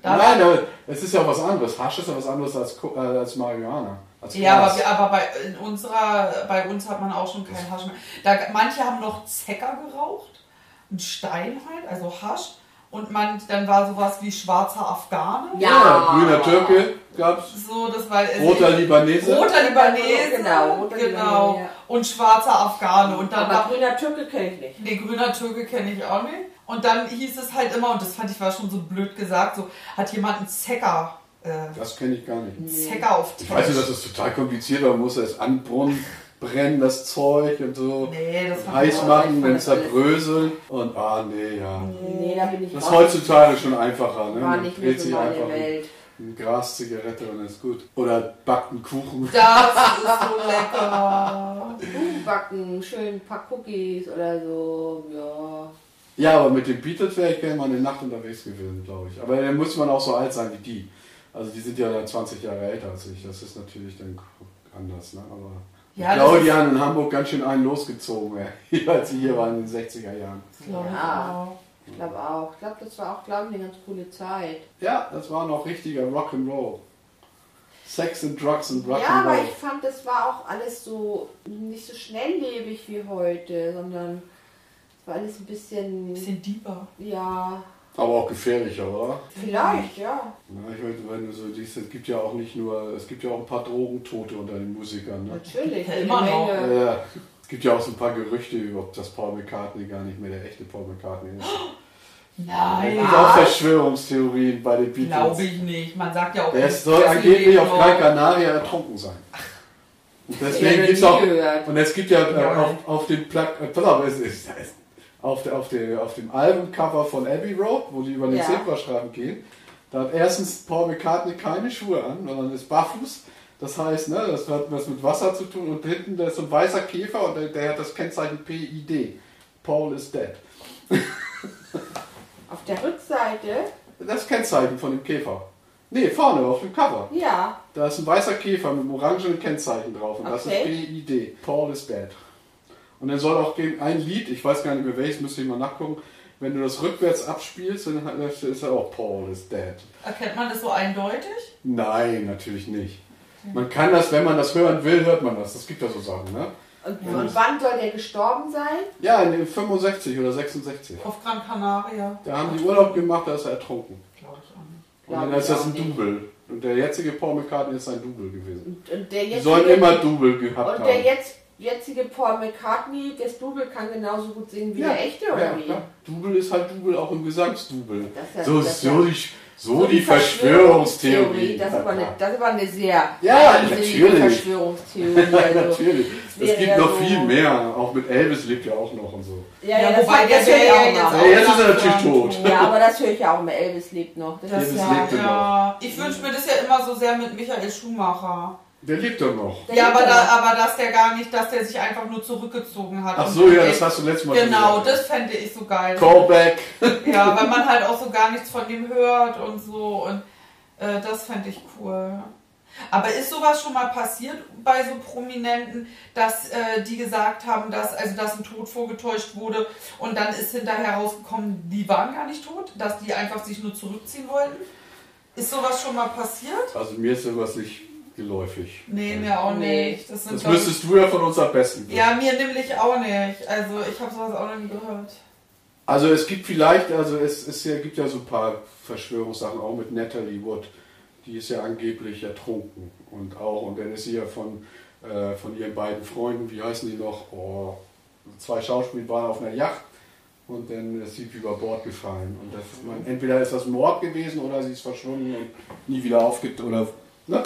Speaker 2: Da-
Speaker 1: Nein, aber es ist ja was anderes. Hasch ist ja was anderes als, Co- äh, als Marihuana. Als
Speaker 2: Ja, aber,
Speaker 1: Gras.
Speaker 2: wir, aber bei, in unserer, bei uns hat man auch schon keinen Hasch mehr. Da, manche haben noch Zecker geraucht, einen Stein halt, also Hasch. Und man, dann war sowas wie schwarzer Afghane.
Speaker 1: ja, grüner Türke gab's,
Speaker 2: So, das war also
Speaker 1: roter Libanese.
Speaker 2: roter Libanese,
Speaker 3: Genau,
Speaker 2: genau,
Speaker 3: roter Libanese, ja.
Speaker 2: und schwarzer Afghane. Und dann
Speaker 3: Aber
Speaker 2: war,
Speaker 3: grüner Türke kenne ich nicht.
Speaker 2: nee, grüner Türke kenne ich auch nicht. Und dann hieß es halt immer, und das fand ich war schon so blöd gesagt, so hat jemand einen Zecker, äh,
Speaker 1: Das kenne ich gar nicht.
Speaker 2: Zecker auf
Speaker 1: Ich
Speaker 2: Tisch.
Speaker 1: weiß nicht, das ist total kompliziert, aber man muss erst anbrunnen, brennen das Zeug und so.
Speaker 2: nee, das fand ich
Speaker 1: Heiß
Speaker 2: auch-
Speaker 1: machen,
Speaker 3: ich fand
Speaker 1: dann
Speaker 3: das alles-
Speaker 1: zerbröseln und ah nee, ja.
Speaker 3: Nee, da bin ich
Speaker 1: Das ist
Speaker 3: raus.
Speaker 1: heutzutage schon einfacher, ne?
Speaker 3: war
Speaker 1: Man
Speaker 3: nicht mehr
Speaker 1: dreht
Speaker 3: so
Speaker 1: sich
Speaker 3: meine
Speaker 1: einfach um. ein
Speaker 3: Welt.
Speaker 1: ein Gras Zigarette und dann ist gut. Oder backt einen Kuchen.
Speaker 2: Das ist so lecker.
Speaker 3: Kuchen backen, schön ein paar Cookies oder so, ja.
Speaker 1: Ja, aber mit den Beatles wäre ich gerne mal eine Nacht unterwegs gewesen, glaube ich. Aber dann muss man auch so alt sein wie die. Also die sind ja dann 20 Jahre älter als ich. Das ist natürlich dann anders, ne? Aber ich
Speaker 2: Ja, das
Speaker 1: glaube,
Speaker 2: ist-
Speaker 1: die haben in Hamburg ganz schön einen losgezogen, ey, als sie hier waren in den 60er Jahren.
Speaker 2: Glaube ich
Speaker 3: Ja.
Speaker 2: auch.
Speaker 3: Ich glaube auch. Ich glaube, das war auch, glaube ich, eine ganz coole Zeit.
Speaker 1: Ja, das war noch richtiger Rock'n'Roll. Sex and Drugs and Rock'n'Roll.
Speaker 3: ja, aber ich fand, das war auch alles so nicht so schnelllebig wie heute, sondern es war alles ein bisschen,
Speaker 2: Ein bisschen deeper.
Speaker 3: ja,
Speaker 1: aber auch gefährlicher, oder?
Speaker 3: vielleicht, ja.
Speaker 1: Ja, ich meine, wenn du so siehst, es gibt ja auch nicht nur, es gibt ja auch ein paar Drogentote unter den Musikern. Ne?
Speaker 3: Natürlich.
Speaker 2: Ja,
Speaker 3: eine
Speaker 2: immer noch.
Speaker 3: Menge.
Speaker 1: Ja, es gibt ja auch so ein paar Gerüchte über, ob das Paul McCartney gar nicht mehr der echte Paul McCartney ist. Es
Speaker 2: Nein,
Speaker 1: gibt auch Verschwörungstheorien bei den
Speaker 2: Oh, glaube
Speaker 1: Beatles.
Speaker 2: ich nicht. Man sagt ja auch
Speaker 1: Er
Speaker 2: nicht,
Speaker 1: soll
Speaker 2: dass sie
Speaker 1: angeblich
Speaker 2: leben
Speaker 1: auf Gran Canaria ertrunken sein. Und deswegen
Speaker 3: Ja,
Speaker 1: gibt's
Speaker 3: nie
Speaker 1: auch,
Speaker 3: gehört.
Speaker 1: und es gibt ja äh,
Speaker 2: Ja.
Speaker 1: auf, auf dem Plak, äh, pass auf, es ist, es ist auf, der, auf, der, auf dem Albumcover von Abbey Road, wo die über den
Speaker 3: Ja.
Speaker 1: Zebrastreifen gehen, da hat erstens Paul McCartney keine Schuhe an, sondern ist barfuß. Das heißt, ne, das hat was mit Wasser zu tun und hinten da ist so ein weißer Käfer und der, der hat das Kennzeichen PID. Paul is dead.
Speaker 3: Auf der Rückseite,
Speaker 1: Das Kennzeichen von dem Käfer. Nee, vorne auf dem Cover.
Speaker 3: ja,
Speaker 1: Da ist ein weißer Käfer mit einem orangenen Kennzeichen drauf und das ist
Speaker 3: Okay.
Speaker 1: PID. Paul is dead. Und dann soll auch geben, ein Lied, ich weiß gar nicht mehr welches, müsste ich mal nachgucken, wenn du das rückwärts abspielst, dann hat- ist ist ja auch Paul is dead.
Speaker 2: Erkennt man das so eindeutig?
Speaker 1: Nein, natürlich nicht. Man kann das, wenn man das hören will, hört man das. Es gibt ja so Sachen, ne?
Speaker 3: und, und wann soll der gestorben sein?
Speaker 1: Ja, in den 65 oder 66.
Speaker 2: Auf Gran Canaria?
Speaker 1: Da haben die Urlaub gemacht, da ist er ertrunken.
Speaker 2: Glaube ich auch nicht.
Speaker 1: Und dann
Speaker 3: Glaub ich
Speaker 1: ist das
Speaker 3: auch
Speaker 1: ein
Speaker 3: nicht.
Speaker 1: Double. Und der jetzige Paul McCartney ist ein Double gewesen.
Speaker 3: Und, und der
Speaker 1: Die
Speaker 3: jetzt
Speaker 1: sollen immer Double gehabt
Speaker 3: Und der
Speaker 1: haben.
Speaker 3: jetzt, jetzige Paul McCartney, das Double kann genauso gut singen wie der echte, oder wie?
Speaker 1: klar. Double ist halt Double auch im Gesangsdouble.
Speaker 3: Das ist ja-
Speaker 1: so,
Speaker 3: das ist
Speaker 1: so,
Speaker 3: ja-
Speaker 1: die, so die Verschwörungstheorie.
Speaker 3: Das
Speaker 1: Ja,
Speaker 3: war eine,
Speaker 1: klar.
Speaker 3: das war eine sehr
Speaker 1: Ja,
Speaker 3: wahnsinnige
Speaker 1: natürlich.
Speaker 3: Verschwörungstheorie.
Speaker 1: ja,
Speaker 3: Also.
Speaker 1: natürlich.
Speaker 3: wäre
Speaker 1: Es gibt
Speaker 3: ja
Speaker 1: noch
Speaker 3: so-
Speaker 1: viel mehr. Auch mit Elvis lebt ja auch noch und so.
Speaker 3: Ja, ja,
Speaker 2: Ja,
Speaker 3: das
Speaker 2: wobei,
Speaker 3: war,
Speaker 2: der
Speaker 3: das
Speaker 2: wäre
Speaker 3: höre ich
Speaker 2: ja
Speaker 3: auch
Speaker 2: jetzt
Speaker 3: mal.
Speaker 1: Ja,
Speaker 2: auch
Speaker 1: jetzt ist er
Speaker 2: langsam
Speaker 1: natürlich tot.
Speaker 3: Ja, aber das höre ich ja auch immer. Elvis lebt noch. Das
Speaker 1: Elvis
Speaker 3: ist ja,
Speaker 1: lebt
Speaker 2: Ja, ich wünsche mir das ja immer so sehr mit Michael Schumacher.
Speaker 1: Der lebt doch noch.
Speaker 3: Der
Speaker 2: ja,
Speaker 3: lebt
Speaker 2: aber,
Speaker 3: ja
Speaker 2: da, aber dass der gar nicht, dass der sich einfach nur zurückgezogen hat.
Speaker 1: Ach
Speaker 2: Und
Speaker 1: so, ja,
Speaker 2: der-
Speaker 1: das hast du letztes Mal
Speaker 2: Genau,
Speaker 1: gesagt.
Speaker 2: das fände ich so geil.
Speaker 1: Callback.
Speaker 2: Ja, weil man halt auch so gar nichts von dem hört und so. Und äh, das fand ich cool. Aber ist sowas schon mal passiert bei so Prominenten, dass äh, die gesagt haben, dass, also dass ein Tod vorgetäuscht wurde und dann ist hinterher rausgekommen, die waren gar nicht tot, dass die einfach sich nur zurückziehen wollten? Ist sowas schon mal passiert?
Speaker 1: Also mir ist sowas nicht geläufig.
Speaker 2: Nee, mir auch
Speaker 3: Nee.
Speaker 2: nicht. Das, sind
Speaker 1: Das
Speaker 2: glaub ich-
Speaker 1: müsstest du ja von uns am besten wissen.
Speaker 2: Ja, mir nämlich auch nicht. Also ich habe sowas auch noch nie gehört.
Speaker 1: Also es gibt vielleicht, also es, es ja- gibt ja so ein paar Verschwörungssachen, auch mit Natalie Wood. Die ist ja angeblich ertrunken und auch, und dann ist sie ja von, äh, von ihren beiden Freunden, wie heißen die noch, oh, zwei Schauspieler waren auf einer Yacht und dann ist sie über Bord gefallen. Und das, man, entweder ist das Mord gewesen oder sie ist verschwunden und nie wieder aufgetaucht. Oder, ne?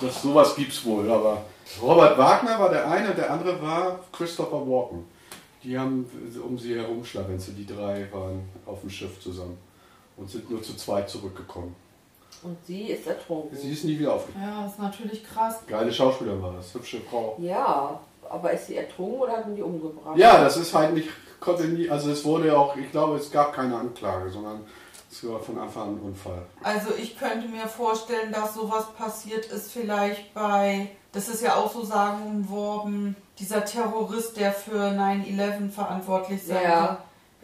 Speaker 1: Das, sowas gibt's wohl, aber Robert Wagner war der eine und der andere war Christopher Walken. Die haben um sie herumschlawenze. Die drei waren auf dem Schiff zusammen und sind nur zu zweit zurückgekommen.
Speaker 3: Und sie ist ertrunken.
Speaker 1: Sie ist nie wieder aufgetaucht.
Speaker 2: Ja, ist natürlich krass.
Speaker 1: Geile Schauspielerin war das, hübsche Frau.
Speaker 3: ja, aber ist sie ertrunken oder hat man die umgebracht?
Speaker 1: Ja, das ist halt nicht, konnte nie, also es wurde auch, ich glaube, es gab keine Anklage, sondern es war von Anfang an ein Unfall.
Speaker 2: Also ich könnte mir vorstellen, dass sowas passiert ist vielleicht bei, das ist ja auch so sagen umworben, dieser Terrorist, der für 9-11 verantwortlich sein
Speaker 3: Ja.
Speaker 2: kann.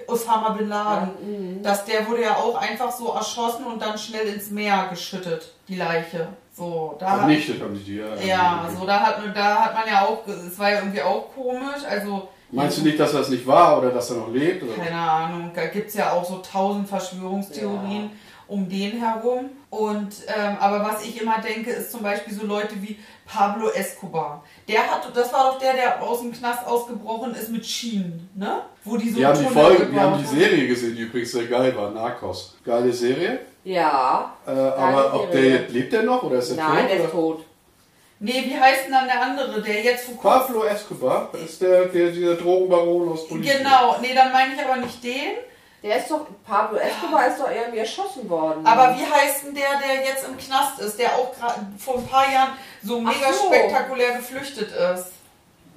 Speaker 2: Osama Bin Laden.
Speaker 3: Ja, mhm.
Speaker 2: dass der wurde ja auch einfach so erschossen und dann schnell ins Meer geschüttet, die Leiche. So, da hat,
Speaker 1: Vernichtet haben sie die. Ja,
Speaker 2: ja,
Speaker 3: also-
Speaker 2: so da hat da hat man ja auch, es war ja irgendwie auch komisch, also
Speaker 1: Meinst du nicht, dass er es nicht war oder dass er noch lebt? Oder?
Speaker 2: keine Ahnung, da gibt es ja auch so tausend Verschwörungstheorien
Speaker 3: Ja.
Speaker 2: um den herum. Und ähm, aber was ich immer denke, ist zum Beispiel so Leute wie Pablo Escobar. Der hat, das war doch der, der aus dem Knast ausgebrochen ist mit Schienen, ne? Wo die so
Speaker 1: Wir haben die
Speaker 2: Tunnel
Speaker 1: Folge, wir
Speaker 2: gebaut
Speaker 1: haben die Serie gesehen, die übrigens sehr geil war, Narcos. Geile Serie.
Speaker 3: Ja.
Speaker 1: Äh, aber ob der
Speaker 3: Serie.
Speaker 1: jetzt lebt der noch oder ist er
Speaker 3: Nein,
Speaker 1: tot?
Speaker 3: der ist
Speaker 1: oder?
Speaker 3: tot.
Speaker 2: Nee, wie heißt denn dann der andere, der jetzt vor kurzem
Speaker 1: Pablo Escobar das ist der, der dieser Drogenbaron aus Bolivien.
Speaker 2: Genau, nee, dann meine ich aber nicht den.
Speaker 3: Der ist doch, Pablo Escobar ist doch irgendwie erschossen worden.
Speaker 2: Aber wie heißt denn der, der jetzt im Knast ist, der auch gra- vor ein paar Jahren so
Speaker 3: Ach
Speaker 2: mega
Speaker 3: so.
Speaker 2: spektakulär geflüchtet ist?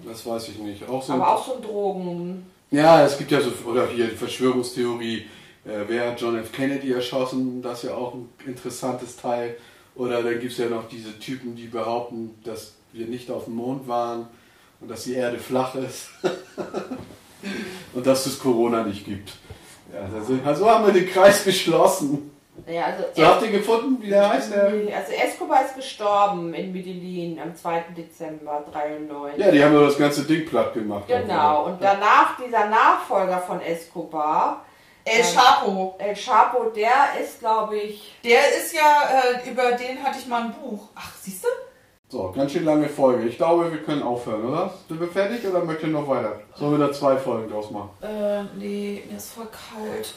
Speaker 1: Das weiß ich nicht. Auch so ein-
Speaker 3: aber auch so ein Drogen.
Speaker 1: Ja, es gibt ja so, oder hier die Verschwörungstheorie, äh, wer hat John F. Kennedy erschossen, das ist ja auch ein interessantes Teil. Oder dann gibt es ja noch diese Typen, die behaupten, dass wir nicht auf dem Mond waren und dass die Erde flach ist und dass es Corona nicht gibt. Ja, also, also haben wir den Kreis geschlossen.
Speaker 3: Ja, also,
Speaker 1: So, habt ihr gefunden, wie der heißt? Der?
Speaker 3: also Escobar ist gestorben in Medellin am 2. Dezember 93.
Speaker 1: Ja, die haben ja das ganze Ding platt gemacht.
Speaker 3: Genau, und danach dieser Nachfolger von Escobar,
Speaker 2: El Chapo.
Speaker 3: El Chapo, der ist, glaube ich,
Speaker 2: Der ist ja, äh, über den hatte ich mal ein Buch. Ach, siehst du?
Speaker 1: So, ganz schön lange Folge. Ich glaube, wir können aufhören, oder? Sind wir fertig oder möchtet ihr noch weiter? Sollen wir da zwei Folgen draus machen?
Speaker 2: Äh, nee, mir ist voll kalt.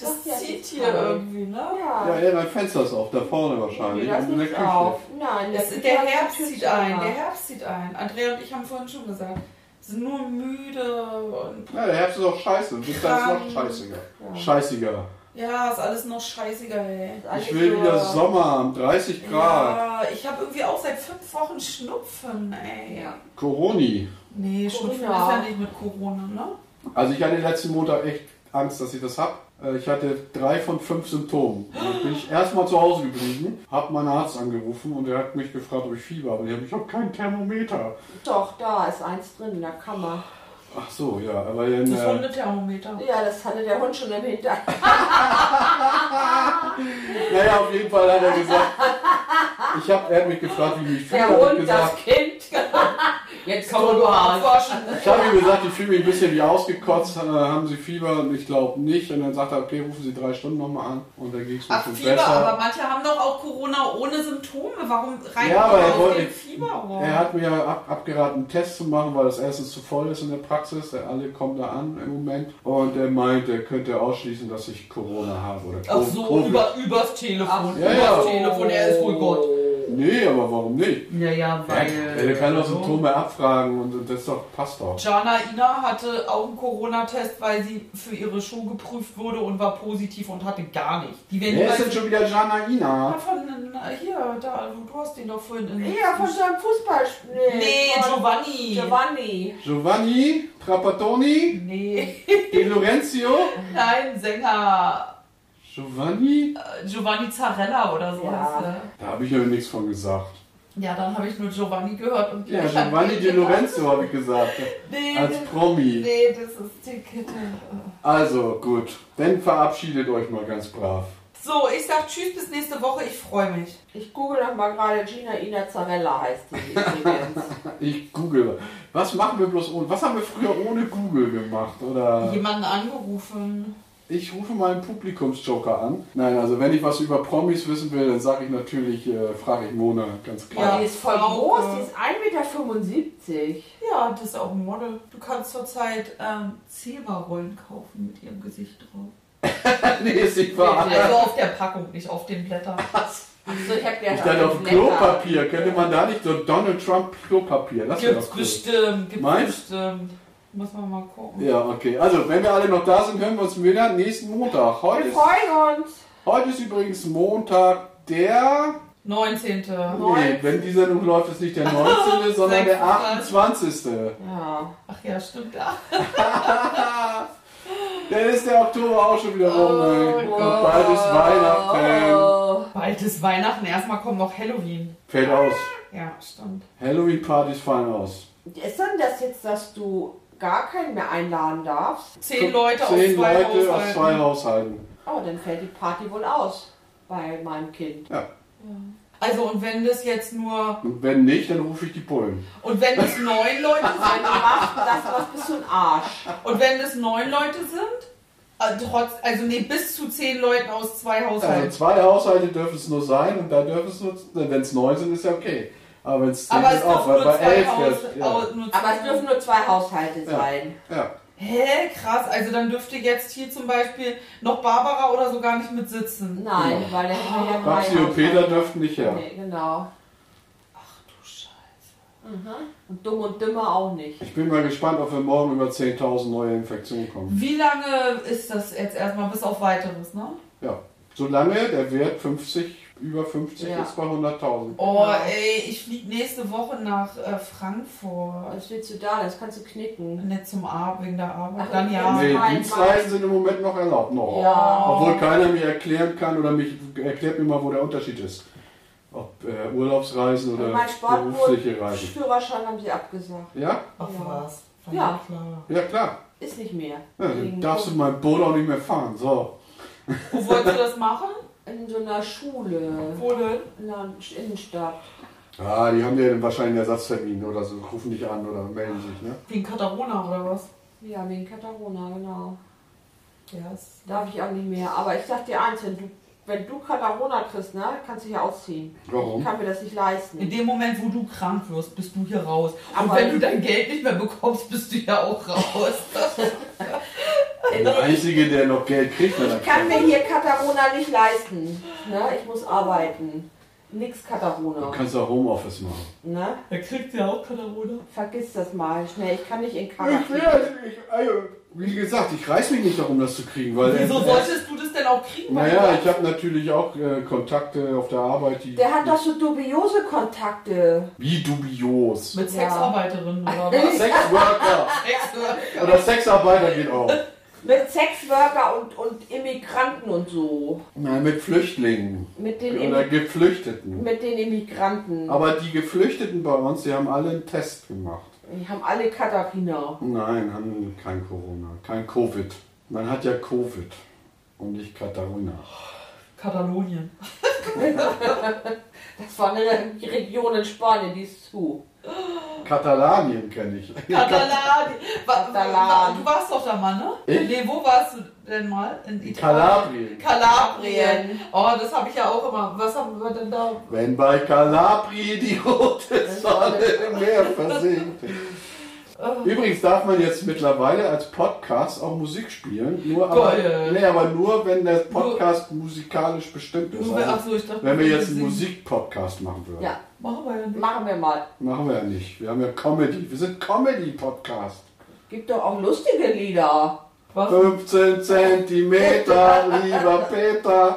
Speaker 2: Das
Speaker 3: Ach ja,
Speaker 2: zieht
Speaker 3: die
Speaker 2: hier
Speaker 3: Zeit.
Speaker 2: irgendwie, ne?
Speaker 1: Ja,
Speaker 3: ja,
Speaker 1: ja, dein Fenster ist auf, da vorne wahrscheinlich.
Speaker 3: das
Speaker 1: oben in der
Speaker 3: nicht
Speaker 1: Küche.
Speaker 3: auf. Nein,
Speaker 2: Das,
Speaker 3: ist
Speaker 2: der Herbst zieht ein, der Herbst zieht ein. Andrea und ich haben vorhin schon gesagt, sind nur müde und
Speaker 1: Ja, der Herbst ist auch scheiße. Und Winter ist noch
Speaker 2: Krank.
Speaker 1: scheißiger.
Speaker 3: Ja.
Speaker 1: Scheißiger.
Speaker 2: ja, ist alles noch scheißiger, ey.
Speaker 1: Ich will wieder Sommer haben, 30 Grad.
Speaker 2: Ja, ich habe irgendwie auch seit fünf Wochen Schnupfen, ey.
Speaker 3: Ja.
Speaker 1: Coroni.
Speaker 2: Nee, Schnupfen ist
Speaker 3: Corona.
Speaker 2: ja nicht mit Corona, ne?
Speaker 1: Also ich hatte letzten Montag echt Angst, dass ich das hab. Äh, Ich hatte drei von fünf Symptomen. Dann bin ich erstmal zu Hause geblieben, hab meinen Arzt angerufen und er hat mich gefragt, ob ich Fieber habe. Und ich habe, ich habe keinen Thermometer.
Speaker 3: Doch, da ist eins drin in der Kammer.
Speaker 1: Ach so, ja, aber dann,
Speaker 2: Das
Speaker 1: äh,
Speaker 2: Hundethermometer.
Speaker 3: Ja, das hatte der Hund schon im Hintern.
Speaker 1: naja, auf jeden Fall hat er gesagt, ich hab, er hat mich gefragt, wie ich mich fühle.
Speaker 3: Der
Speaker 1: Hab ich
Speaker 3: Hund,
Speaker 1: gesagt,
Speaker 3: das Kind. Jetzt kann
Speaker 2: abwaschen.
Speaker 1: Ich habe ihm gesagt, ich fühle mich ein bisschen wie ausgekotzt, äh, haben Sie Fieber und ich glaube nicht. Und dann sagt er, okay, rufen Sie drei Stunden nochmal an und dann ging es mir
Speaker 2: Ach,
Speaker 1: schon
Speaker 2: Fieber, aber
Speaker 1: besser.
Speaker 2: manche haben doch auch Corona ohne Symptome. Warum reicht
Speaker 1: Ja, aber
Speaker 2: man
Speaker 1: er
Speaker 2: auf
Speaker 1: wollte-
Speaker 2: den Fieber rum?
Speaker 1: Er hat mir ab, abgeraten, einen Test zu machen, weil das erstens zu voll ist in der Praxis. Äh, Alle kommen da an im Moment. Und er meint, er könnte ausschließen, dass ich Corona habe oder
Speaker 2: Ach so,
Speaker 1: Covid.
Speaker 2: über, übers Telefon.
Speaker 1: Ja, ja.
Speaker 2: Übers Telefon, er ist wohl Gott.
Speaker 1: Nee, aber warum nicht?
Speaker 2: Ja, also, ja,
Speaker 1: Er, er kann doch Symptome abfragen und das ist doch, passt doch.
Speaker 2: Jana Ina hatte auch einen Corona-Test, weil sie für ihre Show geprüft wurde und war positiv und hatte gar nicht. Die werden
Speaker 1: Wer
Speaker 2: bei-
Speaker 1: ist denn schon wieder Janaina?
Speaker 2: Ja, von, na, hier, da, du hast den doch vorhin in.
Speaker 3: Ja, von seinem Fußball. Nee,
Speaker 2: Nee,
Speaker 3: von
Speaker 2: Giovanni.
Speaker 3: Giovanni.
Speaker 1: Giovanni? Trapattoni?
Speaker 2: Nee.
Speaker 1: De Lorenzo?
Speaker 2: Nein, Sänger.
Speaker 1: Giovanni?
Speaker 2: äh, Giovanni Zarella oder so.
Speaker 3: Ja.
Speaker 2: heißt er.
Speaker 1: Da habe ich ja nichts von gesagt.
Speaker 2: ja dann habe ich nur Giovanni gehört und
Speaker 1: Ja, Giovanni Di Lorenzo habe ich gesagt.
Speaker 2: Nee,
Speaker 1: Als
Speaker 2: das-
Speaker 1: Promi.
Speaker 2: nee, das ist die Kette.
Speaker 1: Also gut, dann verabschiedet euch mal ganz brav.
Speaker 2: So, ich sag Tschüss bis nächste Woche, ich freue mich.
Speaker 3: Ich google noch mal gerade, Gina Ina Zarella heißt die übrigens.
Speaker 1: Ich google. Was machen wir bloß ohne? Was haben wir früher ohne Google gemacht? Oder
Speaker 2: Jemanden angerufen.
Speaker 1: ich rufe mal einen Publikumsjoker an. Nein, also wenn ich was über Promis wissen will, dann sage ich natürlich, äh, frage ich Mona, ganz
Speaker 3: Ja,
Speaker 1: klar.
Speaker 3: die ist voll groß, die ist 1,75 Meter.
Speaker 2: Ja, das ist auch ein Model. Du kannst zurzeit ähm, Zebra-Rollen kaufen mit ihrem Gesicht drauf.
Speaker 1: nee, ist nicht wahr.
Speaker 2: Also auf der Packung, nicht auf den Blättern.
Speaker 3: Achso, ich hab ja
Speaker 1: Ich halt dachte auf Klopapier, könnte man da nicht so Donald Trump Klopapier? Das wäre
Speaker 2: Gibt's
Speaker 1: doch cool.
Speaker 2: bestimmt, gibt's
Speaker 1: Meinst?
Speaker 2: bestimmt. Muss man mal gucken.
Speaker 1: Ja, okay. Also, wenn wir alle noch da sind, hören wir uns wieder nächsten Montag. Heute
Speaker 3: Wir
Speaker 1: ist,
Speaker 3: freuen uns.
Speaker 1: heute ist übrigens Montag der...
Speaker 2: 19.
Speaker 1: Nee, wenn die Sendung läuft, ist nicht der 19., sondern der 28.
Speaker 3: Ja.
Speaker 2: Ach ja, stimmt. Ach,
Speaker 1: Dann ist der Oktober auch schon wieder rum. ey.
Speaker 2: Oh
Speaker 1: Und bald ist Weihnachten.
Speaker 3: Oh.
Speaker 2: bald ist Weihnachten. Erstmal kommt noch Halloween.
Speaker 1: Fällt aus.
Speaker 2: Ja, stimmt.
Speaker 1: Halloween-Partys fallen aus.
Speaker 3: Ist denn das jetzt, dass du gar keinen mehr einladen darfst?
Speaker 2: Zehn Leute aus
Speaker 1: Zehn
Speaker 2: zwei
Speaker 1: Leute aus
Speaker 2: Haushalten.
Speaker 1: zwei Haushalten.
Speaker 3: Oh, dann fällt die Party wohl aus bei meinem Kind.
Speaker 2: Also und wenn das jetzt nur
Speaker 1: Und wenn nicht, dann rufe ich die Bullen.
Speaker 2: und wenn es neun Leute
Speaker 3: Wenn
Speaker 2: sind
Speaker 3: du machst das, was bist du ein Arsch.
Speaker 2: und wenn es neun Leute sind, äh, trotz also nee bis zu zehn Leuten aus zwei
Speaker 1: Also
Speaker 2: Haushalten.
Speaker 1: zwei Haushalte dürfen es nur sein und da dürfen es nur, wenn es neun sind, ist ja okay. Aber wenn es zehn
Speaker 2: aber es
Speaker 1: ist auch,
Speaker 2: dürfen
Speaker 1: weil
Speaker 2: nur
Speaker 1: bei
Speaker 2: zwei
Speaker 1: elf
Speaker 2: Haus,
Speaker 1: wird, ja.
Speaker 2: au- nur
Speaker 3: Aber
Speaker 2: zwei-
Speaker 3: es dürfen nur zwei Haushalte
Speaker 1: Ja.
Speaker 3: sein.
Speaker 1: ja.
Speaker 2: Hä, krass. Also dann dürfte jetzt hier zum Beispiel noch Barbara oder so gar nicht mit sitzen.
Speaker 3: Nein, weil er hat ja drei
Speaker 1: Genau. Maxi und
Speaker 3: Haushalte.
Speaker 1: Peter dürften nicht her.
Speaker 3: Nee, genau.
Speaker 2: Ach du Scheiße.
Speaker 3: Und dumm und dümmer auch nicht.
Speaker 1: Ich bin mal gespannt, ob wir morgen über 10.000 neue Infektionen kommen.
Speaker 2: Wie lange ist das jetzt erstmal bis auf weiteres, ne?
Speaker 1: Ja. Solange der Wert 50, über 50
Speaker 3: Ja.
Speaker 1: ist bei 100.000.
Speaker 2: Oh,
Speaker 3: Ja.
Speaker 2: ey, ich fliege nächste Woche nach äh, Frankfurt.
Speaker 3: Was willst du da? Das kannst du knicken.
Speaker 2: Nicht zum Abend, wegen der Arbeit.
Speaker 3: Ach,
Speaker 2: Dann ja. Oh.
Speaker 3: Ja,
Speaker 1: Nee,
Speaker 3: mein
Speaker 1: Dienstreisen
Speaker 3: Mann.
Speaker 1: sind im Moment noch erlaubt. Noch.
Speaker 3: Ja.
Speaker 1: Obwohl keiner mir erklären kann oder mich erklärt mir mal, wo der Unterschied ist. Ob äh, Urlaubsreisen oder
Speaker 3: mein
Speaker 1: berufliche Reisen.
Speaker 3: Sportführerschein haben sie abgesagt.
Speaker 1: Ja?
Speaker 2: Auf
Speaker 3: Ja.
Speaker 2: was? War
Speaker 3: Ja.
Speaker 2: mir klar.
Speaker 1: Ja, klar.
Speaker 3: Ist nicht mehr.
Speaker 1: Ja,
Speaker 3: Wegen
Speaker 1: dann darfst du mein Boot auch nicht mehr fahren. So.
Speaker 2: Wo wolltest du das machen?
Speaker 3: In so einer Schule.
Speaker 2: Wo denn?
Speaker 3: In der Innenstadt.
Speaker 1: Ah, die haben dir dann wahrscheinlich einen Ersatztermin oder so. Rufen dich an oder melden sich, ne?
Speaker 2: Wegen Katarona oder was?
Speaker 3: Ja, wegen Katarona, genau.
Speaker 2: Ja, ist
Speaker 3: Darf ich auch nicht mehr. Aber ich sag dir eins, wenn du, wenn du Katarona kriegst, ne, kannst du hier ausziehen. Ich
Speaker 1: Warum?
Speaker 3: kann mir das nicht leisten.
Speaker 2: in dem Moment, wo du krank wirst, bist du hier raus. Und
Speaker 3: Aber-
Speaker 2: wenn du dein Geld nicht mehr bekommst, bist du ja auch raus.
Speaker 1: Der Einzige, der noch Geld kriegt, ne? wenn er
Speaker 3: Ich kann mir hier Katarona nicht leisten. Ne? Ich muss arbeiten. Nix
Speaker 1: Du
Speaker 3: Katarona.
Speaker 1: kannst auch Homeoffice machen.
Speaker 3: Ne?
Speaker 2: Er kriegt ja auch Katarona.
Speaker 3: Vergiss das mal schnell. Ich kann nicht in
Speaker 1: Ich will,
Speaker 3: Katarona.
Speaker 1: ich, also, wie gesagt, ich reiß mich nicht darum, das zu kriegen, weil.
Speaker 2: Wieso solltest du das denn auch kriegen? weil
Speaker 1: Naja,
Speaker 2: du-
Speaker 1: ich habe natürlich auch äh, Kontakte auf der Arbeit, die.
Speaker 3: Der hat doch so dubiose Kontakte.
Speaker 1: Wie dubios.
Speaker 2: Mit Sexarbeiterin oder was?
Speaker 1: Sexworker
Speaker 2: Sexworker.
Speaker 1: oder Sexarbeiter geht auch.
Speaker 3: Mit Sexworker und, und Immigranten und so.
Speaker 1: Nein, mit Flüchtlingen
Speaker 3: Mit den,
Speaker 1: oder
Speaker 3: Immi
Speaker 1: Geflüchteten.
Speaker 3: mit den Immigranten.
Speaker 1: Aber die Geflüchteten bei uns, die haben alle einen Test gemacht.
Speaker 3: Die haben alle Katarina.
Speaker 1: Nein, haben kein Corona, kein Covid. Man hat ja Covid und nicht Katarina.
Speaker 2: Katalonien.
Speaker 3: Das war eine Region in Spanien, die ist zu.
Speaker 1: Katalanien kenne ich.
Speaker 2: Katalan. Wa-
Speaker 3: Katalan.
Speaker 2: wa- Du warst doch da mal, ne?
Speaker 1: Ich?
Speaker 2: Nee, wo warst du denn mal? In Italien.
Speaker 1: Kalabrien.
Speaker 2: Kalabrien. Oh, das habe ich ja auch immer. Was haben wir denn da?
Speaker 1: Wenn bei Calabri die rote Sonne im Meer versinkt. Übrigens darf man jetzt mittlerweile als Podcast auch Musik spielen, nur aber,
Speaker 2: Geil.
Speaker 1: nee, aber nur wenn der Podcast musikalisch bestimmt ist.
Speaker 2: Nur wer- ach
Speaker 1: Also,
Speaker 2: so, ich dachte,
Speaker 1: wenn wir jetzt einen
Speaker 2: singen.
Speaker 1: Musikpodcast machen würden,
Speaker 3: Ja,
Speaker 2: Machen wir ja nicht.
Speaker 3: machen wir mal.
Speaker 1: machen wir ja nicht. Wir haben ja Comedy. Wir sind Comedy-Podcast.
Speaker 3: Gibt doch auch lustige Lieder.
Speaker 1: Oh. Äh,
Speaker 2: Was?
Speaker 1: 15 Zentimeter, lieber Peter.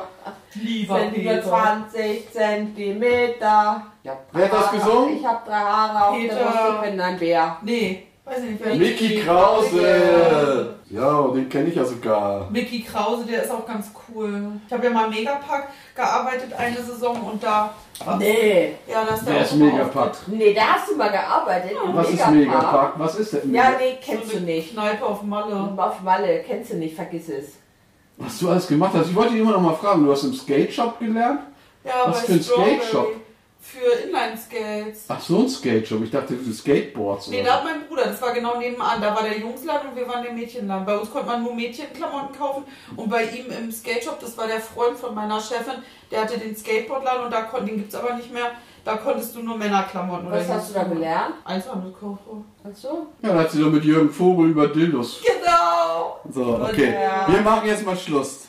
Speaker 2: Lieber
Speaker 3: Sind nur
Speaker 2: Peter.
Speaker 3: 20 Zentimeter. Ja,
Speaker 1: Wer hat das
Speaker 3: Haare-
Speaker 1: gesungen?
Speaker 3: Ich hab drei Haare auf der
Speaker 2: Peter.
Speaker 3: Brust, ich bin ein Bär.
Speaker 2: Nee, weiß ich nicht. Wer?
Speaker 1: Mickey Krause. Ja, den kenne ich ja sogar.
Speaker 2: Mickey Krause, der ist auch ganz cool. Ich habe ja mal im Megapark gearbeitet eine Saison und da.
Speaker 3: Nee.
Speaker 2: Ja, das ist
Speaker 1: Der
Speaker 2: der
Speaker 1: ist
Speaker 2: auch immer
Speaker 1: Megapark.
Speaker 2: aufgetritt.
Speaker 3: Nee, da hast du mal gearbeitet. im
Speaker 1: Was ist Megapark? Was ist denn
Speaker 3: Ja, nee,
Speaker 2: So
Speaker 3: kennst du
Speaker 2: eine
Speaker 3: nicht.
Speaker 2: Kneipe auf Malle.
Speaker 3: Auf Malle, kennst du nicht, vergiss es.
Speaker 1: Was du alles gemacht hast. Ich wollte dich immer noch mal fragen, du hast im Skate Shop gelernt?
Speaker 2: Ja,
Speaker 1: Was
Speaker 2: bei
Speaker 1: für ein
Speaker 2: Strawberry.
Speaker 1: Skate-Shop?
Speaker 2: Für Inline-Skates.
Speaker 1: Ach so, ein Skate Shop. Ich dachte, du Skateboards.
Speaker 2: Nee, da hat mein Bruder, das war genau nebenan. Da war der Jungsladen und wir waren der Mädchenladen. Bei uns konnte man nur Mädchenklamotten kaufen und bei ihm im Skateshop, das war der Freund von meiner Chefin, der hatte den Skateboardladen und da kon- den gibt es aber nicht mehr. Da konntest du nur Männerklamotten
Speaker 3: Was hast du da gelernt?
Speaker 2: Einzelhandelskauffrau.
Speaker 3: Ach so?
Speaker 1: Ja, da hat sie doch mit Jürgen Vogel über Dildos.
Speaker 2: Genau!
Speaker 1: So, okay.
Speaker 3: Ja.
Speaker 1: Wir machen jetzt mal Schluss.